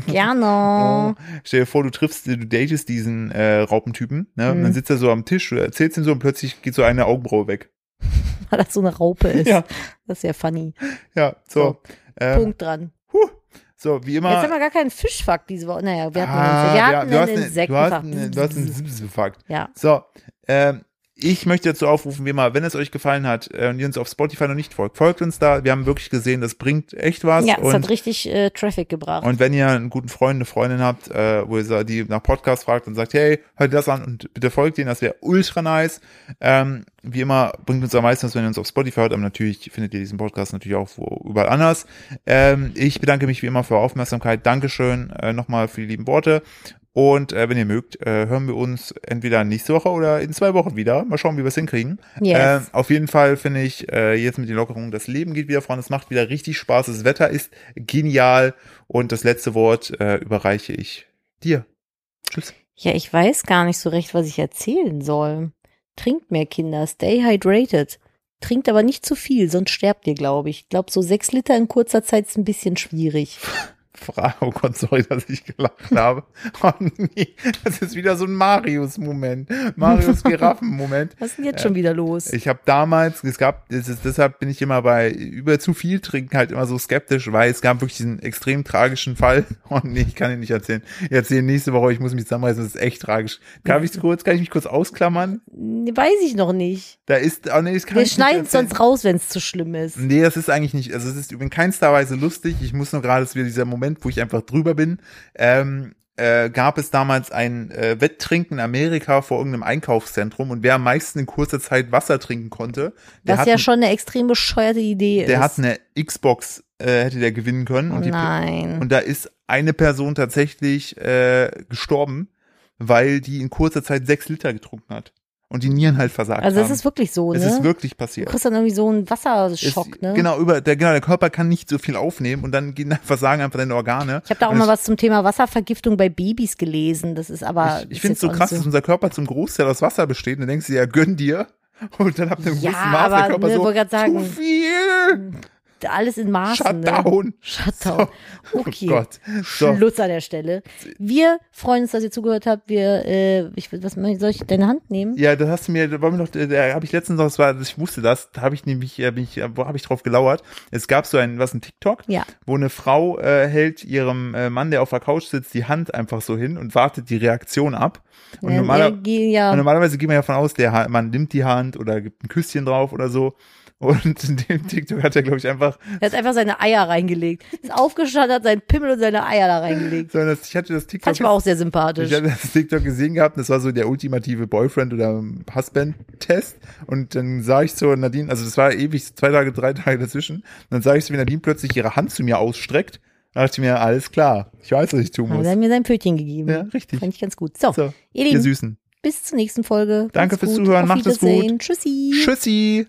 Speaker 1: Oh.
Speaker 2: gerne.
Speaker 1: Oh. Stell dir vor, du triffst, du datest diesen äh, Raupentypen, ne? Und
Speaker 2: Mhm.
Speaker 1: dann sitzt er so am Tisch, du erzählst ihm so und plötzlich geht so eine Augenbraue weg.
Speaker 2: Weil das so eine Raupe ist.
Speaker 1: Ja.
Speaker 2: Das ist ja funny.
Speaker 1: Ja, so. ähm,
Speaker 2: Punkt dran.
Speaker 1: Huh. So, wie immer.
Speaker 2: Jetzt haben wir gar keinen Fischfakt diese Woche. Naja, äh, wir hatten,
Speaker 1: Ah,
Speaker 2: einen, wir
Speaker 1: wir-
Speaker 2: hatten
Speaker 1: du hast
Speaker 2: einen
Speaker 1: eine-
Speaker 2: Insektenfakt.
Speaker 1: Du hast, eine, du hast einen Insektenfakt.
Speaker 2: ja.
Speaker 1: So, ähm, ich möchte dazu aufrufen, wie immer, wenn es euch gefallen hat äh, und ihr uns auf Spotify noch nicht folgt, folgt uns da. Wir haben wirklich gesehen, das bringt echt was.
Speaker 2: ja, es hat
Speaker 1: und,
Speaker 2: richtig äh, Traffic gebracht.
Speaker 1: und wenn ihr einen guten Freund, eine Freundin habt, äh, wo ihr sa- die nach Podcast fragt und sagt, hey, hört das an und bitte folgt denen, das wäre ultra nice. Ähm, wie immer bringt uns am meisten, was, wenn ihr uns auf Spotify hört, aber natürlich findet ihr diesen Podcast natürlich auch wo, überall anders. Ähm, ich bedanke mich wie immer für eure Aufmerksamkeit. Dankeschön äh, nochmal für die lieben Worte. Und äh, wenn ihr mögt, äh, hören wir uns entweder nächste Woche oder in zwei Wochen wieder. Mal schauen, wie wir es hinkriegen.
Speaker 2: Yes.
Speaker 1: Ähm, auf jeden Fall finde ich äh, jetzt mit den Lockerungen, das Leben geht wieder voran. Es macht wieder richtig Spaß. Das Wetter ist genial. Und das letzte Wort äh, überreiche ich dir. Tschüss.
Speaker 2: ja, ich weiß gar nicht so recht, was ich erzählen soll. Trinkt mehr, Kinder. Stay hydrated. Trinkt aber nicht zu viel, sonst sterbt ihr, glaube ich. Ich glaube, so sechs Liter in kurzer Zeit ist ein bisschen schwierig.
Speaker 1: Fra- Oh Gott, sorry, dass ich gelacht habe. Oh nee, das ist wieder so ein Marius-Moment. Marius-Giraffen-Moment.
Speaker 2: Was ist denn jetzt schon wieder los?
Speaker 1: Ähm, Ich habe damals, es gab, es ist, deshalb bin ich immer bei über zu viel trinken halt immer so skeptisch, weil es gab wirklich diesen extrem tragischen Fall. Oh nee, ich kann ihn nicht erzählen. Ich erzähle ihn nächste Woche, ich muss mich zusammenreißen, das ist echt tragisch. Darf ich kurz, kann ich mich kurz ausklammern?
Speaker 2: Nee, weiß ich noch nicht.
Speaker 1: Da ist, oh nee, das kann
Speaker 2: Wir
Speaker 1: ich
Speaker 2: schneiden
Speaker 1: nicht
Speaker 2: es
Speaker 1: erzählen.
Speaker 2: sonst raus, wenn es zu schlimm ist.
Speaker 1: Nee, das ist eigentlich nicht, also es ist in keinster Weise lustig. Ich muss nur gerade, es ist wieder dieser Moment, wo ich einfach drüber bin. Ähm, äh, gab es damals ein äh, Wetttrinken in Amerika vor irgendeinem Einkaufszentrum und wer am meisten in kurzer Zeit Wasser trinken konnte, der
Speaker 2: Was
Speaker 1: hat
Speaker 2: ja
Speaker 1: ein-
Speaker 2: schon eine extrem bescheuerte Idee ist.
Speaker 1: Der hat eine Xbox, äh, hätte der gewinnen können.
Speaker 2: oh
Speaker 1: und, die,
Speaker 2: nein.
Speaker 1: und da ist eine Person tatsächlich äh, gestorben, weil die in kurzer Zeit sechs Liter getrunken hat. Und die Nieren halt versagt
Speaker 2: also es
Speaker 1: haben.
Speaker 2: ist wirklich so, ne?
Speaker 1: es ist wirklich
Speaker 2: Du
Speaker 1: passiert.
Speaker 2: kriegst dann irgendwie so einen Wasserschock,
Speaker 1: Es-
Speaker 2: ne?
Speaker 1: Genau, über, der, genau, der Körper kann nicht so viel aufnehmen und dann gehen, versagen einfach deine Organe.
Speaker 2: Ich habe da auch
Speaker 1: Und
Speaker 2: mal
Speaker 1: das-
Speaker 2: was zum Thema Wasservergiftung bei Babys gelesen. Das ist aber.
Speaker 1: Ich, ich
Speaker 2: ist
Speaker 1: finde es
Speaker 2: jetzt
Speaker 1: so
Speaker 2: auch nicht
Speaker 1: krass, dass unser Körper zum Großteil aus Wasser besteht. Und dann denkst du dir, ja, gönn dir. Und dann ab einem
Speaker 2: Ja,
Speaker 1: gewissen Maß der
Speaker 2: aber,
Speaker 1: Körper
Speaker 2: ne,
Speaker 1: so,
Speaker 2: wollte grad sagen. hm,
Speaker 1: zu viel!
Speaker 2: Alles in Maßen.
Speaker 1: Shutdown.
Speaker 2: Ne? Shutdown. Okay.
Speaker 1: Oh Gott. So.
Speaker 2: Schluss an der Stelle. Wir freuen uns, dass ihr zugehört habt. Wir, äh, ich, will- was soll ich deine Hand nehmen?
Speaker 1: Ja, das hast du mir, da war mir noch, da habe ich letztens noch, das war, ich wusste das, da habe ich nämlich, äh, bin ich, äh, wo habe ich drauf gelauert? Es gab so ein, was ein TikTok,
Speaker 2: Ja.
Speaker 1: wo eine Frau äh, hält ihrem äh, Mann, der auf der Couch sitzt, die Hand einfach so hin und wartet die Reaktion ab. Und,
Speaker 2: Ja,
Speaker 1: normaler,
Speaker 2: wir gehen ja-
Speaker 1: und normalerweise geht man ja davon aus, der Ha- Mann nimmt die Hand oder gibt ein Küsschen drauf oder so. Und in dem TikTok hat er, glaube ich, einfach,
Speaker 2: Er hat einfach seine Eier reingelegt. Ist aufgestanden, hat seinen Pimmel und seine Eier da reingelegt.
Speaker 1: sondern das, ich hatte das TikTok.
Speaker 2: Fand ich aber auch sehr sympathisch.
Speaker 1: Ich hatte das TikTok gesehen gehabt und das war so der ultimative Boyfriend- oder Husband-Test. Und dann sah ich so Nadine, also das war ewig, zwei Tage, drei Tage dazwischen. Und dann sah ich so, wie Nadine plötzlich ihre Hand zu mir ausstreckt. Da dachte ich mir, alles klar, ich weiß, was ich tun
Speaker 2: Aber
Speaker 1: muss.
Speaker 2: er hat mir sein Pfötchen gegeben.
Speaker 1: Ja, richtig.
Speaker 2: Fand ich ganz gut. So,
Speaker 1: So,
Speaker 2: ihr
Speaker 1: ihr
Speaker 2: Lieben,
Speaker 1: Süßen.
Speaker 2: bis zur nächsten Folge.
Speaker 1: Danke
Speaker 2: Macht's
Speaker 1: fürs
Speaker 2: gut.
Speaker 1: Zuhören,
Speaker 2: Auf
Speaker 1: macht es gut.
Speaker 2: Wiedersehen. Tschüssi.
Speaker 1: Tschüssi!